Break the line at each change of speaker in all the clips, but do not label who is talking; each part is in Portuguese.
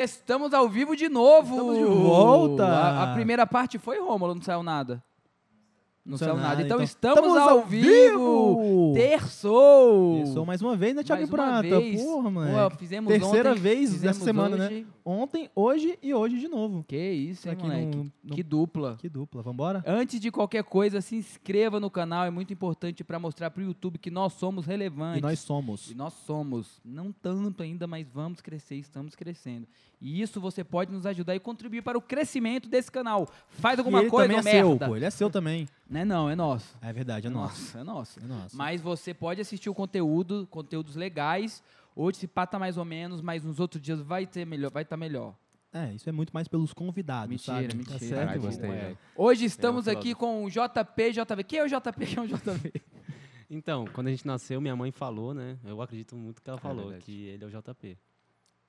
Estamos ao vivo de novo.
Estamos de volta.
A, a primeira parte foi Rômulo, não saiu nada. Não saiu nada. Então, estamos,
Estamos
ao,
ao
vivo.
vivo.
Terçou.
Começou mais uma vez, né, Thiago
Mais uma
Prata?
vez.
Porra,
Ué,
moleque.
fizemos
Terceira
ontem,
vez
fizemos
dessa semana,
hoje.
né? Ontem, hoje e hoje de novo.
Que isso, hein,
Será que
moleque?
não- não-
Que dupla.
Que dupla, vambora?
Antes de qualquer coisa, se inscreva no canal. É muito importante para mostrar pro YouTube que nós somos relevantes.
E nós
E
somos.
nós somos, não tanto ainda, mas vamos crescer, estamos crescendo. E isso você pode nos ajudar e contribuir para o crescimento desse canal. Faz alguma
e ele
coisa,
também é seu,
merda.
pô. Ele é seu também.
não é não, é nosso.
É verdade, é nosso.
é nosso.
É nosso.
Mas você pode assistir o conteúdo, conteúdos legais. Hoje se pata mais ou menos, mas nos outros dias vai ter melhor, vai estar melhor.
É, isso é muito mais pelos convidados,
mentira,
sabe?
mentira.
Tá certo,
Caralho,
irmão.
gostei,
É.
velho.
Hoje estamos
É um
aqui com o JP, JV. Quem é o JP? Quem é o JV?
Então, quando a gente nasceu, minha mãe falou, né? Eu acredito muito que ela falou,
verdade.
que ele é o JP.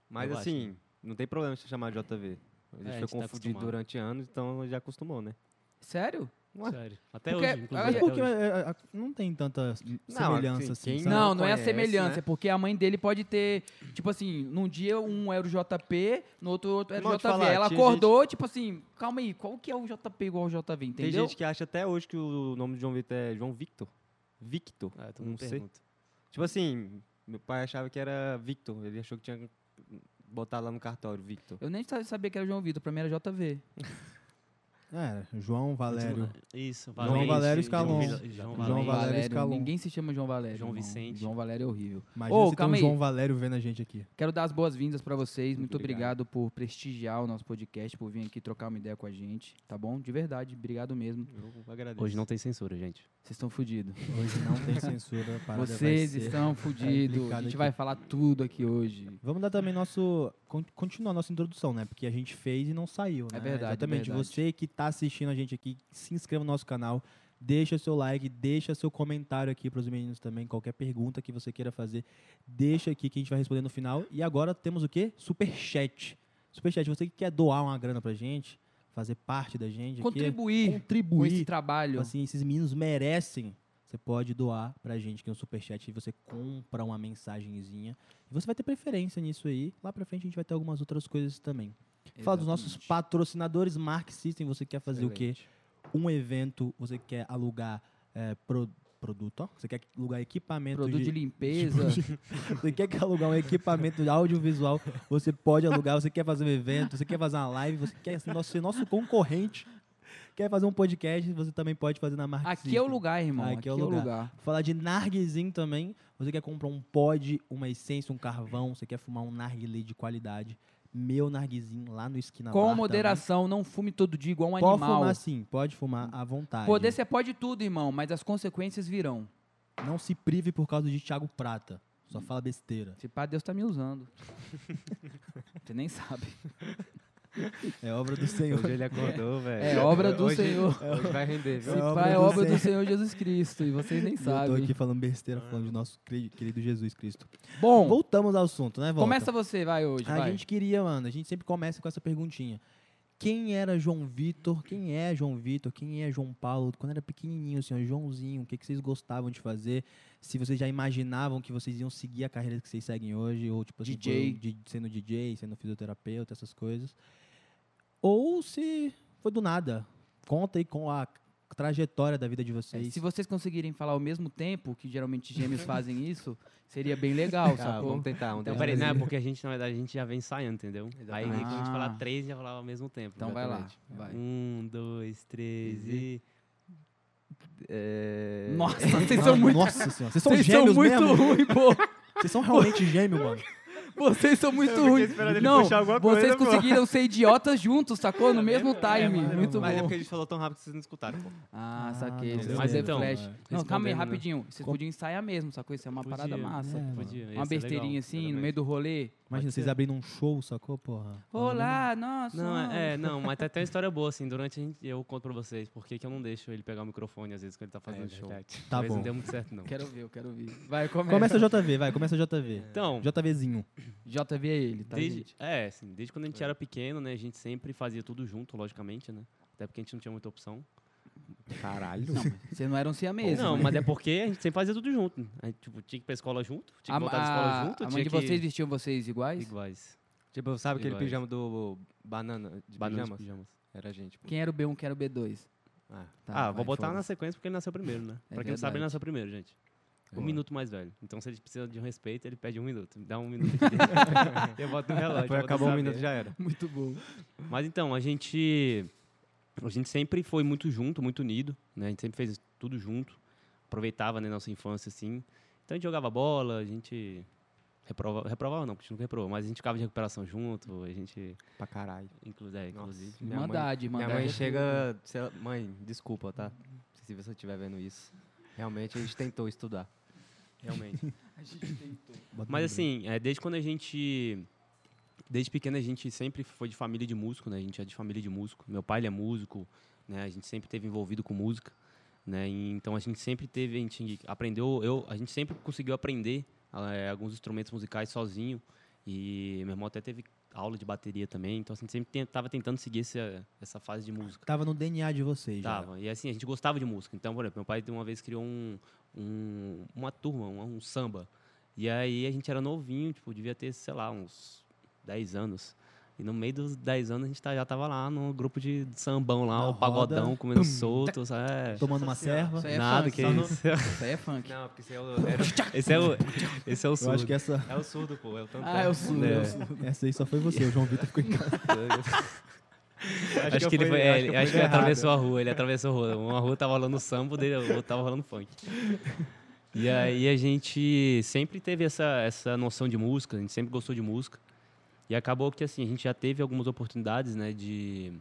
Mas
Eu acho,
assim, não tem problema se chamar de JV. A gente
É,
foi
a gente tá
confundido
acostumado.
durante anos, então já acostumou, né?
Sério?
Ué.
Sério. Até
Porque-
hoje, inclusive.
Mas
É,
até
por que
hoje.
é, é, não tem tanta semelhança
assim,
assim,
quem
sabe?
Não, não,
não
é a
conhece,
semelhança,
né?
é porque a mãe dele pode ter, tipo assim, num dia um era o JP, no outro, outro era o
Irmão,
JV.
te falar,
Ela
tinha
acordou, tipo assim, calma aí, qual que é o JP igual ao JV,
Tem
entendeu?
gente que acha até hoje que o nome de João Vitor é João Victor. Victor.
Ah, todo
não
mundo
sei.
pergunta.
Tipo assim, meu pai achava que era Victor. Ele achou que tinha botado lá no cartório, Victor.
Eu nem sa- sabia que era João Vitor, pra mim era JV.
É, João Valério.
Isso,
João Valério Scalon.
João, Vila- João
João
Valério.
Valério Scalon.
Ninguém se chama João Valério.
João
irmão.
Vicente.
João Valério é horrível.
Imagina
Ô,
se tem
calma
um
aí.
João Valério vendo a gente aqui.
Quero dar as boas-vindas pra vocês. Muito,
Muito
obrigado.
obrigado.
por prestigiar o nosso podcast, por vir aqui trocar uma ideia com a gente, tá bom? De verdade, obrigado mesmo.
Eu agradeço.
Hoje não tem censura, gente.
Vocês estão fodidos.
Hoje não tem censura. a parada vai
Vocês
ser-
estão fodidos. A
complicado
gente
aqui.
vai falar tudo aqui hoje.
Vamos dar também nosso. con- Continuar nossa introdução, né? Porque a gente fez e não saiu,
É
né?
verdade,
Exatamente.
verdade.
Você que tá assistindo a gente aqui, se inscreva no nosso canal, deixa seu like, deixa seu comentário aqui pros meninos também. Qualquer pergunta que você queira fazer, deixa aqui que a gente vai responder no final. E agora temos o quê? Superchat. Superchat, você que quer doar uma grana pra gente, fazer parte da gente. aqui,
Contribuir com esse
contribuir.
trabalho.
Assim, esses meninos merecem. Você pode doar pra gente que é um superchat e você compra uma mensagenzinha. E você vai ter preferência nisso aí. Lá pra frente a gente vai ter algumas outras coisas também. Fala dos nossos
Exatamente.
patrocinadores, Mark System. Você quer fazer o quê? Um evento, você quer alugar eh, pro- produto, ó. Você quer alugar equipamento
Produto de
de
limpeza.
você quer que alugar um equipamento de audiovisual, você pode alugar, você quer fazer um evento, você quer fazer uma live, você quer ser nosso, ser nosso concorrente, quer fazer um podcast, você também pode fazer na marca.
Aqui é o
System.
lugar, irmão.
Aqui é o lugar. Falar de narguezinho também, você quer comprar um pod, uma essência, um carvão, você quer fumar um narguilé de qualidade, meu narguezinho lá no Esquina
Com
Bar também.
moderação, não fume todo dia igual um
né? Pode
animal.
fumar sim, pode fumar à vontade.
Poder você pode tudo, irmão, mas as consequências virão.
Não se prive por causa de Thiago Prata, só fala besteira.
Se pá, Deus tá me usando. você nem sabe.
É obra do Senhor.
Hoje ele acordou, velho.
É obra do
Hoje-
Senhor.
Hoje vai render,
Se
viu?
É obra
pá, é
do
obra do
Senhor.
Senhor Jesus Cristo. E vocês nem
E Eu tô
sabem.
aqui falando besteira, falando de nosso cre- querido Jesus Cristo.
Bom,
Voltamos ao assunto, né, Volta?
começa você, vai hoje.
A
vai.
gente queria, mano, a gente sempre começa com essa perguntinha. Quem era João Vitor? Quem é João Vitor? Quem é João Paulo? Quando era pequenininho, assim, ó, Joãozinho, o que, que vocês gostavam de fazer? Se vocês já imaginavam que vocês iam seguir a carreira que vocês seguem hoje? Ou, tipo, assim,
DJ.
foi de- sendo DJ, sendo fisioterapeuta, essas coisas. Ou se foi do nada. Conta aí com a trajetória da vida de
É,
vocês.
se vocês conseguirem falar ao mesmo tempo, que geralmente gêmeos fazem isso, seria bem legal,
Ah,
sacou?
vamos tentar, vamos
Então,
tentar.
Não, peraí, não, é
Brasil.
porque a gente, na verdade, a gente já vem ensaiando, entendeu? Aí,
Exatamente.
quando a
Ah.
gente falar três, já falava ao mesmo tempo.
Então vai lá.
exatamente.
Vai.
Um, dois, três e...
É,
Nossa, vocês
Mano,
são muito.
Nossa senhora, vocês são
Vocês são
gêmeos
muito
mesmo?
ruim, pô.
Vocês são realmente gêmeos, mano.
Vocês são muito ruins.
esperando ele
Não,
puxar alguma
vocês
coisa, pô.
conseguiram ser idiotas juntos, sacou?
É,
No É mesmo time.
mano,
muito
Mas é
bom.
porque a gente falou tão rápido que vocês não escutaram, pô.
Ah,
Ah,
saquei.
não,
Vocês
beleza.
mas
Então,
flash. Não,
é.
calma aí,
Respondendo, né?
rapidinho. Vocês
Com-
podiam ensaiar mesmo, sacou? Isso é uma parada
Podia,
massa.
É,
Podia, ia
Uma
ser legal,
besteirinha assim, no
exatamente.
meio do rolê.
Imagina, vocês abrindo um show, sacou, porra?
Olá, nossa.
Não, é, é, não, mas tá até uma história boa, assim, durante a gente, eu conto pra vocês por que que eu não deixo ele pegar o microfone às vezes quando ele tá fazendo show.
Tá
Talvez
bom.
não deu muito certo, não.
Quero ver, eu quero ver. Vai, começa.
É.
Começa JV, vai, começa JV.
Então,
JVzinho.
JV é ele, tá,
desde,
gente?
é, assim, desde quando a gente era pequeno, né, a gente sempre fazia tudo junto, logicamente, né? Até porque a gente não tinha muita opção.
Caralho.
Não, mas vocês não eram siameses.
não,
né?
mas é porque a gente sempre fazia tudo né, junto. A gente, tipo, tinha que ir pra escola junto, tinha que voltar da escola junto,
a
tinha
mãe de
que...
vocês vestiam vocês iguais?
Iguais.
Tipo, sabe aquele
Iguais.
pijama do Banana? De
Bananas
pijamas?
pijamas.
Era a gente. pô.
Quem era o B1, quem era o B2?
Ah,
Tá,
ah, vou
vai,
botar na
foda-se.
sequência porque ele nasceu primeiro, né?
É
pra quem não sabe, ele
verdade.
nasceu primeiro, gente. Um
Boa.
minuto mais velho. Então, se ele precisa de um respeito, ele pede um minuto. Me Dá um minuto aqui. eu boto no relógio.
Depois
pra poder
acabou um
saber.
minuto já era.
Muito bom.
Mas então, a gente a gente sempre foi muito junto, muito unido, né? A gente sempre fez tudo junto. Aproveitava né, nossa infância assim. Então a gente jogava bola, a gente reprova, reprovava não, porque a gente nunca reprovou, mas a gente ficava de recuperação junto, a gente
Pra caralho.
inclusive, é,
Nossa.
inclusive.
Minha mãe-
Mandade,
Minha
mandade.
mãe
é tudo.
chega. sei lá, Mãe, desculpa, tá? Se você estiver vendo isso. Realmente a gente tentou estudar.
realmente.
A gente tentou.
Bota
Mas
no
assim, é, desde quando a gente. Desde pequeno a gente sempre foi de família de músico, né? A gente é de família de músico. Meu pai ele é músico, né? A gente sempre teve envolvido com música, né? E então a gente sempre teve, a gente aprendeu, eu, a gente sempre conseguiu aprender eh, alguns instrumentos musicais sozinho. E meu irmão até teve aula de bateria também, então a gente sempre ten- tava tentando seguir essa, essa fase de música.
Tava no DNA de vocês, já.
Tava. E assim, a gente gostava de música. Então, por exemplo, meu pai de uma vez criou um, um- uma turma, um, um samba. E aí a gente era novinho, tipo, devia ter, sei lá, uns 10 anos. E no meio dos 10 anos a gente tá- já tava lá no grupo de sambão lá,
Na
o pagodão
roda.
comendo solto, sabe?
Tomando uma serva.
Isso aí é
Nada
funk,
que
só no-
isso.
Isso aí é funk.
Não, porque você é o. era-
Esse é o, esse é o
Eu acho
surdo.
que essa,
É o surdo, pô. É o tanto.
Ah, eu sou.
É.
eu sou.
essa aí só foi você. O João Vitor ficou em casa.
Acho, que ele foi, é, acho que, ele atravessou a rua, ele atravessou a rua. Uma rua tava rolando samba, dele, outra tava rolando funk. E aí a gente sempre teve essa, essa noção de música, a gente sempre gostou de música. E acabou que assim, a gente já teve algumas oportunidades, né, de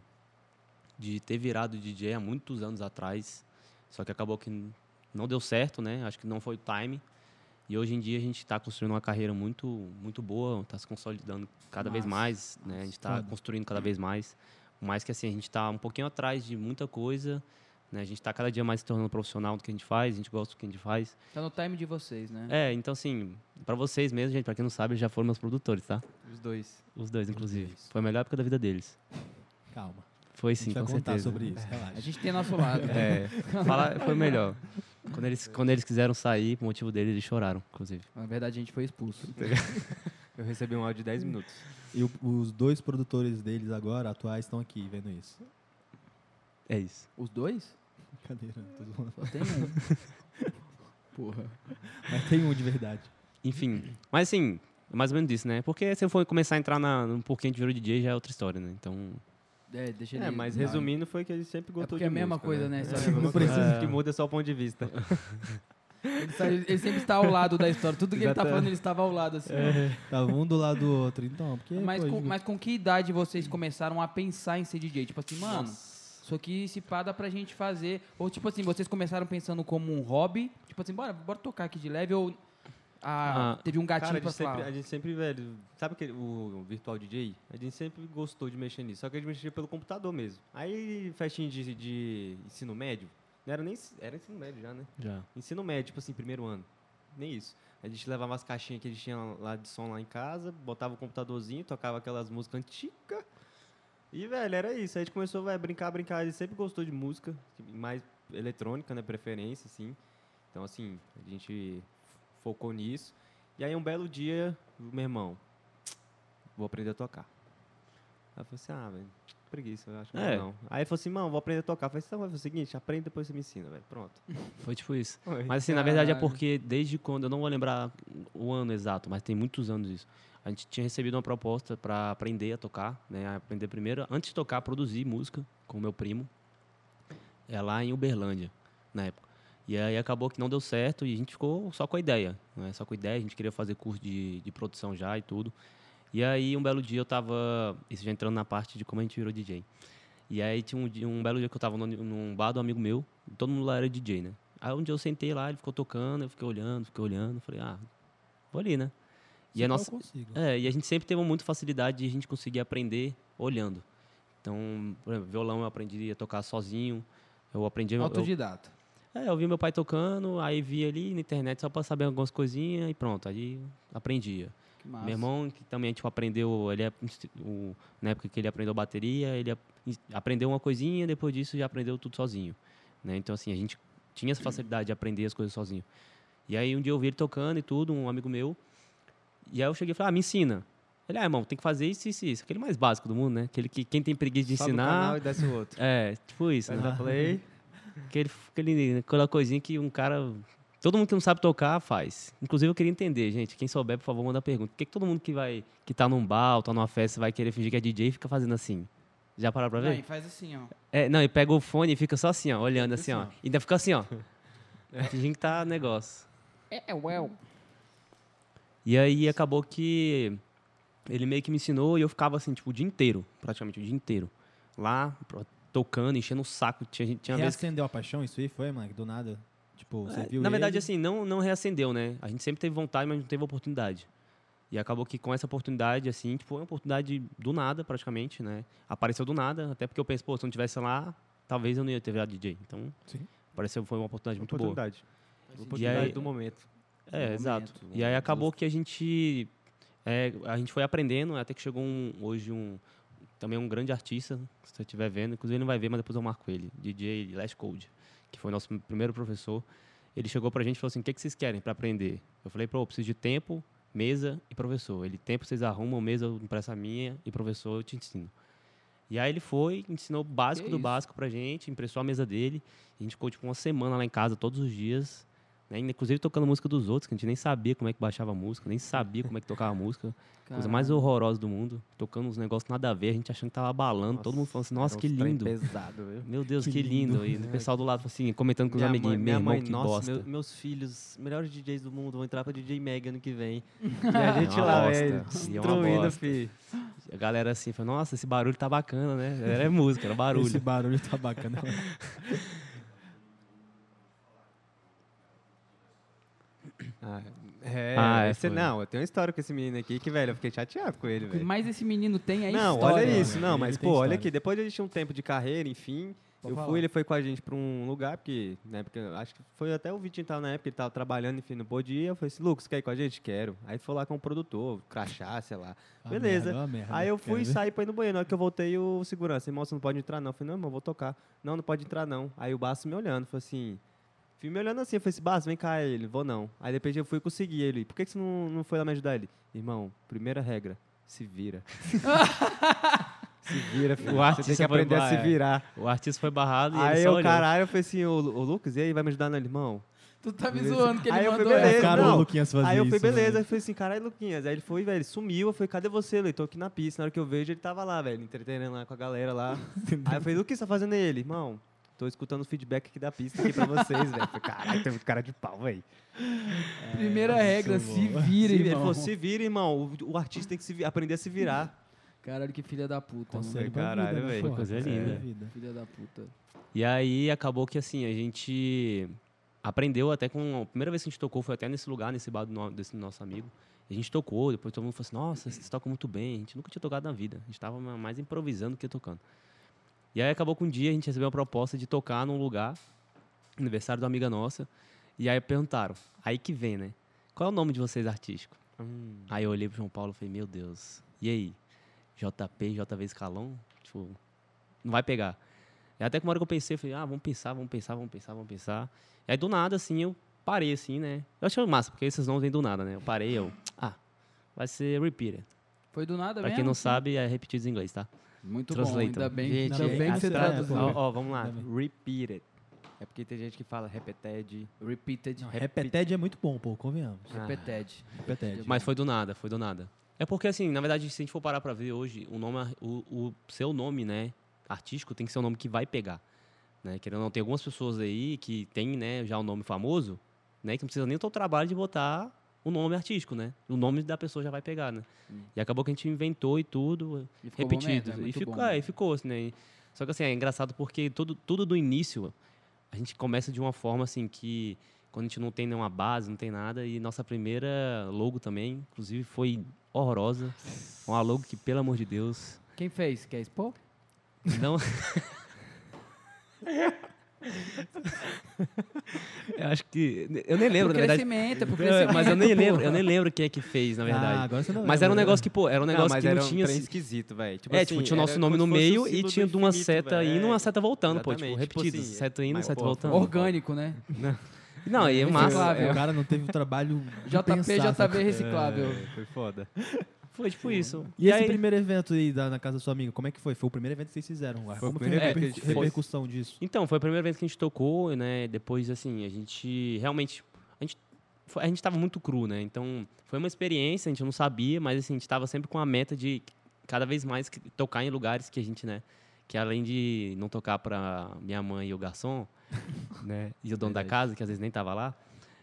de ter virado DJ há muitos anos atrás. Só que acabou que n- não deu certo, né? Acho que não foi o time. E hoje em dia a gente está construindo uma carreira muito, muito boa, está se consolidando cada vez
Massa,
mais, né? A gente está
Foda.
construindo cada vez mais. Mas que assim, a gente está um pouquinho atrás de muita coisa, né? A gente está cada dia mais se tornando profissional do que a gente faz, a gente gosta do que a gente faz.
Tá no time de vocês, né?
É, então assim, para vocês mesmo, gente, para quem não sabe, já foram meus produtores, tá?
Os dois.
Os dois, inclusive.
Deus.
Foi a melhor época da vida deles.
Calma.
Foi
A gente
sim,
vai
com
contar
certeza.
sobre isso. Relaxa.
A gente tem nosso lado. né?
É, falar foi melhor. Quando eles, quando eles quiseram sair, por motivo deles, eles choraram, inclusive.
É.
Na verdade, a gente foi expulso.
Eu recebi um áudio de 10 minutos.
E o- os dois produtores deles agora, atuais, estão aqui vendo isso.
É isso.
Os dois?
Brincadeira, tô zoando.
Só tem um. Porra.
Mas tem um de verdade.
Enfim, mas assim, é mais ou menos isso, né? Porque se eu for começar a entrar na, no porquê a gente virou DJ, já é outra história, né? Então,
É, deixa ele.
É, mas
Não,
resumindo, foi que ele sempre
É
gostou
porque
de
é a mesma
música,
coisa, né?
É,
Só
a mesma
não
coisa.
precisa.
O que muda é só o ponto de vista.
Ele, tá- ele sempre está ao lado da história. Tudo que ele tá
Exatamente. É.
falando, ele estava ao lado, assim. ó.
Tava um do lado do outro, então. Porque,
Mas,
pô,
com,
gente-
mas com que idade vocês começaram a pensar em ser DJ? Tipo assim, mano,
Nossa.
isso aqui se pá dá pra gente fazer. Ou tipo assim, vocês começaram pensando como um hobby? Tipo assim, bora, bora tocar aqui de leve ou. ah,
Ah,
teve um gatinho
Cara, a
pra
gente, sempre,
falar.
a gente sempre, velho, sabe aquele, o virtual DJ? A gente sempre gostou de mexer nisso, só que a gente mexia pelo computador mesmo. Aí, festinha de, de ensino médio, não era nem, ens- era ensino médio já, né?
já.
Ensino médio, tipo assim, primeiro ano, nem isso. A gente levava as caixinhas que eles tinham lá de som lá em casa, botava o computadorzinho, tocava aquelas músicas antigas. E, velho, era isso. Aí a gente começou velho, a brincar, brincar. Ele sempre gostou de música, mais eletrônica, né? Preferência, assim. Então, assim, a gente focou nisso. E aí, um belo dia, meu irmão, vou aprender a tocar. Aí eu falei assim, ah, velho, preguiça, eu acho que
É.
não. Aí ele falou assim, mano, vou aprender a tocar. Eu falei assim, então, vai fazer o seguinte, aprende, depois você me ensina, velho. Pronto.
Foi tipo isso.
Foi.
Mas assim, na verdade é
Caralho.
porque desde quando, eu não vou lembrar o ano exato, mas tem muitos anos isso. A gente tinha recebido uma proposta para aprender a tocar, né? a Aprender primeiro, antes de tocar, produzir música com meu primo. É lá em Uberlândia, na época. E aí acabou que não deu certo e a gente ficou só com a ideia, né? Só com a ideia, a gente queria fazer curso de, de produção já e tudo. E aí um belo dia eu tava, isso já entrando na parte de como a gente virou DJ. E aí tinha um, dia- um belo dia que eu tava num, num bar do amigo meu, todo mundo lá era DJ, né? Aí um dia eu sentei lá, ele ficou tocando, eu fiquei olhando, fiquei olhando, falei, ah, vou ali, né?
se
e
pá,
a
eu
nossa,
consigo.
é, e a gente sempre teve muita facilidade de a gente conseguir aprender olhando. Então, por exemplo, violão eu aprendi a tocar sozinho, eu aprendi... eu-
Autodidata.
é, eu vi meu pai tocando, aí vi ali na internet só pra saber algumas coisinhas e pronto, aí aprendia.
Que massa.
Meu irmão, que também tipo, aprendeu, ele é, insti- o, na época que ele aprendeu bateria, ele a- ins- aprendeu uma coisinha, depois disso já aprendeu tudo sozinho. né? Então, assim, a gente tinha essa facilidade de aprender as coisas sozinho. E aí um dia eu vi ele tocando e tudo, um amigo meu, e aí eu cheguei e falei, ah, me ensina. Ele, ah, irmão, tem que fazer isso, isso, isso. Aquele mais básico do mundo, né? Aquele que quem tem preguiça de
Sobe o canal
ensinar.
e desce o outro.
É, tipo isso,
Faz
né?
a play.
Aquele, aquele, aquela coisinha que um cara. Todo mundo que não sabe tocar faz. Inclusive, eu queria entender, gente. Quem souber, por favor, manda pergunta. Por que, que todo mundo que vai. que tá num bar ou tá numa festa vai querer fingir que é DJ e fica fazendo assim? Já pararam pra ver?
Aí faz assim, ó.
É, não, e pega o fone e fica só assim, ó, olhando assim, ó.
assim,
E ainda fica assim, ó. Fingindo que tá negócio.
É, é, well.
E aí acabou que ele meio que me ensinou e eu ficava assim, tipo, o dia inteiro, praticamente o dia inteiro. Lá, pro- tocando, enchendo o saco. Tinha, gente- tinha vez que-
Reacendeu a paixão, isso aí foi, moleque? Do nada? Tipo, você
É,
viu
Na verdade,
ele?
assim, não, não reacendeu, né? A gente sempre teve vontade, mas não teve oportunidade. E acabou que com essa oportunidade, assim, tipo, foi uma oportunidade do nada, praticamente, né? Apareceu do nada, até porque eu pensei, pô, se eu não tivesse lá, talvez eu não ia ter virado DJ. Então,
Sim.
apareceu, foi uma oportunidade muito boa.
oportunidade.
E aí-
Oportunidade do momento.
um
né?
É,
momento,
exato.
né?
no
E aí
momento,
acabou que a gente é, a gente foi aprendendo, até que chegou um- hoje um também um grande artista, se você estiver vendo, inclusive ele não vai ver, mas depois eu marco ele, DJ Last Code, que foi nosso primeiro professor. Ele chegou pra gente e falou assim: "O que que vocês querem pra aprender?" Eu falei: "Pô, eu preciso de tempo, mesa e professor. Ele tempo vocês arrumam, mesa eu empresta a minha e professor eu te ensino." E aí ele foi, ensinou o básico
Que
do
isso.
básico pra gente, emprestou a mesa dele, e a gente ficou tipo uma semana lá em casa todos os dias né? Inclusive tocando música dos outros, que a gente nem sabia como é que baixava a música, nem sabia como é que tocava a música. Coisa mais horrorosa do mundo. Tocando uns negócios nada a ver, a gente achando que tava balando, todo mundo falando assim, nossa,
era
que
uns trem
lindo.
pesado, viu?
Meu Deus,
Que
que, lindo. E
É.
o pessoal do lado assim, comentando com os amiguinhos, meu
minha
irmão,
mãe,
que
nossa,
bosta.
meu- meus filhos, melhores DJs do mundo, vão entrar pra DJ Mag ano que vem. E a gente
uma
lá,
bosta.
velho,
E é uma
destruindo,
bosta.
fi.
A galera assim, falou, nossa, esse barulho tá bacana, né? Era música, era barulho.
Esse barulho tá bacana.
Ah, é,
Ah, é,
esse-
foi.
não, eu tenho uma história com esse menino aqui que, velho, eu fiquei chateado com ele,
O que
velho.
mais esse menino tem é
Não,
história.
olha
né,
isso,
velho?
não,
Ele
mas
tem
pô, olha
história.
aqui, depois de a gente ter um tempo de carreira, enfim,
Pode
eu
falar.
fui, ele foi com a gente pra um lugar, porque, né, porque eu acho que foi até o Vitinho tava na época, ele tava trabalhando, enfim, não pôde ir, eu falei assim, Lucas, quer ir com a gente? Quero. Aí foi lá com o produtor, crachá, sei lá.
Ah,
Beleza.
merda, ah, merda.
Aí eu
Quero
fui e
ver.
saí pra ir no banheiro. Na hora que eu voltei, o segurança, irmão, você não pode entrar não. Eu falei, não, irmão, vou tocar. Não, não pode entrar não. Aí o Basso me olhando, falou assim... Fui me olhando assim, eu falei assim, Basso, vem cá, ele, vou não. Aí depois eu fui e consegui ele. Por que, que você não, não foi lá me ajudar ele? Irmão, primeira regra, se vira. se vira, filho. Você tem que
artista foi
aprender a se
ba-
virar.
O artista foi barrado e ele
Aí
só
eu,
olhou.
caralho, eu falei assim, ô, Lu- ô Lucas, e aí, vai me ajudar não, ele, irmão?
Tu tá me
Beleza.
zoando que ele
Aí eu fui,
mandou
É
beleza,
essa.
caro
não.
o Luquinhas fazer
Aí eu fui,
isso, né,
beleza.
velho?
Aí eu falei assim, caralho, Luquinhas. Aí ele foi, velho, sumiu. Eu falei, cadê você, Leitor? Tô aqui na pista. Na hora que eu vejo, ele tava lá, velho, entretendo lá com a galera lá. Aí eu falei, o que você tá fazendo aí? Ele, irmão, tô escutando o feedback aqui da pista aqui pra vocês, velho. Eu falei, Caralho, tem muito cara de pau, velho.
Primeira regra,
é
isso,
se
boa.
vira,
Se- Ele
irmão.
falou, se vira, irmão. O, o artista tem que se vi- aprender a se virar.
Caralho, que filha da puta. mano.
Conselho pra
Caralho,
vida, né,
velho.
porra?
Coisa
Conselho pra
linda.
vida.
Filha da puta.
E aí acabou que assim, a gente aprendeu até com. A primeira vez que a gente tocou foi até nesse lugar, nesse bar do no- desse nosso amigo. A gente tocou, depois todo mundo falou assim: nossa, vocês tocam muito bem. A gente nunca tinha tocado na vida. A gente tava ma- mais improvisando que tocando. E aí acabou que um dia a gente recebeu uma proposta de tocar num lugar, aniversário de uma amiga nossa. E aí perguntaram: aí que vem, né? Qual é o nome de vocês artístico? Aí eu olhei pro João Paulo e falei: meu Deus, e aí? JP, JV Escalon? Tipo, não vai pegar. E É até que uma hora que eu pensei, eu falei, ah, vamos pensar, vamos pensar, vamos pensar, vamos pensar. E aí do nada, assim, eu parei, assim, né? Eu achei massa, porque esses nomes vêm do nada, né? Eu parei, eu, ah, vai ser repeated.
Foi do nada
pra
mesmo?
quem não sabe, é repetidos em inglês, tá?
Muito
Translate. é
bom, ainda bem,
Gente,
ainda bem que você
assim,
é
traduziu.
pô.
Ó, ó, vamos lá.
Tá bem.
Repeated. É porque tem gente que fala repeted.
Repeated.
Repeted é muito bom, pô, convenhamos.
Ah.
Repeted.
Repeted.
Mas foi do nada, foi do nada. É porque, assim, na verdade, se a gente for parar pra ver hoje, o nome, ar- o, o seu nome, né, artístico, tem que ser um nome que vai pegar. Né? Querendo ou não, tem algumas pessoas aí que tem, né, já um nome famoso, né, que não precisa nem ter o trabalho de botar o nome artístico, né? O nome da pessoa já vai pegar, né? E acabou que a gente inventou e tudo,
E ficou bom mesmo,
repetido.
é
e,
muito
ficou,
bom.
é, e ficou, assim, né? E- Só que, assim, é engraçado porque tudo, tudo do início, a gente começa de uma forma, assim, que quando a gente não tem nenhuma base, não tem nada. E nossa primeira logo também, inclusive, foi horrorosa. Uma logo que, pelo amor de Deus, Então
Quem fez? Quer expor?
não... eu acho que... Eu nem lembro,
pro
na verdade.
crescimento, é pro
É,
crescimento.
Mas eu nem
pô.
lembro, eu nem lembro quem é que fez, na
Ah,
verdade.
agora você não
mas
lembra,
era um
né?
negócio que, pô, era um negócio
mas
que
era
não
um
tinha...
trem esquisito, velho. assim,
é, tipo, tinha o
era
nosso nome no
como se fosse o
meio e
símbolo do
tinha de uma
infinito,
seta
velho.
indo, uma
É,
seta voltando, pô. Tipo,
exatamente. Tipo
repetido,
assim,
seta indo,
mas,
seta
pô,
voltando.
Orgânico, né?
Não, e é
Esse
massa.
claro.
O cara não teve o um trabalho de
JP,
pensar, saca?
JV reciclável.
É, foi foda.
Foi tipo isso.
E, esse primeiro evento aí da, na casa da sua amiga, como é que foi? Foi o primeiro evento que vocês fizeram lá.
Foi o
como
primeiro
foi a
evento que a
repercu-
gente fez.
repercussão disso?
Então, foi a primeira vez que a gente tocou, né? Depois, assim, a gente realmente. A gente, foi- a gente tava muito cru, né? Então, foi uma experiência, a gente não sabia, mas assim, a gente tava sempre com a meta de cada vez mais que- tocar em lugares que a gente, né? Que além de não tocar para minha mãe e o garçom, né? E o dono da
Verdade.
casa, que às vezes nem tava lá,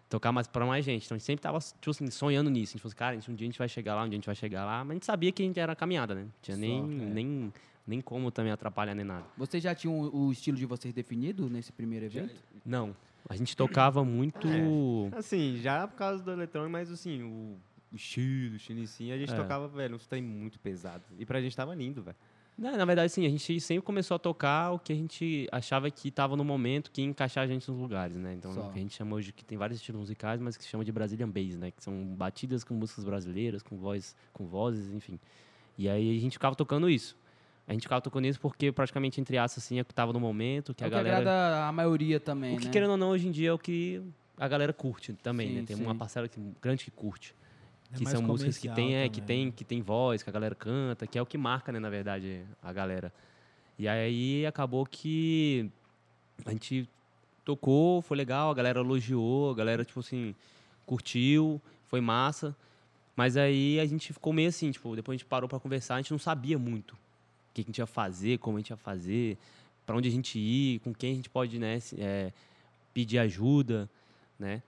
tocar mais para mais gente. Então, a gente sempre tava, tipo assim, sonhando nisso. A gente falou assim, cara, a gente, um dia a gente vai chegar lá, um dia a gente vai chegar lá. Mas a gente sabia que a gente era caminhada, né? Não tinha
Só,
nem,
é.
nem, nem como também atrapalhar nem nada.
Vocês já tinham o o estilo de vocês definido nesse primeiro evento?
Não. A gente tocava muito.
É.
Assim, já por causa do eletrônico, mas assim, o o estilo, o estilo em si, a gente
É.
tocava, velho, uns trem muito pesado. E pra gente tava lindo, velho.
Na, na verdade, sim, a gente sempre começou a tocar o que a gente achava que estava no momento que ia encaixar a gente nos lugares, né? Então,
Só.
o que a gente chama hoje, que tem vários estilos musicais, mas que se chama de Brazilian Bass, né? Que são batidas com músicas brasileiras, com, voz, com vozes, enfim. E aí a gente ficava tocando isso. A gente ficava tocando isso porque praticamente, entre aspas, assim, é o que tava no momento, que
é
a
o que
galera...
agrada a maioria também,
O que,
né?
querendo ou não, hoje em dia é o que a galera curte também,
Sim,
né? Tem uma
sim.
parcela que, grande que curte.
É
que
mais
são músicas que tem,
comercial
é, que,
também,
tem,
né?
que tem voz, que a galera canta, que é o que marca, né, na verdade, a galera. E aí acabou que a gente tocou, foi legal, a galera elogiou, a galera, tipo assim, curtiu, foi massa. Mas aí a gente ficou meio assim, tipo, depois a gente parou pra conversar, a gente não sabia muito o que que a gente ia fazer, como a gente ia fazer, pra onde a gente ir, com quem a gente pode né, se- é, pedir ajuda, né?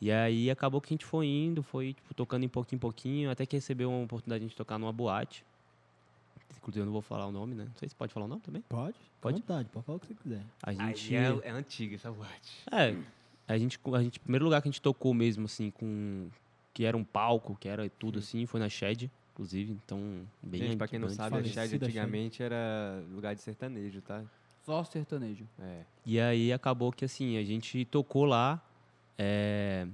E aí acabou que a gente foi indo, foi tipo, tocando em pouquinho em pouquinho, até que recebeu uma oportunidade de a gente tocar numa boate. Inclusive eu não vou falar o nome, né? Não sei se pode falar o nome também.
Pode? Pode.
Pode.
vontade, pode falar o que você quiser.
A gente
é antiga essa boate.
é, a gente, a gente, primeiro lugar que a gente tocou mesmo, assim, com. Que era um palco, que era tudo assim, foi na Shed, inclusive, então, bem assim.
Gente, pra quem não
antes-
sabe, a
falecida
Shed
Shed.
antigamente era lugar de sertanejo, tá?
Só sertanejo.
É.
E aí acabou que assim, a gente tocou lá. é,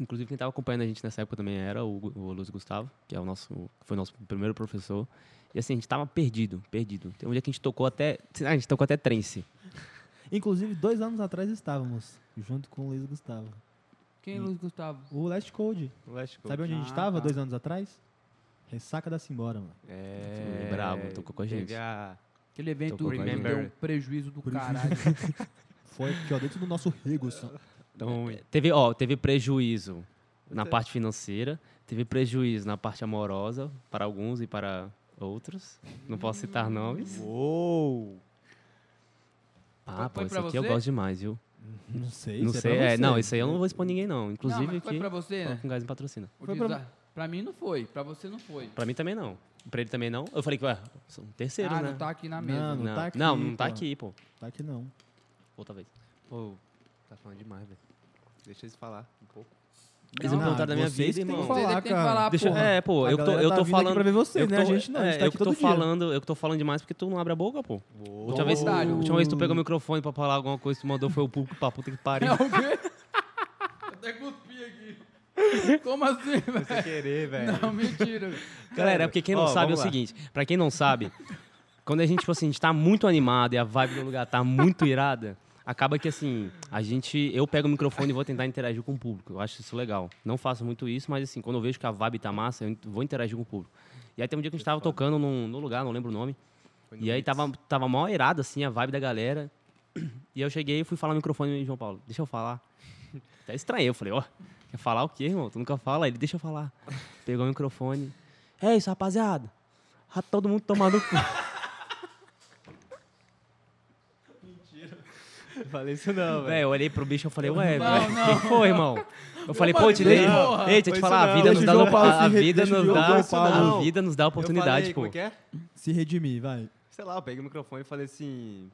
Inclusive, quem estava acompanhando a gente nessa época também era o, Gu- o Luiz Gustavo, que é o nosso, foi o nosso primeiro professor. E assim, a gente tava perdido, perdido. Tem um dia que a gente tocou até. Ah, a gente tocou até trance.
Inclusive, dois anos atrás estávamos, junto com o Luiz Gustavo.
Quem, é Luiz Gustavo?
O Last Code.
O Last Coast.
Sabe onde a gente
Ah,
estava
tá.
dois anos atrás? Ressaca da Simbora, mano.
É.
Bravo, tocou com a gente.
Teve a...
Aquele evento
Tocou
que
com a
deu um
gente.
prejuízo do caralho.
Foi aqui, ó, dentro do nosso rego. assim.
Então,
É, Teve, ó, teve prejuízo na parte financeira, teve prejuízo na parte amorosa, para alguns e para outros. Não posso citar
Hum.
nomes.
Uou!
Ah, pô,
Foi
isso
pra
aqui eu
você?
gosto demais, viu?
Não sei,
não
isso
sei,
é, pra
é,
você.
não, isso aí eu não vou expor ninguém, não.
não,
Inclusive
mas foi
aqui.
pra você,
Fala
né?
Com gás em patrocina.
O
Foi pra-
desa- Pra mim não foi, pra você não foi.
Pra mim também não. Pra ele também não. Eu falei que, ué, são terceiros,
ah,
né?
não tá aqui na
Não,
mesa.
não
não,
tá aqui,
não, não tá
pô.
aqui, pô.
Tá aqui não.
Outra vez.
Pô, tá falando demais, velho. Deixa eles falar um pouco.
Eles
Não,
não perguntaram um da minha
vocês
vida,
que tem que
irmão.
Vocês é
falar,
que tem que
cara.
falar,
Deixa,
porra.
é, pô,
A
eu que tô,
galera
eu
tá
tô
vindo aqui
falando.
pra ver vocês,
eu
né?
tô-
A gente não, a gente
é,
tá
eu
aqui
que tô
todo dia.
falando, eu que tô falando demais porque tu não abre a boca, pô. Última vez,
Verdade.
última vez que tu pegou o microfone pra falar alguma coisa, tu mandou foi o público pra puta que pariu.
É o quê? Até cuspi aqui. Como assim, velho?
Sem querer, velho.
Não, mentira.
Galera, é porque quem não
Ó,
sabe é o
vamos lá.
seguinte, pra quem não sabe, quando a gente, tipo assim, a gente tá muito animado e a vibe do lugar tá muito irada, acaba que assim, a gente, eu pego o microfone e vou tentar interagir com o público. Eu acho isso legal. Não faço muito isso, mas assim, quando eu vejo que a vibe tá massa, eu in- vou interagir com o público. E aí tem um dia que a gente tava tocando num, num lugar, não lembro o nome,
Foi no
e aí
Blitz.
tava, tava mó irada, assim, a vibe da galera. E eu cheguei e fui falar no microfone e João Paulo, deixa eu falar. Até estranhei, eu falei, ó, quer falar o quê, irmão? Tu nunca fala? Ele, deixa eu falar. Pegou o microfone. É isso, rapaziada. Tá todo mundo tomando cu.
Não falei isso não,
Véi, eu olhei pro bicho e falei, ué,
Não,
velho,
não.
o que foi, irmão? Eu falei, pô, te
mandei,
dei.
porra.
Ei, deixa
Foi
eu te
isso
falar, a
não.
vida nos
Deixa
dá,
o João Paulo
a, a
se re-
vida
deixa o
nos
João
dá,
Paulo falar.
a vida nos dá oportunidade,
eu falei, Como
pô.
é que é?
Se redimir, vai.
Sei lá, eu peguei o microfone e falei assim...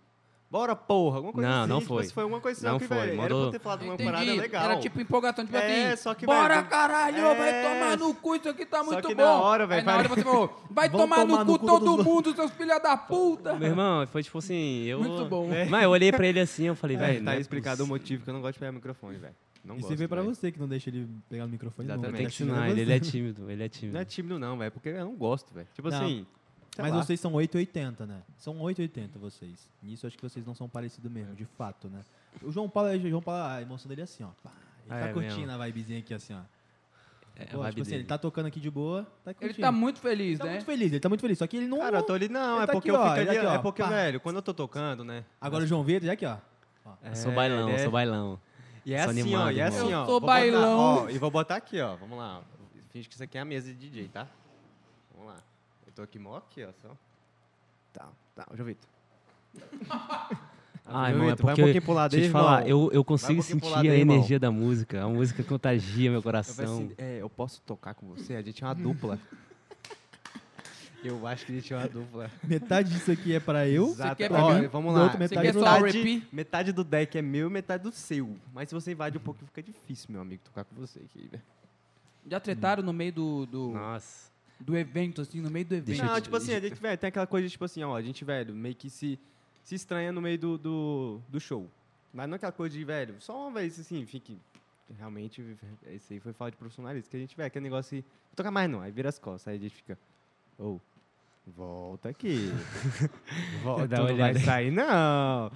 Bora, porra! Alguma coisa
Não,
assim.
não
tipo,
foi.
se foi alguma coisa assim,
Não
que,
foi,
velho, Era pra
mandou-
eu ter falado uma parada
Entendi.
legal.
Era tipo empolgação, tipo
É,
assim.
só que,
Bora,
velho,
caralho,
é,
vai tomar no cu, isso aqui tá
só
muito
que
bom.
na hora, velho,
Aí na hora você falou, vai
Vão
tomar, no, cu todo mundo, seus filha da puta.
Meu irmão, foi tipo assim, eu.
Muito bom.
Mas eu olhei pra ele assim, eu falei,
É,
velho.
tá
não é
explicado o motivo que eu não gosto de pegar microfone, velho. Não
Isso
gosto.
aí veio pra
velho.
você que não deixa ele pegar o microfone, não.
Exatamente.
Eu tenho que
Tá ensinando
ensinar ele, ele é
você.
tímido, ele é tímido.
Não é tímido não, velho, porque eu não gosto, velho. Tipo
Não.
assim...
é,
sei
Mas
lá.
vocês são 880, né? São 880 vocês. Nisso eu acho que vocês não são parecidos mesmo, de fato, né? O João Paulo, o João Paulo, a emoção dele é assim, ó. Pá, ele
Ah,
tá
é
curtindo
mesmo.
a vibezinha aqui assim, ó.
É,
Ó,
a vibe
tipo assim,
dele.
ele tá tocando aqui de boa, tá
Ele
curtindo.
tá muito feliz,
Tá
né?
muito feliz, ele tá muito feliz. Só que ele não.
Cara, eu tô ali. Não,
Ele
é
tá
porque
aqui,
eu
ó,
fico
ele
ali.
aqui, ó,
é porque,
pá.
velho, quando eu tô tocando, né?
Agora o João Vitor, já aqui, ó.
É.
É, Eu sou bailão, eu sou bailão.
E é
Sou
assim, ó.
animado,
E é
irmão.
assim,
Eu
ó.
sou
vou botar-
bailão.
ó, e vou botar aqui, ó. Vamos lá. Finge que isso aqui é a mesa de DJ, tá? Vamos lá. Eu tô aqui mó aqui, ó. Só. Tá, tá. Ô, João Vitor.
Ah,
João
irmão,
Vitor,
é
vai um
porque,
pouquinho pro lado
deixa eu te
aí,
falar,
irmão.
eu, eu
Vai um
consigo
pouquinho pro
sentir
lado
a
aí, irmão.
energia da música. A música contagia meu
Eu falei
coração.
assim, é, eu posso tocar com você? A gente é uma dupla. eu acho que a gente é uma dupla.
Metade disso aqui é pra eu.
Exato.
quer
Ó,
pra mim?
Vamos
Na
lá.
outra
Você
metade
quer
do
só o
lado.
repeat?
Metade do deck é meu, metade do seu. Mas se você invade um pouquinho, fica difícil, meu amigo, tocar com você aqui, velho.
Já tretaram no meio do,
assim,
do,
Nossa.
do evento, assim, no meio do evento.
Deixa
Não,
eu te-
tipo assim, a gente, velho, tem aquela coisa, tipo assim, ó, a gente, velho, meio que se, se estranha no meio do, do, do show. Mas não é aquela coisa de, velho, só uma vez, assim, fique... Realmente, isso aí foi falta de profissionalismo. Que a gente, velho, aquele negócio de... Não toca mais não, aí vira as costas, aí a gente fica... Ô, volta aqui.
Dá
volta,
uma
não vai
olhada.
sair não.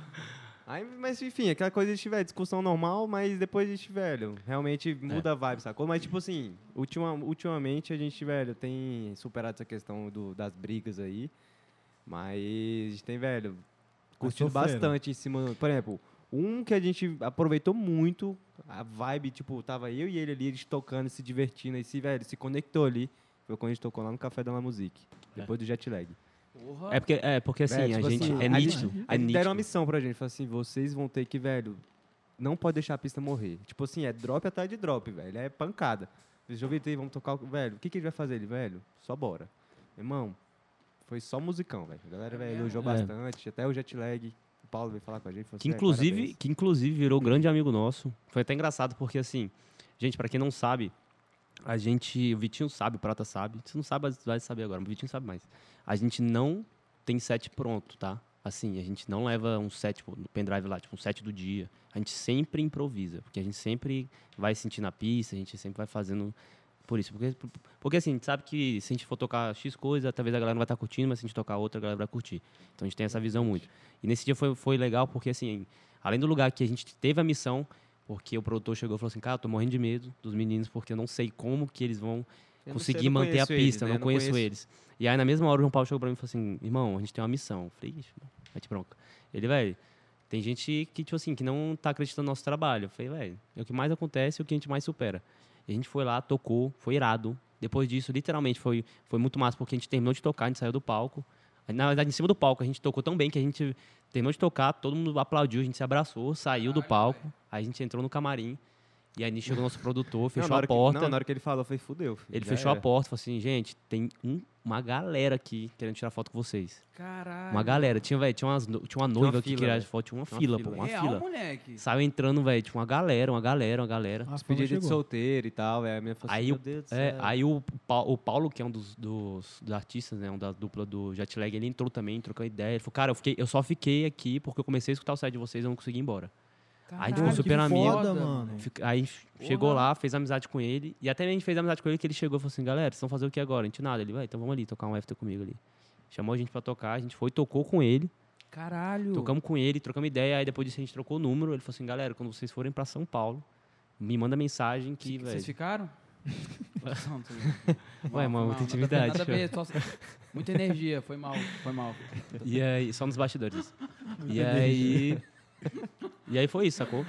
Aí, mas, enfim, aquela coisa de, velho, discussão normal, mas depois a gente, velho, realmente muda a vibe, sacou? Mas, tipo assim, ultima, ultimamente a gente, velho, tem superado essa questão do, das brigas aí. Mas a gente tem, velho, curtido
sofreram.
bastante em cima. Por exemplo, um que a gente aproveitou muito, a vibe, tipo, tava eu e ele ali, eles tocando, se divertindo, e se, velho, se conectou ali. Foi quando a gente tocou lá no Café da La Musique, depois do jet lag.
Porra.
É porque, é porque assim,
Velho,
a
tipo
gente.
assim,
é
a gente-
nítido. é
Eles
nítido.
deram uma missão pra gente, falaram assim, vocês vão ter que, velho, não pode deixar a pista morrer. Tipo assim, é drop atrás de drop, velho, é pancada. Eles já ouviram, vamos tocar, o- velho, o que que ele vai fazer? Ele, velho, só bora. Irmão, foi só musicão, velho. A galera, velho, elogiou
É.
bastante, até o jet lag, o Paulo veio falar com a gente. falou
Que
assim, "Velho,
inclusive,
parabéns."
que inclusive virou grande amigo nosso. Foi até engraçado, porque assim, gente, pra quem não sabe, a gente. O Vitinho sabe, o Prata sabe. Se não sabe, vai saber agora, mas o Vitinho sabe mais. A gente não tem set pronto, tá? Assim, a gente não leva um set tipo, no pendrive lá, tipo um set do dia. A gente sempre improvisa, porque a gente sempre vai sentir na pista, a gente sempre vai fazendo por isso. Porque, porque assim, a gente sabe que se a gente for tocar X coisa, talvez a galera não vai estar curtindo, mas se a gente tocar outra, a galera vai curtir. Então a gente tem essa visão muito. E nesse dia foi, foi legal porque, assim, além do lugar que a gente teve a missão, porque o produtor chegou e falou assim, cara, eu tô morrendo de medo dos meninos porque eu não sei como que eles vão
Eu não
conseguir
sei, eu não
manter a
conheço eles,
pista,
né?
eu não,
Eu não
conheço,
conheço.
eles. E aí, na mesma hora, o João Paulo chegou pra mim e falou assim, irmão, a gente tem uma missão. Eu falei, ixi, mano, mete bronca. Ele, velho, tem gente que, tipo assim, que não tá acreditando no nosso trabalho. Eu falei, velho, é o que mais acontece e o que a gente mais supera. E a gente foi lá, tocou, foi irado. Depois disso, literalmente, foi, foi muito massa, porque a gente terminou de tocar, a gente saiu do palco. Na verdade, em cima do palco, a gente tocou tão bem que a gente terminou de tocar, todo mundo aplaudiu, a gente se abraçou, saiu do palco, aí a gente entrou no camarim. E aí chegou o nosso produtor,
Não,
fechou
na
a
hora que-
porta.
não, na hora que ele falou, eu falei, fudeu. filho,
Ele
já
fechou
era."
a porta, falou assim, gente, tem um- uma galera aqui querendo tirar foto com vocês.
Caralho.
Uma galera. Tinha, velho, tinha, umas no- tinha uma noiva que
fila,
queria
velho.
foto, tinha uma
Tinha uma
fila,
fila.
pô, uma
Real,
fila.
moleque.
Saiu entrando, velho, tinha uma galera, uma galera, uma galera.
Ah,
Despedida de
chegou.
solteiro e tal, velho. A minha falou assim,
Aí
"Meu
o-
Deus do
É,
céu."
aí o, Pa- o Paulo, que é um dos, dos- dos artistas, né, um da dupla do Jetlag, ele entrou também, trocou ideia. Ele falou, cara, eu, fiquei, eu só fiquei aqui porque eu comecei a escutar o site de vocês e eu não consegui ir embora. Aí a
Caralho,
gente ficou
que
tipo, um super amigo.
foda,
Ah, Foda, mano.
Fica- Aí ch- chegou
Porra.
lá, fez amizade com ele. E até a gente fez amizade com ele que ele chegou e falou assim: galera, vocês vão fazer o que agora? A gente nada. Ele, vai, então vamos ali tocar um after comigo ali. Chamou a gente pra tocar, a gente foi, tocou com ele,
Caralho.
tocamos com ele, trocamos ideia. Aí depois disso a gente trocou o número. Ele falou assim: galera, quando vocês forem pra São Paulo, me manda mensagem que, velho.
Vocês ficaram? Não, não sei.
Ué, mano,
Não,
muita
nada a ver,
intimidade.
nada a ver, só- Muita energia, foi mal, foi mal.
E aí, só nos bastidores. e aí. E aí foi isso, sacou?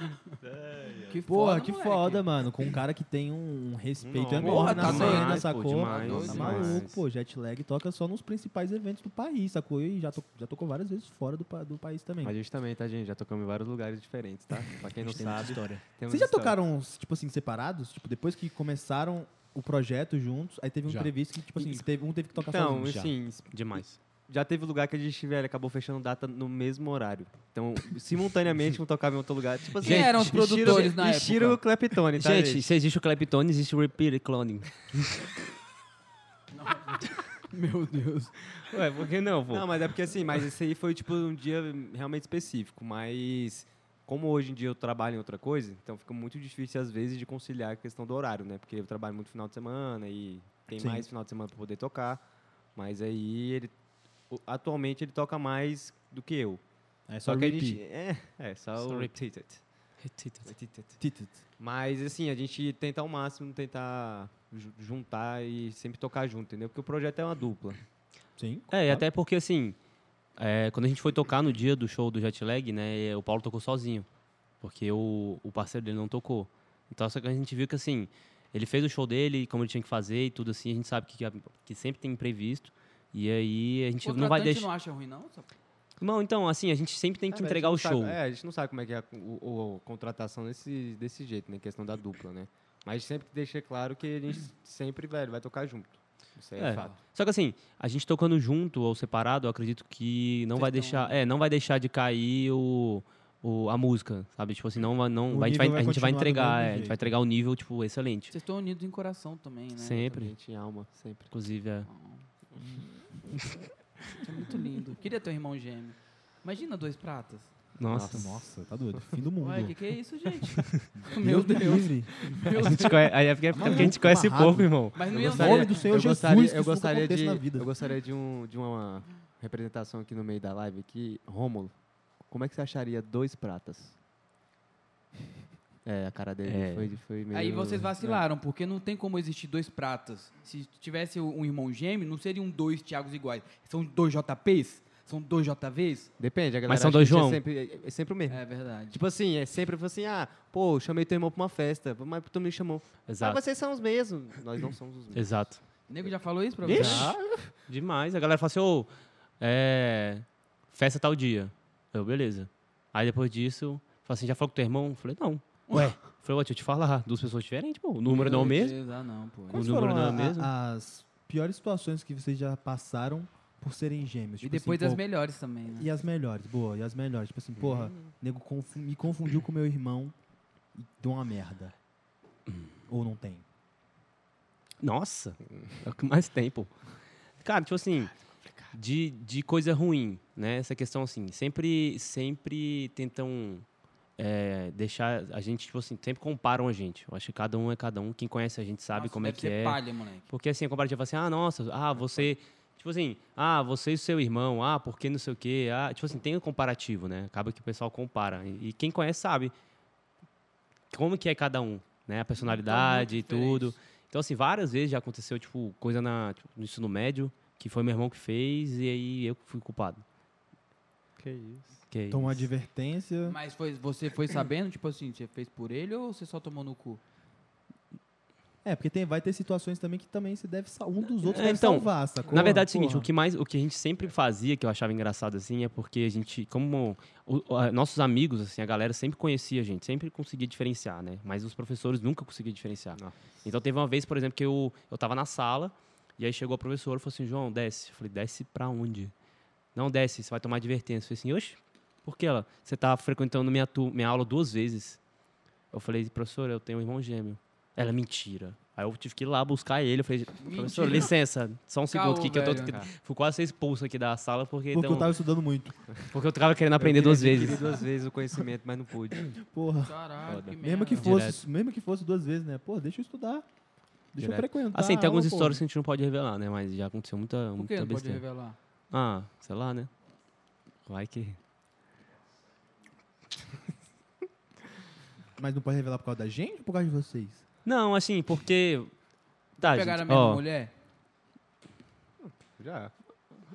Que
É. Porra,
foda,
que
moleque.
foda, mano. Com um cara que tem um respeito
é
Não,
enorme
porra,
na
tá
cena,
demais, pô,
sacou?
demais,
tá
demais.
maluco, pô. Jet lag toca só nos principais eventos do país, sacou? E já, to- já tocou várias vezes fora do, pa- do país também.
Mas justamente, tá, gente? Já tocamos em vários lugares diferentes, tá? Pra quem não sabe.
história.
temos
Vocês já
história.
tocaram, tipo assim, separados? Tipo, depois que começaram o projeto juntos, aí teve um
Já.
imprevisto que, tipo assim, teve, um teve que tocar
Então,
sozinho.
assim,
Demais.
já teve lugar que a gente, velho, acabou fechando data no mesmo horário. Então, simultaneamente, um tocava em outro lugar. Tipo assim,
Quem eram os produtores na época?
Tira o Claptone, tá,
gente, se existe o Claptone, existe o Repeat Cloning.
Meu Deus.
Ué, por que não, pô?
Não, mas é porque assim, mas esse aí foi tipo um dia realmente específico, mas como hoje em dia eu trabalho em outra coisa, então fica muito difícil às vezes de conciliar a questão do horário, né? Porque eu trabalho muito final de semana e tem
Sim.
mais final de semana para poder tocar, mas aí ele o- atualmente ele toca mais do que eu.
É só,
que a
repeat.
gente é, é só,
Só
o
repeat.
repeat it.
Retita.
Titit.
Mas assim, a gente tenta ao máximo tentar ju- juntar e sempre tocar junto, entendeu? Porque o projeto é uma dupla.
Sim.
É, e até porque, assim, é, quando a gente foi tocar no dia do show do Jetlag, né, o Paulo tocou sozinho, porque o, o parceiro dele não tocou. Então, só que a gente viu que, assim, ele fez o show dele, como ele tinha que fazer e tudo assim, a gente sabe que, que sempre tem imprevisto, e aí a gente
O
Tipo, não vai
contratante
deixar...
não é. acha ruim, não?
Não, então, assim, a gente sempre tem
É,
que
velho,
entregar
a
o
gente não
show.
sabe- é, a gente não sabe como é que é a, o- o- a contratação desse, desse jeito, né? Questão da dupla, né? Mas sempre deixa claro que a gente sempre, velho, vai tocar junto. Isso aí é,
É.
fato.
Só que assim, a gente tocando junto ou separado, eu acredito que não
Vocês
vai
tão-
deixar, é, não vai deixar de cair o, o- a música, sabe? Tipo assim, não, vai-
O
não, a gente vai,
nível vai
a gente vai
continuar do
entregar,
mesmo
é, a gente
jeito.
vai entregar o nível tipo excelente.
Vocês estão unidos em coração também, né?
Sempre,
Gente, em alma, sempre.
inclusive, é.
Isso é muito lindo. Queria ter um irmão gêmeo. Imagina dois pratas.
Nossa.
Nossa, tá doido. Fim do mundo.
Ué, o que, que é isso, gente? Meu
Meu Deus.
Deus.
livre.
Meu
A
Deus.
gente conhece, aí é porque é porque a gente conhece
amarrado.
pouco, irmão.
Mas não
Eu
ia
Em nome do Senhor
eu
Jesus,
gostaria,
que
eu
isso nunca
gostaria
aconteça
de,
na vida.
Eu gostaria de, um, de uma representação aqui no meio da live aqui. Rômulo, como é que você acharia dois pratas? É, a cara dele
É.
foi, foi meio...
Aí vocês vacilaram, porque não tem como existir dois pratas. Se tivesse um irmão gêmeo, não seriam dois Thiagos iguais. São dois JPs? São dois JVs?
Depende, a galera
Mas são
acha
dois
que a
João.
gente É sempre, é sempre o mesmo.
É verdade.
Tipo assim, é sempre assim, ah, pô, chamei teu irmão pra uma festa, mas tu me chamou.
Exato.
Mas vocês são os mesmos. Nós não somos os mesmos.
Exato.
O nego já falou isso pra
Ixi.
vocês?
Demais. A galera fala assim, ô, é, festa tal dia. Eu, beleza. Aí depois disso, fala assim, já falou com teu irmão? Eu falei, não. Ué, Eu falei, ué, deixa eu te falar, duas pessoas diferentes, pô. O número
Uhum.
não é o mesmo.
Ah, não, pô.
Com-
Quais
O número
foram
não é
a-
mesmo?
a- as piores situações que vocês já passaram por serem gêmeos?
E
Tipo assim,
depois das
pô,
melhores também, né?
E as melhores, boa, e as melhores. Tipo assim, porra,
Hum.
nego confu- me confundiu com meu irmão e deu uma merda.
Hum.
Ou não tem.
Nossa, é o que mais tem, pô. Cara, tipo assim,
é
de, de coisa ruim, né? Essa questão, assim, sempre, sempre tentam é, deixar a gente, tipo assim, sempre comparam a gente. Eu acho que cada um é cada um. Quem conhece a gente sabe
Nossa,
como é
deve
que
ser
é.
palha, moleque.
Porque assim, a comparativa assim, ah, nossa, ah, você. Tipo assim, ah, você e seu irmão, ah, porque não sei o quê. Ah, tipo assim, tem um comparativo, né? Acaba que o pessoal compara. E, e quem conhece sabe como que é cada um, né? A personalidade e
Então, muito
tudo. Então, assim, várias vezes já aconteceu, tipo, coisa na, tipo, no ensino médio, que foi meu irmão que fez, e aí eu que fui culpado.
Que isso.
Que
Toma
é isso.
Então, advertência.
Mas foi, você foi sabendo, tipo assim, você fez por ele ou você só tomou no cu?
É, porque tem, vai ter situações também que também se deve. sa- Um dos outros
É,
deve
então,
salvar, sacou?
Na verdade, é o seguinte,
Porra.
o que, mais, o que a gente sempre fazia, que eu achava engraçado, assim, é porque a gente, como o- o- a- nossos amigos, assim, a galera sempre conhecia a gente, sempre conseguia diferenciar, né? Mas os professores nunca conseguiam diferenciar.
Nossa.
Então teve uma vez, por exemplo, que eu, eu tava na sala, e aí chegou a professora e falou assim, João, desce. Eu falei, desce pra onde? Não, desce, você vai tomar advertência. Eu falei assim, oxe, por que ela? Você tá frequentando minha, tu- minha aula duas vezes. Eu falei, professora, eu tenho um irmão gêmeo. Ela, mentira. Aí eu tive que ir lá buscar ele. Eu falei, professor,
Mentira.
licença, só um segundo
Caô,
aqui, que eu tô,
velho.
fui quase ser expulso aqui da sala porque,
Porque eu
tão-
tava estudando muito.
porque eu tava querendo aprender duas vezes.
duas vezes o conhecimento, mas não pude.
Porra.
Caralho, que merda.
Mesmo que,
Direto.
fosse, mesmo que fosse duas vezes, né? Porra, deixa eu estudar. Deixa eu
Direto.
frequentar.
Assim, tem
a aula,
algumas
pô.
histórias que a gente não pode revelar, né? Mas já aconteceu muita,
tá Por que
muita
não pode
besteira.
revelar?
Ah, sei lá, né? Vai que.
Mas não pode revelar por causa da gente ou por causa de vocês?
Não, assim, porque. Tá,
Pegaram a
gente,
mesma
ó,
mulher?
Já.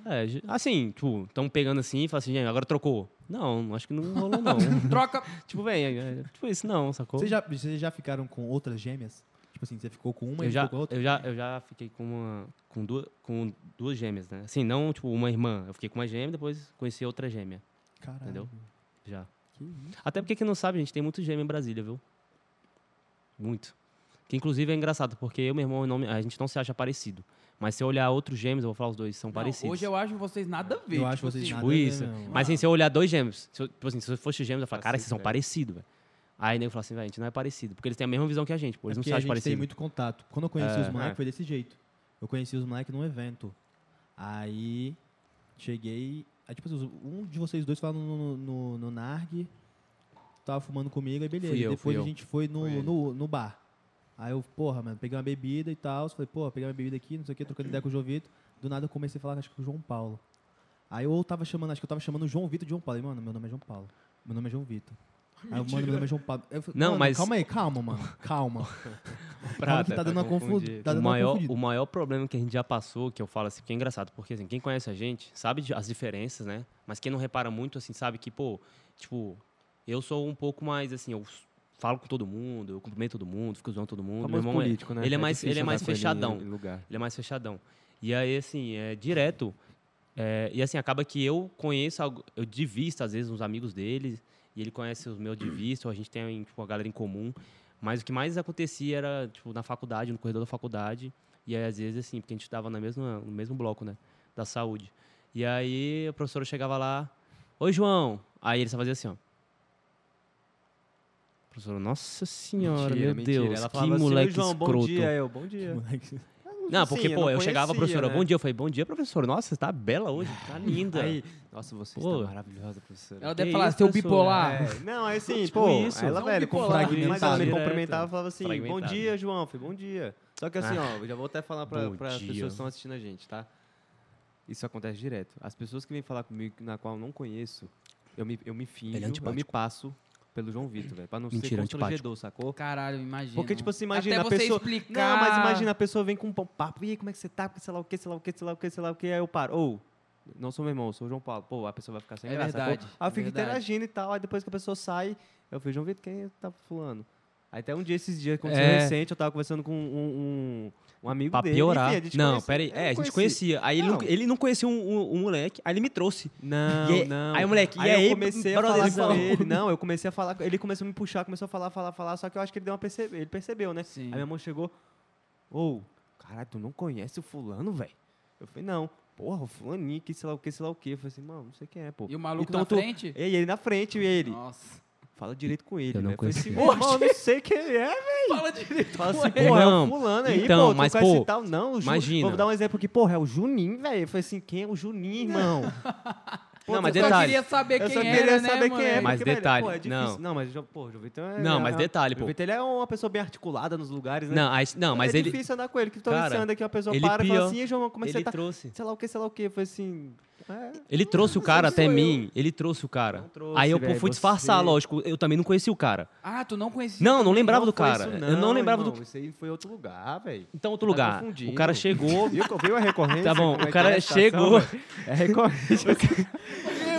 é, ge- assim, tipo, estão pegando assim e falam assim, gente, agora trocou. Não, acho que não rolou, não.
Troca!
tipo, velho, é, tipo isso não, sacou?
Vocês já, vocês já ficaram com outras gêmeas? Tipo assim, você ficou com uma
eu
e
já,
ficou com a outra?
eu já eu já fiquei com uma com duas com duas gêmeas né assim não tipo uma irmã eu fiquei com uma gêmea depois conheci outra gêmea
Caralho.
entendeu já até porque quem não sabe gente tem muito gêmeo em Brasília viu muito que inclusive é engraçado porque eu meu irmão não me- a gente não se acha parecido mas se eu olhar outros gêmeos eu vou falar os dois são
Não,
parecidos
é
Hoje eu acho vocês nada a ver.
Eu acho
tipo
vocês
assim,
nada
Tipo isso.
Não.
Mas assim, se eu olhar dois gêmeos, se eu, tipo assim, se eu fosse gêmeos, eu
Ah,
falo,
Tá
cara,
certo,
vocês são
né?"
velho.
parecidos, velho. Aí nego fala assim, velho, a gente não é parecido. Porque eles têm a mesma visão que a gente, pô.
É
Eles não
porque
se
a
acham
gente tem
parecidos.
muito contato. Quando eu conheci os
um É,
moleques,
é.
foi desse jeito. Eu conheci os moleques num evento. Aí, cheguei... Aí, tipo assim, um de vocês dois tava no, no, no, no Narg, tava fumando comigo, aí beleza.
Fui eu,
Depois
fui
a
eu.
gente foi no,
Foi ele.
no, no bar. Aí eu, porra, mano, peguei uma bebida e tal. Falei, porra, peguei uma bebida aqui, não sei o que, trocando ideia com o João Vitor. Do nada eu comecei a falar, acho que com o João Paulo. Aí eu tava chamando, acho que eu tava chamando o João Vitor de João Paulo. E, mano, meu nome é João Paulo. Meu nome é João Vitor. Aí o mano me deixou um pato. Eu falei,
Não,
mano,
mas-
Calma aí, calma, mano. Calma. calma que
Prata.
tá dando uma confusão.
confundindo.
Tá dando
o,
uma
maior,
confundida.
o maior problema que a gente já passou, que eu falo assim, porque é engraçado, porque assim, quem conhece a gente sabe de- as diferenças, né? Mas quem não repara muito, assim, sabe que, pô, tipo, eu sou um pouco mais, assim, eu s- falo com todo mundo, eu cumprimento todo mundo, fico zoando todo mundo. Meu
Famoso
irmão é,
político, né?
ele é mais-
difícil
ele é
andar
mais
com em
fechadão.
lugar.
ele é mais fechadão. E aí, assim, é direto. é, e assim, acaba que eu conheço, algu- eu de vista, às vezes, uns amigos dele, e ele conhece os meus de vista, ou a gente tem, tipo, a galera em comum. Mas o que mais acontecia era, tipo, na faculdade, no corredor da faculdade. E aí, às vezes, assim, porque a gente estava na mesma, no mesmo bloco, né? Da saúde. E aí, a professora chegava lá, Oi, João! Aí ele só fazia assim, ó. Professora, nossa senhora,
Mentira,
meu
mentira.
Deus,
Ela
que
falava assim, "Oi,
moleque
João,
escroto.
bom dia, eu, bom dia.
Moleque.
Não, porque,
Sim,
pô, eu, chegava,
Assim, conhecia,
professora,
né?
bom dia. Eu falei, bom dia, professor. Nossa, você tá bela hoje, tá linda.
Aí, nossa, você
Pô.
está maravilhosa, professora.
Ela
Que
deve falar,
isso,
seu
professora?
bipolar.
É, não, aí sim,
Tipo
pô,
isso.
aí ela,
São
velho,
bipolar.
comprava, mas ela
Fragmentado.
me
Direto.
cumprimentava e falava assim, bom
Fragmentado. Ah.
dia, João, eu falei, bom dia. Só que assim, ó, eu já vou até falar para
Bom
as pessoas
dia.
que estão assistindo a gente, tá? Isso acontece direto. As pessoas que vêm falar comigo, na qual eu não conheço, eu me, eu me finjo, eu me
é antipático.
passo pelo João Vitor, velho, pra não ser
Mentira, antipático.
constrangedor, sacou?
Caralho, imagina.
Porque, tipo assim, imagina,
Até
a
você
pessoa-
explicar...
Não, mas imagina, a pessoa vem com um papo, e aí, como é que você tá? Porque sei lá o que, sei lá o que, sei lá o que, sei lá o que, aí eu paro. Ou, não sou meu irmão, sou o João Paulo. Pô, a pessoa vai ficar sem
É
graça. sacou?
verdade, é
Aí eu fico
verdade.
interagindo e tal, aí depois que a pessoa sai, eu fico, João Vitor, quem tá fulano? Aí até um dia, esses dias, aconteceu
É.
recente, eu tava conversando com um, um, um amigo
Pra
dele.
piorar.
enfim, a gente
não,
conhecia-
peraí.
eu
É, a gente
conheci.
conhecia. Aí ele não,
Não.
ele não conhecia um, um- um moleque, aí ele me trouxe.
Não,
E aí-
não.
aí, moleque,
é
e aí,
eu comecei a
brother,
falar
ele
com
falou.
ele. Não, eu comecei a falar, com- ele começou a me puxar, começou a falar, falar, falar, só que eu acho que ele deu uma percebe, ele percebeu, né?
Sim.
Aí minha mãe chegou, ou, caralho, tu não conhece o fulano, velho? Eu falei, não. Porra, o fulaninho, que sei lá o que, sei lá o que. Eu falei assim, mano, não sei quem é, pô.
E o maluco
Então
na
tu-
frente?
E ele na frente, e ele,
Nossa.
fala direito com ele,
Eu não
né? Eu falei assim,
conhecia.
meu irmão, eu não sei quem ele é,
Fala direito.
Fala assim,
ele.
pô, é o
Não,
fulano aí,
então,
pô, tu
mas,
conhece
pô,
e tal. Não, o Ju-
imagina.
Vou dar um exemplo aqui, porra, é o Juninho, velho. Eu falei assim, quem é o Juninho, irmão? Pô,
não, mas
tu tá
Eu só
detalhe.
queria saber
Eu
quem
só queria
era, né,
saber quem é.
moleque?
Mas
porque, velho,
detalhe,
pô, é difícil.
não.
Não, mas o pô, o João Vitor é...
Não,
é-
mas
é-
detalhe,
o
pô.
João Vitor, ele é uma pessoa bem articulada nos lugares, né?
Não, aí- não mas
é
ele.
difícil andar com ele, que tô
Cara,
iniciando aqui, uma pessoa
ele
para e fala
pior.
assim, "E aí, João, como é que
Ele
você tá?
trouxe.
Sei lá o que, sei lá o que. Foi assim... é,
Ele trouxe o cara
Não sou
até
eu.
mim. Ele trouxe o cara.
Não trouxe,
aí eu pô,
velho,
fui disfarçar,
você-
lógico. Eu também não conhecia o cara.
Ah, tu não conhecia.
Não, não lembrava
não
do
foi
cara.
isso
eu não lembrava
irmão,
do.
Isso aí foi outro lugar, velho.
Então, outro
Tá
lugar.
confundindo.
o cara chegou.
Viu, co- viu a recorrência?
Tá bom,
Como é
o
que
cara
é a estação,
chegou.
velho? É recorrência.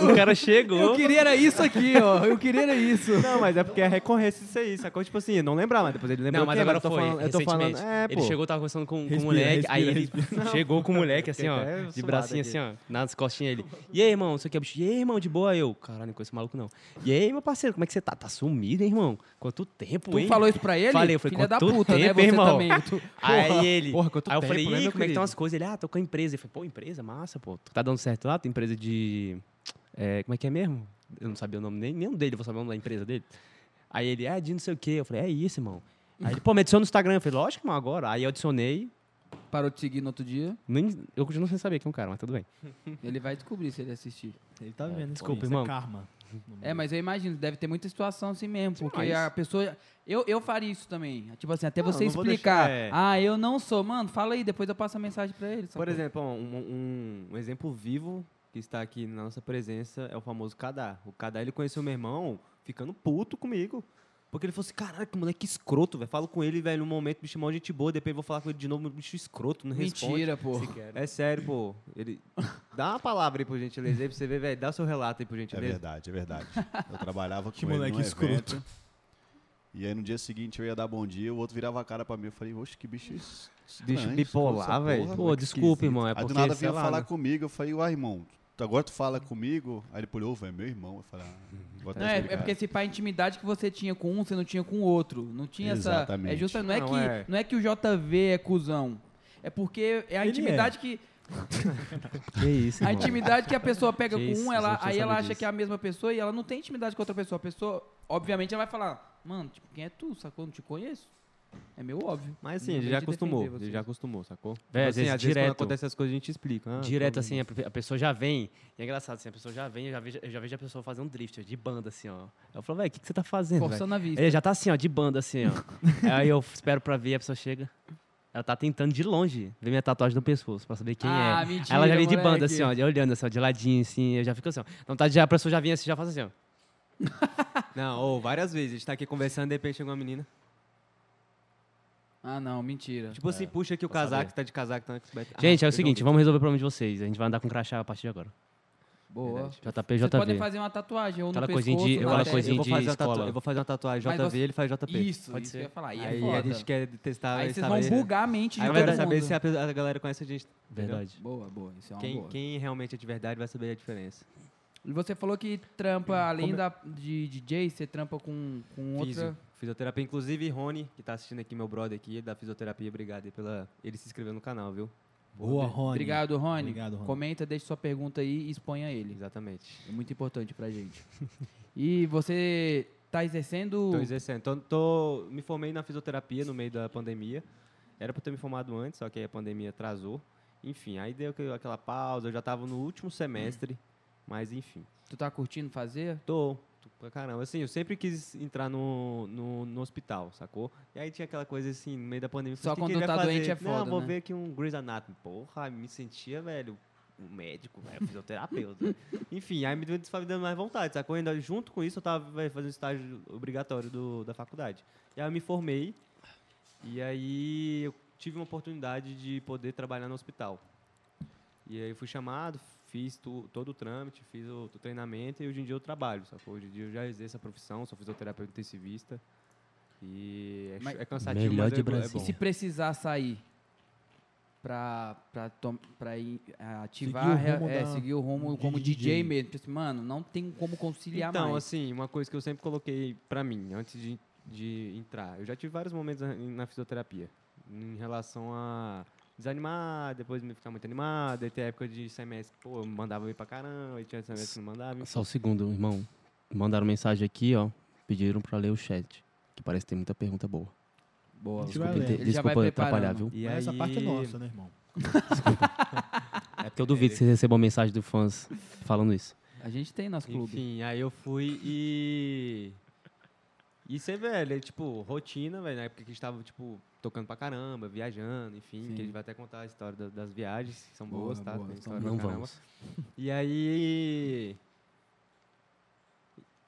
O cara
Eu
chegou.
queria era isso aqui, ó. Eu queria era isso.
Não, mas é porque é recorrência isso aí, sacou? Tipo assim, não lembrava, mas depois ele lembrou.
Não, mas
quem,
agora
eu tô
foi.
falando- eu tô falando,
recentemente.
é, pô.
Ele chegou, tava conversando com, com o
Respira,
moleque. aí ele
respira,
chegou com o moleque, assim, ó.
Fiquei até
De
suado
bracinho,
aqui.
assim, ó. Nas costinhas ele. E aí, irmão, isso aqui é bicho. E aí, irmão, de boa? Eu. Caralho, não conheço esse maluco, não. E aí, meu parceiro, como é que você tá? Tá sumido, hein, irmão? Quanto tempo,
Tu
hein?
falou isso pra ele?
Falei, eu falei,
Filha da
quanto
puta, né?
tempo,
Você
irmão?
também. Tu-
Aí ele.
porra, quanto
aí eu
tempo,
falei,
né, meu
"Ih, como é que
querido?"
estão as coisas? Ele, ah, tô com a empresa. Eu falei, pô, empresa, massa, pô. Tá dando certo lá? Tem empresa de. é, como é que é mesmo? Eu não sabia o nome nem, nem o dele, eu vou saber o nome da empresa dele. Aí ele, é de não sei o quê. Eu falei, é isso, irmão. Aí ele, pô, me adiciona no Instagram. Eu falei, lógico, irmão, agora. Aí eu adicionei.
Parou de seguir no outro dia.
Nem, eu continuo sem saber quem é um cara, mas tudo bem.
Ele vai descobrir se ele assistir.
Ele tá vendo. isso
desculpa,
aí, isso
irmão.
É karma.
É, mas eu imagino, deve ter muita situação assim mesmo, porque
mas-
a pessoa. Eu, eu faria isso também. Tipo assim, até
Não,
você
não vou
explicar.
deixar- é.
Ah, eu não sou. Mano, fala aí, depois eu passo a mensagem pra ele.
Por
sacou?
exemplo, ó, um, um- um exemplo vivo que está aqui na nossa presença é o famoso Kadar. O Kadar, ele conheceu meu irmão ficando puto comigo. Porque ele falou assim, caralho, que moleque escroto, velho. Falo com ele, velho, num momento, bicho, é mó gente boa. Depois eu vou falar com ele de novo, bicho escroto, não responde.
Mentira, pô.
É sério, pô. Ele... Dá uma palavra aí, por gentileza, aí pra você ver, velho. Dá o seu relato aí, por
É
gentileza.
verdade, é verdade. Eu trabalhava com
Que
ele
moleque
num
escroto.
evento, E aí no dia seguinte eu ia dar bom dia, o outro virava a cara pra mim, eu falei, oxe, que bicho es- estranho,
Bicho
escroto é essa
bipolar,
porra,
velho.
moleque
Pô, desculpa,
esquisito."
irmão. É
Aí
porque,
do nada
sei
vinha
lá,
falar
né?
comigo, eu falei, uai, irmão, tu- agora tu fala comigo? Aí ele pulou, "Ô, velho, meu irmão. Eu falei, ah, vou até
Não, é, é
explicar."
porque se pá, a intimidade que você tinha com um, você não tinha com o outro. Não tinha essa. É
Exatamente.
justa, não é,
Não,
que,
é.
não é que o JV é cuzão. É porque é a
Ele
intimidade que.
Que isso,
A
irmão.
intimidade que a pessoa pega
Que
com
isso,
um, ela,
eu tinha
aí ela
sabido
acha
disso.
que é a mesma pessoa e ela não tem intimidade com outra pessoa. A pessoa, obviamente, ela vai falar, mano, tipo, quem é tu? Sacou? Não te conheço. É meio óbvio.
Mas assim,
Não
ele
vem
já
de
acostumou.
defender
Ele
vocês.
já acostumou, sacou?
Véi, às
Assim,
vezes direto.
quando acontece essas coisas, a gente explica. Ah,
Direto
então,
assim, a pe- a pessoa já vem. E é engraçado, assim, a pessoa já vem, eu já vejo, eu já vejo a pessoa fazer um drift ó, de banda, assim, ó. Eu falo, velho, o que, que você tá fazendo? véi?"
Forçando a vista.
Ele já tá assim, ó, de banda, assim, ó. Aí eu espero pra ver, a pessoa chega. Ela tá tentando de longe ver minha tatuagem no pescoço, pra saber quem
Ah,
é.
mentira,
ela já vem de banda,
moleque.
Então assim, ó, olhando, assim, ó, de ladinho, assim. Eu já fico assim, ó. Não tá, já, a pessoa já vem assim, já faz assim, ó.
Não, ou várias vezes. A gente tá aqui conversando, de repente chega uma menina.
Ah, não, mentira.
Tipo assim, puxa aqui o
pra saber.
casaco, tá de casaco, tá Ah,
Gente, é o
perdão,
seguinte, vamos resolver o problema de vocês. A gente vai andar com crachá a partir de agora.
Boa.
verdade.
JP,
Vocês podem
JV.
fazer uma tatuagem ou
Aquela
no
coisinha de-
pescoço, na
eu aquela
Eu
testa.
coisinha
vou
de
fazer uma tatua-
escola.
Eu vou fazer uma tatuagem
Mas
JV,
você-
ele faz JP.
Isso,
Pode
isso
ser.
que eu ia falar. Aí,
Aí,
é foda.
a gente quer testar
Aí
e
vocês vão
saber-
bugar a mente
Aí
de
eu
todo
quero saber
mundo.
se é a, pe- a galera conhece a gente. entendeu?
Verdade.
Boa, boa. Isso é uma
Quem,
boa.
quem realmente é de verdade vai saber a diferença.
E Você falou que trampa, além
Como-
da, de DJ, você trampa com, com
Fisio,
outra...
Fisioterapia, inclusive Rony, que tá assistindo aqui, meu brother aqui, da fisioterapia, obrigado aí pela. Ele se inscreveu no canal, viu?
Boa, Rony.
Obrigado, Rony.
Obrigado, Rony.
Comenta, deixa sua pergunta aí e exponha ele.
Exatamente.
É muito importante pra gente. e você tá exercendo...
Tô exercendo. Tô, tô- me formei na fisioterapia no meio da pandemia. Era pra eu ter me formado antes, só que aí a pandemia atrasou. Enfim, aí deu aquele- aquela pausa, eu já tava no último semestre, mas enfim.
Tu tá curtindo fazer?
Tô, tô pra caramba. Assim, eu sempre quis entrar no, no, no hospital, sacou? E aí tinha aquela coisa assim, no meio da pandemia. eu falei,
Só
"O que
quando
que ele
tá
vai fazer?"
doente é
Não,
foda,
vou
né?
ver aqui um Grey's Anatomy. Porra, me sentia, velho, um médico, velho, fisioterapeuta. Enfim, aí me deu me dando mais vontade, sacou? Ainda junto com isso, eu tava velho, fazendo estágio obrigatório do, da faculdade. E aí eu me formei, e aí eu tive uma oportunidade de poder trabalhar no hospital. E aí eu fui chamado, fiz tu- todo o trâmite, fiz o, o treinamento e hoje em dia eu trabalho, sacou? Hoje em dia eu já exerço a profissão, sou fisioterapeuta intensivista. E é,
Mas-
chu- é cansativo,
Melhor
mas
de
é, bo- é
Brasil.
E
bom.
se precisar sair pra, pra, tom- pra ir, ah, ativar,
Seguir o
a rea-
rumo
é,
da-
seguir o rumo
de
como DJ,
DJ.
mesmo. Tipo assim, Mano, não tem como conciliar
Então,
mais.
assim, uma coisa que eu sempre coloquei pra mim, antes de, de entrar, eu já tive vários momentos na, na fisioterapia, em relação a desanimar, depois me ficar muito animado, aí tem época de semestre, pô, eu mandava bem pra caramba, aí tinha semestre que não mandava. enfim.
Só um segundo, irmão. Mandaram mensagem aqui, ó. Pediram pra ler o chat. Que parece que tem muita pergunta boa.
Boa.
Desculpa Vai
Desculpa,
lendo.
inte-
Ele já vai
desculpa atrapalhar,
preparando.
viu?
E
Mas essa
aí-
parte é nossa, né, irmão?
É
Porque eu duvido que vocês recebam mensagem do fãs falando isso.
A gente tem nosso clube.
Enfim, aí eu fui e. E você, velho, é tipo, rotina, velho, na época que a gente tava, tipo, tocando pra caramba, viajando, enfim,
Sim.
que a gente vai até contar a história da- das viagens, que são
Boa,
boas, tá?
boa,
Tem
são
história pra
Não
caramba.
vamos.
E aí.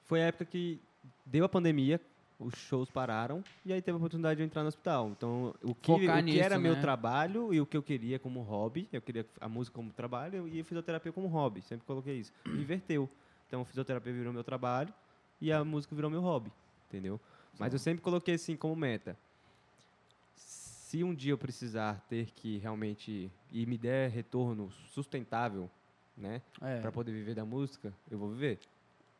Foi a época que deu a pandemia, os shows pararam, e aí teve a oportunidade de eu entrar no hospital. Então, o que, o
Focar
que
nisso,
era meu
né?
trabalho e o que eu queria como hobby, eu queria a música como trabalho e a fisioterapia como hobby, sempre coloquei isso. Inverteu. Então, a fisioterapia virou meu trabalho e a música virou meu hobby, entendeu? Mas eu sempre coloquei assim como meta. Se um dia eu precisar ter que realmente e me der retorno sustentável, né,
É.
para poder viver da música, eu vou viver,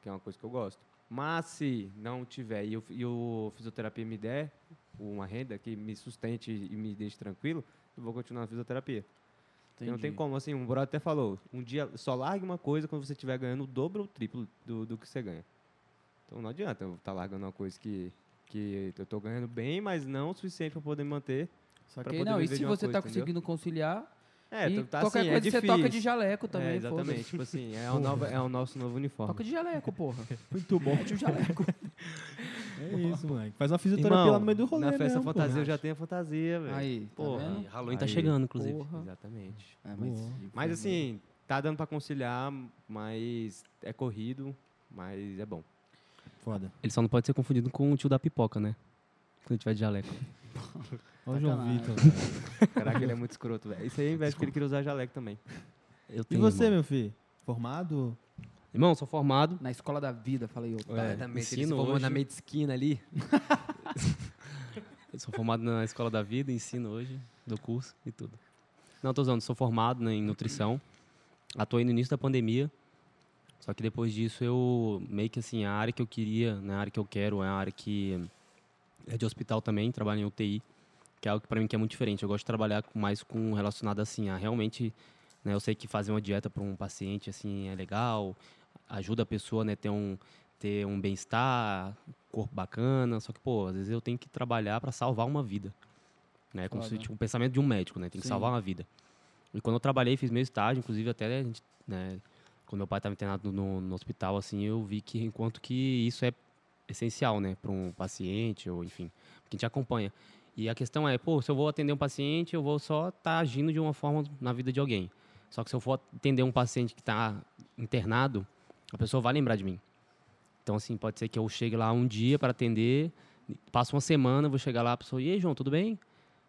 que é uma coisa que eu gosto. Mas se não tiver e, eu, e o fisioterapia me der uma renda que me sustente e me deixe tranquilo, eu vou continuar na fisioterapia. Porque Não tem
entendi.
como, assim, um brother até falou, um dia só largue uma coisa quando você estiver ganhando o dobro ou o triplo do, do que você ganha. Então não adianta eu estar largando uma coisa que, que eu tô ganhando bem, mas não o suficiente para poder manter.
Só
pra
que,
poder
não, e
viver
se
de uma
você tá
coisa,
conseguindo
entendeu?
conciliar,
É,
e
tu- tá
qualquer
assim,
coisa
é
você
difícil.
toca de jaleco também,
É,
foda-se.
exatamente, tipo assim, é, o nova, é o nosso novo uniforme.
Toca de jaleco, porra.
Muito bom.
Mete um jaleco.
É isso, moleque. Faz uma fisioterapia
Irmão,
lá no meio do rolê né,
Na festa
né,
mesmo, pô.
fantasia eu já tenho a fantasia, velho.
Aí, tá
É. Porra.
vendo?
Halloween tá
Aí.
chegando, inclusive.
Porra.
Exatamente.
É, mas,
Boa.
Mas assim, tá dando pra conciliar, mas é corrido, mas é bom.
Foda.
Ele só não pode ser confundido com o tio da pipoca, né? Quando tiver de jaleco.
Tá
Olha o João
Sacanagem.
Vitor.
Caraca, ele é muito escroto, velho. Isso aí investe que ele queria usar jaleco também.
Eu
E
tenho,
você,
irmão.
meu filho? Formado?
Irmão, sou formado.
na escola da vida, falei
É.
eu.
Exatamente, ele se
ensino
formou
hoje.
na meia de esquina ali.
Eu sou formado na Escola da Vida, ensino hoje, do curso e tudo. Não, tô usando, sou formado né, em nutrição. Atuei no início da pandemia. Só que depois disso eu meio que assim, a área que eu queria, né, a área que eu quero, é a área que é de hospital também, trabalho em UTI, que é algo que para mim que é muito diferente. Eu gosto de trabalhar com- mais com relacionado assim, a realmente, né, eu sei que fazer uma dieta para um paciente assim é legal, ajuda a pessoa, né, ter um ter um bem-estar, corpo bacana, só que, pô, às vezes eu tenho que trabalhar para salvar uma vida. Né? É como se
Foda.
tipo, o pensamento de um médico, né? Tem que
Sim.
salvar uma vida. E quando eu trabalhei, fiz meu estágio, inclusive até a gente, né, quando meu pai estava internado no, no hospital, assim, eu vi que enquanto que isso é essencial, né, para um paciente ou enfim, quem te acompanha. E a questão é, pô, se eu vou atender um paciente, eu vou só estar agindo de uma forma na vida de alguém. tá Só que se eu for atender um paciente que está internado, a pessoa vai lembrar de mim. Então, assim, pode ser que eu chegue lá um dia para atender, passa uma semana, eu vou chegar lá, a pessoa, e aí, João, tudo bem?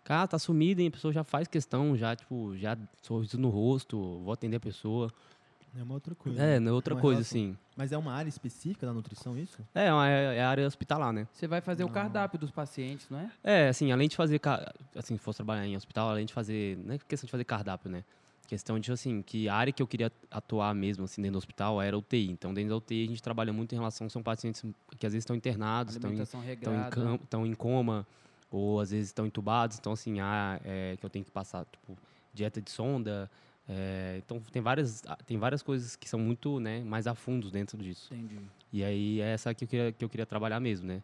Cara, tá sumido, hein? A pessoa já faz questão, já, tipo, já sorriso no rosto, vou atender a pessoa.
É uma outra coisa.
É,
né?
né, outra
Uma
coisa,
relação.
assim.
Mas é uma área específica da nutrição, isso?
É, é uma- é a área hospitalar, né?
Você vai fazer o cardápio dos pacientes, não é?
É, assim, além de fazer, ca- assim, se fosse trabalhar em hospital, além de fazer, não é questão de fazer cardápio, né? Questão de, assim, que a área que eu queria atuar mesmo, assim, dentro do hospital era UTI. Então, dentro da UTI, a gente trabalha muito em relação, são pacientes que às vezes estão internados, estão em,
Alimentação
estão em,
regrada.
cam- estão em coma, ou às vezes estão entubados, então, assim, ah, é, que eu tenho que passar, tipo, dieta de sonda. é, então, tem várias, tem várias coisas que são muito, né, mais a fundo dentro disso.
Entendi.
E aí é essa que eu queria, que eu queria trabalhar mesmo, né?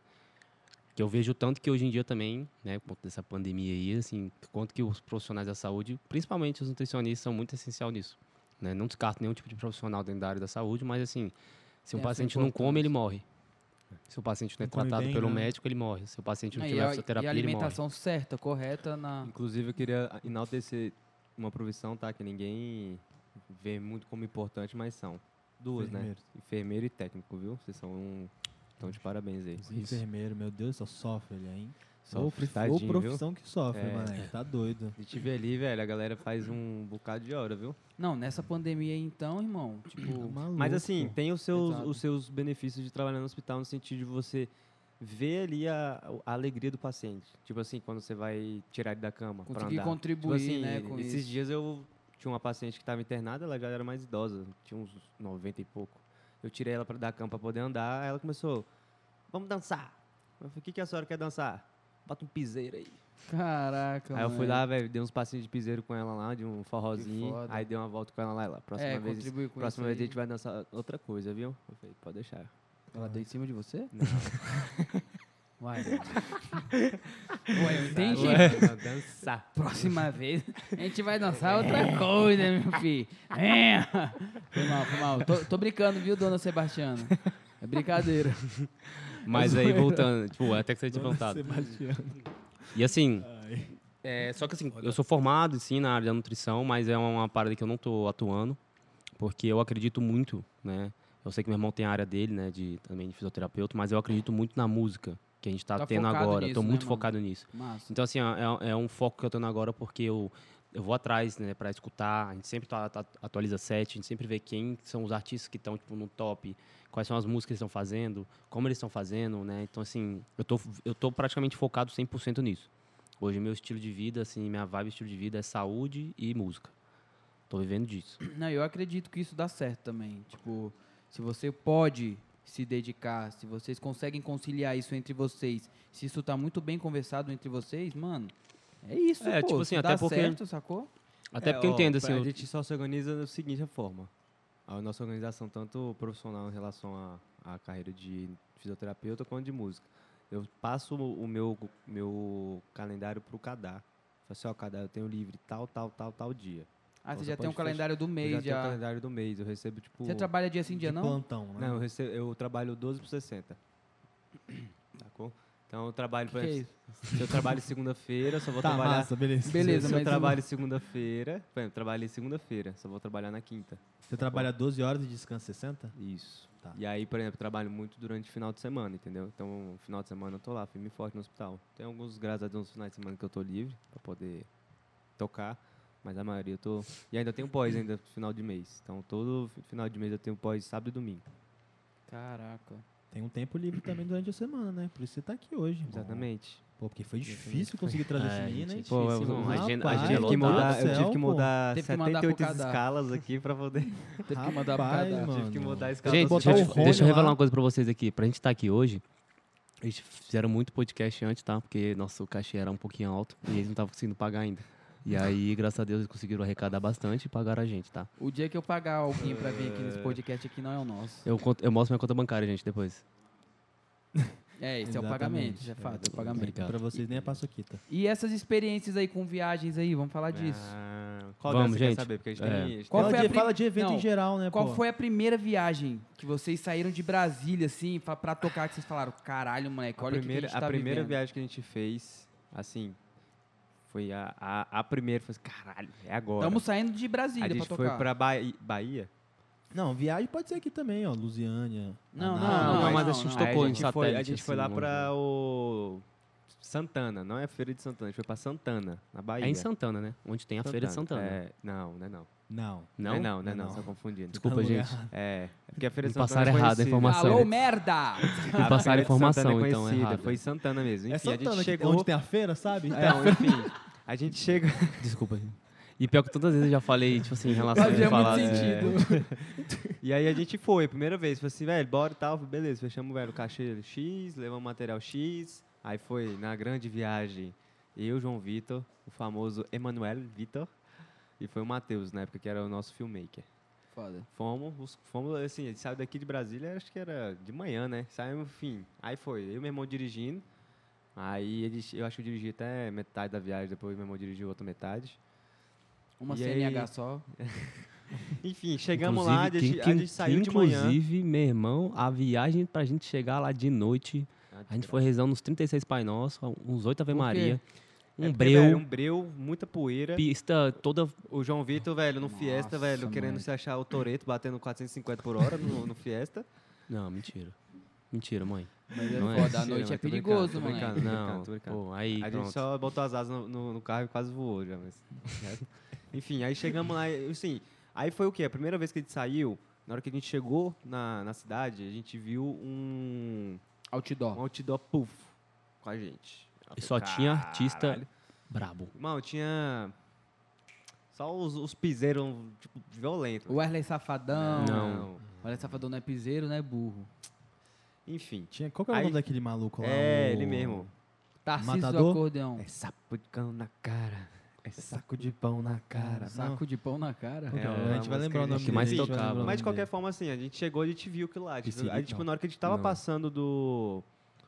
Que eu vejo tanto que hoje em dia também, né, por conta dessa pandemia aí, assim, quanto que os profissionais da saúde, principalmente os nutricionistas, são muito essencial nisso. Né? Não descarto nenhum tipo de profissional dentro da área da saúde, mas assim, se
Tem essa
um
é
paciente não
importância.
come, ele morre. Se o paciente não é
Não come
tratado
bem,
pelo
né?
médico, ele morre. Se o
Tipo,
paciente não
Aí,
tiver
a- e
fisioterapia,
a
ele morre.
alimentação certa, correta na.
Inclusive, eu queria enaltecer uma profissão, tá? Que ninguém vê muito como importante, mas são. Duas,
Enfermeiro.
né? Enfermeiro e técnico, viu? Vocês são um... Estão de parabéns aí.
Esse enfermeiro, meu Deus, só sofre ele, hein?
Só
Ou prof-
tadinho,
ou profissão que sofre,
É.
mano. Tá doido.
Viu? E te ver ali, velho, a galera faz um bocado de hora, viu?
Não, nessa pandemia aí, então, irmão, tipo.
Maluco.
Mas assim, tem os seus,
Exato.
os seus benefícios de trabalhar no hospital no sentido de você ver ali a, a alegria do paciente. Tipo assim, quando você vai tirar ele da cama pra
Conseguir
andar.
contribuir,
tipo assim,
né, com
esses
isso.
dias eu tinha uma paciente que estava internada, ela já era mais idosa, tinha uns 90 e pouco. Eu tirei ela pra, da cama pra poder andar, aí ela começou, vamos dançar. Eu falei, o que, que a senhora quer dançar? Bota um piseiro aí.
Caraca,
aí eu
mano.
fui lá, velho, dei uns passinhos de piseiro com ela lá, de um forrozinho.
foda.
Aí dei uma volta com ela lá, ela, próxima
é,
vez
contribuir com
Próxima
isso
vez a
aí.
gente vai dançar outra coisa, viu? Eu falei, pode deixar.
Ela deu em cima de você?
Não.
Vai. Ué, eu entendi.
Vai dançar. É.
Próxima vez a gente vai dançar outra coisa, meu filho. É. Foi mal, foi mal. Tô, tô brincando, viu, dona Sebastiana? É brincadeira.
Mas
é.
aí, voltando, tipo, até que você tinha perguntado. E assim, é, só que assim, eu sou formado sim na área da nutrição, mas é uma parada que eu não tô atuando, porque eu acredito muito, né? Eu sei que meu irmão tem a área dele, né, de também de fisioterapeuta, mas eu acredito muito na música que a gente tá,
Tá
tendo
focado
agora.
nisso,
tô
né,
muito
mano?
focado nisso.
Massa.
Então assim, ó, é, é um foco que eu tô tendo agora porque eu eu vou atrás, né, para escutar. A gente sempre tá- tá- atualiza set, a gente sempre vê quem são os artistas que estão tipo no top, quais são as músicas que eles estão fazendo, como eles estão fazendo, né? Então assim, eu tô eu tô praticamente focado 100% nisso. Hoje meu estilo de vida, assim, minha vibe estilo de vida é saúde e música. Tô vivendo disso.
Não, eu acredito que isso dá certo também. Tipo, se você pode se dedicar, se vocês conseguem conciliar isso entre vocês, se isso tá muito bem conversado entre vocês, mano, é isso,
É,
pô.
tipo assim,
se
até
dá
porque-
certo, sacou?
Até
É,
porque eu
ó,
entendo assim,
A
eu-
gente só se organiza da seguinte forma. A nossa organização, tanto profissional em relação à à carreira de fisioterapeuta quanto de música. Eu passo o o meu, meu calendário pro Cadar. Falo assim, ó, Cadar, eu tenho livre tal, tal, tal, tal dia.
Ah, você
Você
já tem um
pode fechar-
calendário do
eu já
mês,
tenho o
já.
calendário do mês, eu recebo, tipo...
Você trabalha dia sim, dia
De
não?
plantão, né?
Não, eu, recebo, eu trabalho 12 por 60. Sacou? Então eu trabalho,
Que
por
que é
exemplo,
isso?
Se eu trabalho segunda-feira, só vou
tá,
trabalhar.
massa, beleza.
Beleza,
se
mas um
eu
isso
trabalho segunda-feira, por exemplo, trabalhei segunda-feira, só vou trabalhar na quinta.
Você trabalha 12 horas e descansa 60?
Isso.
Tá.
E aí, por exemplo, trabalho muito durante o final de semana, entendeu? Então, final de semana eu tô lá, firme e forte no hospital. Tem alguns, graças a Deus, finais de semana que eu tô livre pra poder tocar, mas a maioria eu tô. E ainda tenho pós ainda no final de mês. Então, todo fi- final de mês eu tenho pós sábado e domingo.
Caraca.
Tem um tempo livre também durante a semana, né? Por isso você tá aqui hoje. irmão.
Exatamente.
Pô, porque foi difícil conseguir
tá
trazer esse
É,
menino, hein?
gente,
Pô,
difícil,
eu-
mano. a agenda, a
rapaz,
Eu tive
agenda
que
é lotada.
mudar, eu
Céu,
tive que
pô.
mudar
Teve que mandar pro
78
Cadar.
escalas aqui pra poder.
Teve que mandar pra
Rapaz,
cada-
mano.
Tive que mudar a escala.
Gente, um
do
botar
deixa,
o
hospital.
eu- deixa eu
Rony
revelar
lá.
uma coisa pra vocês aqui. Pra gente estar aqui hoje, eles fizeram muito podcast antes, tá? Porque nosso cachê era um pouquinho alto e eles não estavam conseguindo pagar ainda. E aí, graças a Deus, eles conseguiram arrecadar bastante e pagaram a gente, tá?
O dia que eu pagar alguém pra vir aqui nesse podcast aqui não é o nosso.
Eu, conto- eu mostro minha conta bancária, gente, depois.
É, esse é o
Exatamente.
pagamento, isso é fato, é o pagamento.
Obrigado.
Pra vocês nem é paçoquita.
E essas experiências aí com viagens aí, vamos falar disso.
Ah, qual
Vamos,
dessa você quer
gente.
saber? Porque a gente
É.
tem. a gente
Qual
tem-
foi a
de,
prim-
Fala de evento
Não,
em geral,
É
né,
Qual
pô?
foi a primeira viagem que vocês saíram de Brasília, assim, pra, pra tocar, que vocês falaram, caralho, moleque,
A
olha o que que
primeira,
a gente tá
a primeira
vivendo."
viagem que a gente fez, assim, foi a, a, a primeira. Foi assim, caralho, é agora.
Estamos saindo de
a
Brasília pra
gente foi
tocar.
pra Bahia, Bahia?
Não, viagem pode ser aqui também, ó. Lusiânia.
Não,
Anápolis.
Não, não,
mas
mas a
não, É,
gente
não.
Aí
tocou
a
em
gente foi,
satélite.
a gente foi
assim,
lá
longe.
pra o Santana, não é a Feira de Santana, a gente foi pra Santana, na Bahia.
É em Santana, né? Onde tem a Feira de Santana.
É, não, não é não.
Não.
Não,
Não?
é não, não, é não,
Não.
só confundindo.
Desculpa,
Tá
gente.
lugar.
É, é porque a Feira de
Me passaram
Santana é
errado a
conhecida.
informação.
Alô, merda!
A
passaram
Feira de Santana
informação,
é
então,
conhecida,
errada.
Foi em Santana mesmo. Enfim,
é Santana,
a gente
que-
chegou...
onde tem a feira, sabe?
Então, enfim, a gente chega...
Desculpa. gente.
E pior que todas as vezes eu já falei, tipo assim, em relação
Fazia
a falar.
muito
é,
sentido.
E aí a gente foi, primeira vez. Falei assim, velho, bora e tal. Falei, Beleza, fechamos, velho, o cachê X, levamos material X. Aí foi na grande viagem eu, João Vitor, o famoso Emanuel Vitor, e foi o Matheus, na época, que era o nosso filmmaker.
Foda.
Fomos, os- fomos assim, a gente saiu daqui de Brasília, acho que era de manhã, né? Saímos, fim. Aí foi, eu e meu irmão dirigindo. Aí ele, eu acho que eu dirigi até metade da viagem, depois meu irmão dirigiu a outra metade.
Uma
E
CNH
aí?
só.
Enfim, chegamos lá, a
inclusive,
gente,
que-
a gente
que-
saiu de manhã.
Inclusive, meu irmão, a viagem pra gente chegar lá de noite,
Ah,
a gente foi rezando uns 36 Pai Nosso, uns 8 Ave
Por quê?
Maria,
É
um
porque, velho,
breu,
um breu, muita poeira.
pista toda
O João Vitor, velho, no Fiesta,
Nossa,
velho, querendo
moleque.
se achar o Toreto, batendo 450 por hora no, no Fiesta.
Não, mentira. Mentira, mãe.
Mas é
Não é
foda, a
mentira,
noite
mas
é
tô brincando,
perigoso,
tô
mano.
brincando. tô
Não,
tô brincando.
pô, aí
a
pronto.
gente só botou as asas no, no- no carro e quase voou já, mas... Enfim, aí chegamos lá, e, assim, aí foi o quê? A primeira vez que a gente saiu, na hora que a gente chegou na, na cidade, a gente viu um, um
Outdoor.
outdoor puff com a gente.
E só tinha artista brabo.
Mano, tinha só os, os piseiros, tipo, violentos.
O Wesley Safadão.
Não.
O Wesley Safadão não é piseiro, não é burro.
Enfim.
Tinha, qual que era o nome
Aí-
daquele maluco lá?
É,
o-
ele mesmo.
Tarcísio do
Matador?
acordeão.
É sapo de cão na cara. É saco de
pão na
Um saco de pão na cara.
Não,
É,
a gente
uma
vai lembrar o
música
nome
que mais
dele, a gente vai
tocava.
lembrar o
Mas de
nome
qualquer
dele.
forma, assim, a gente chegou e a gente viu aquilo lá. Tipo, aí,
Piscirito,
tipo,
não.
na hora que a gente tava
Não.
passando do.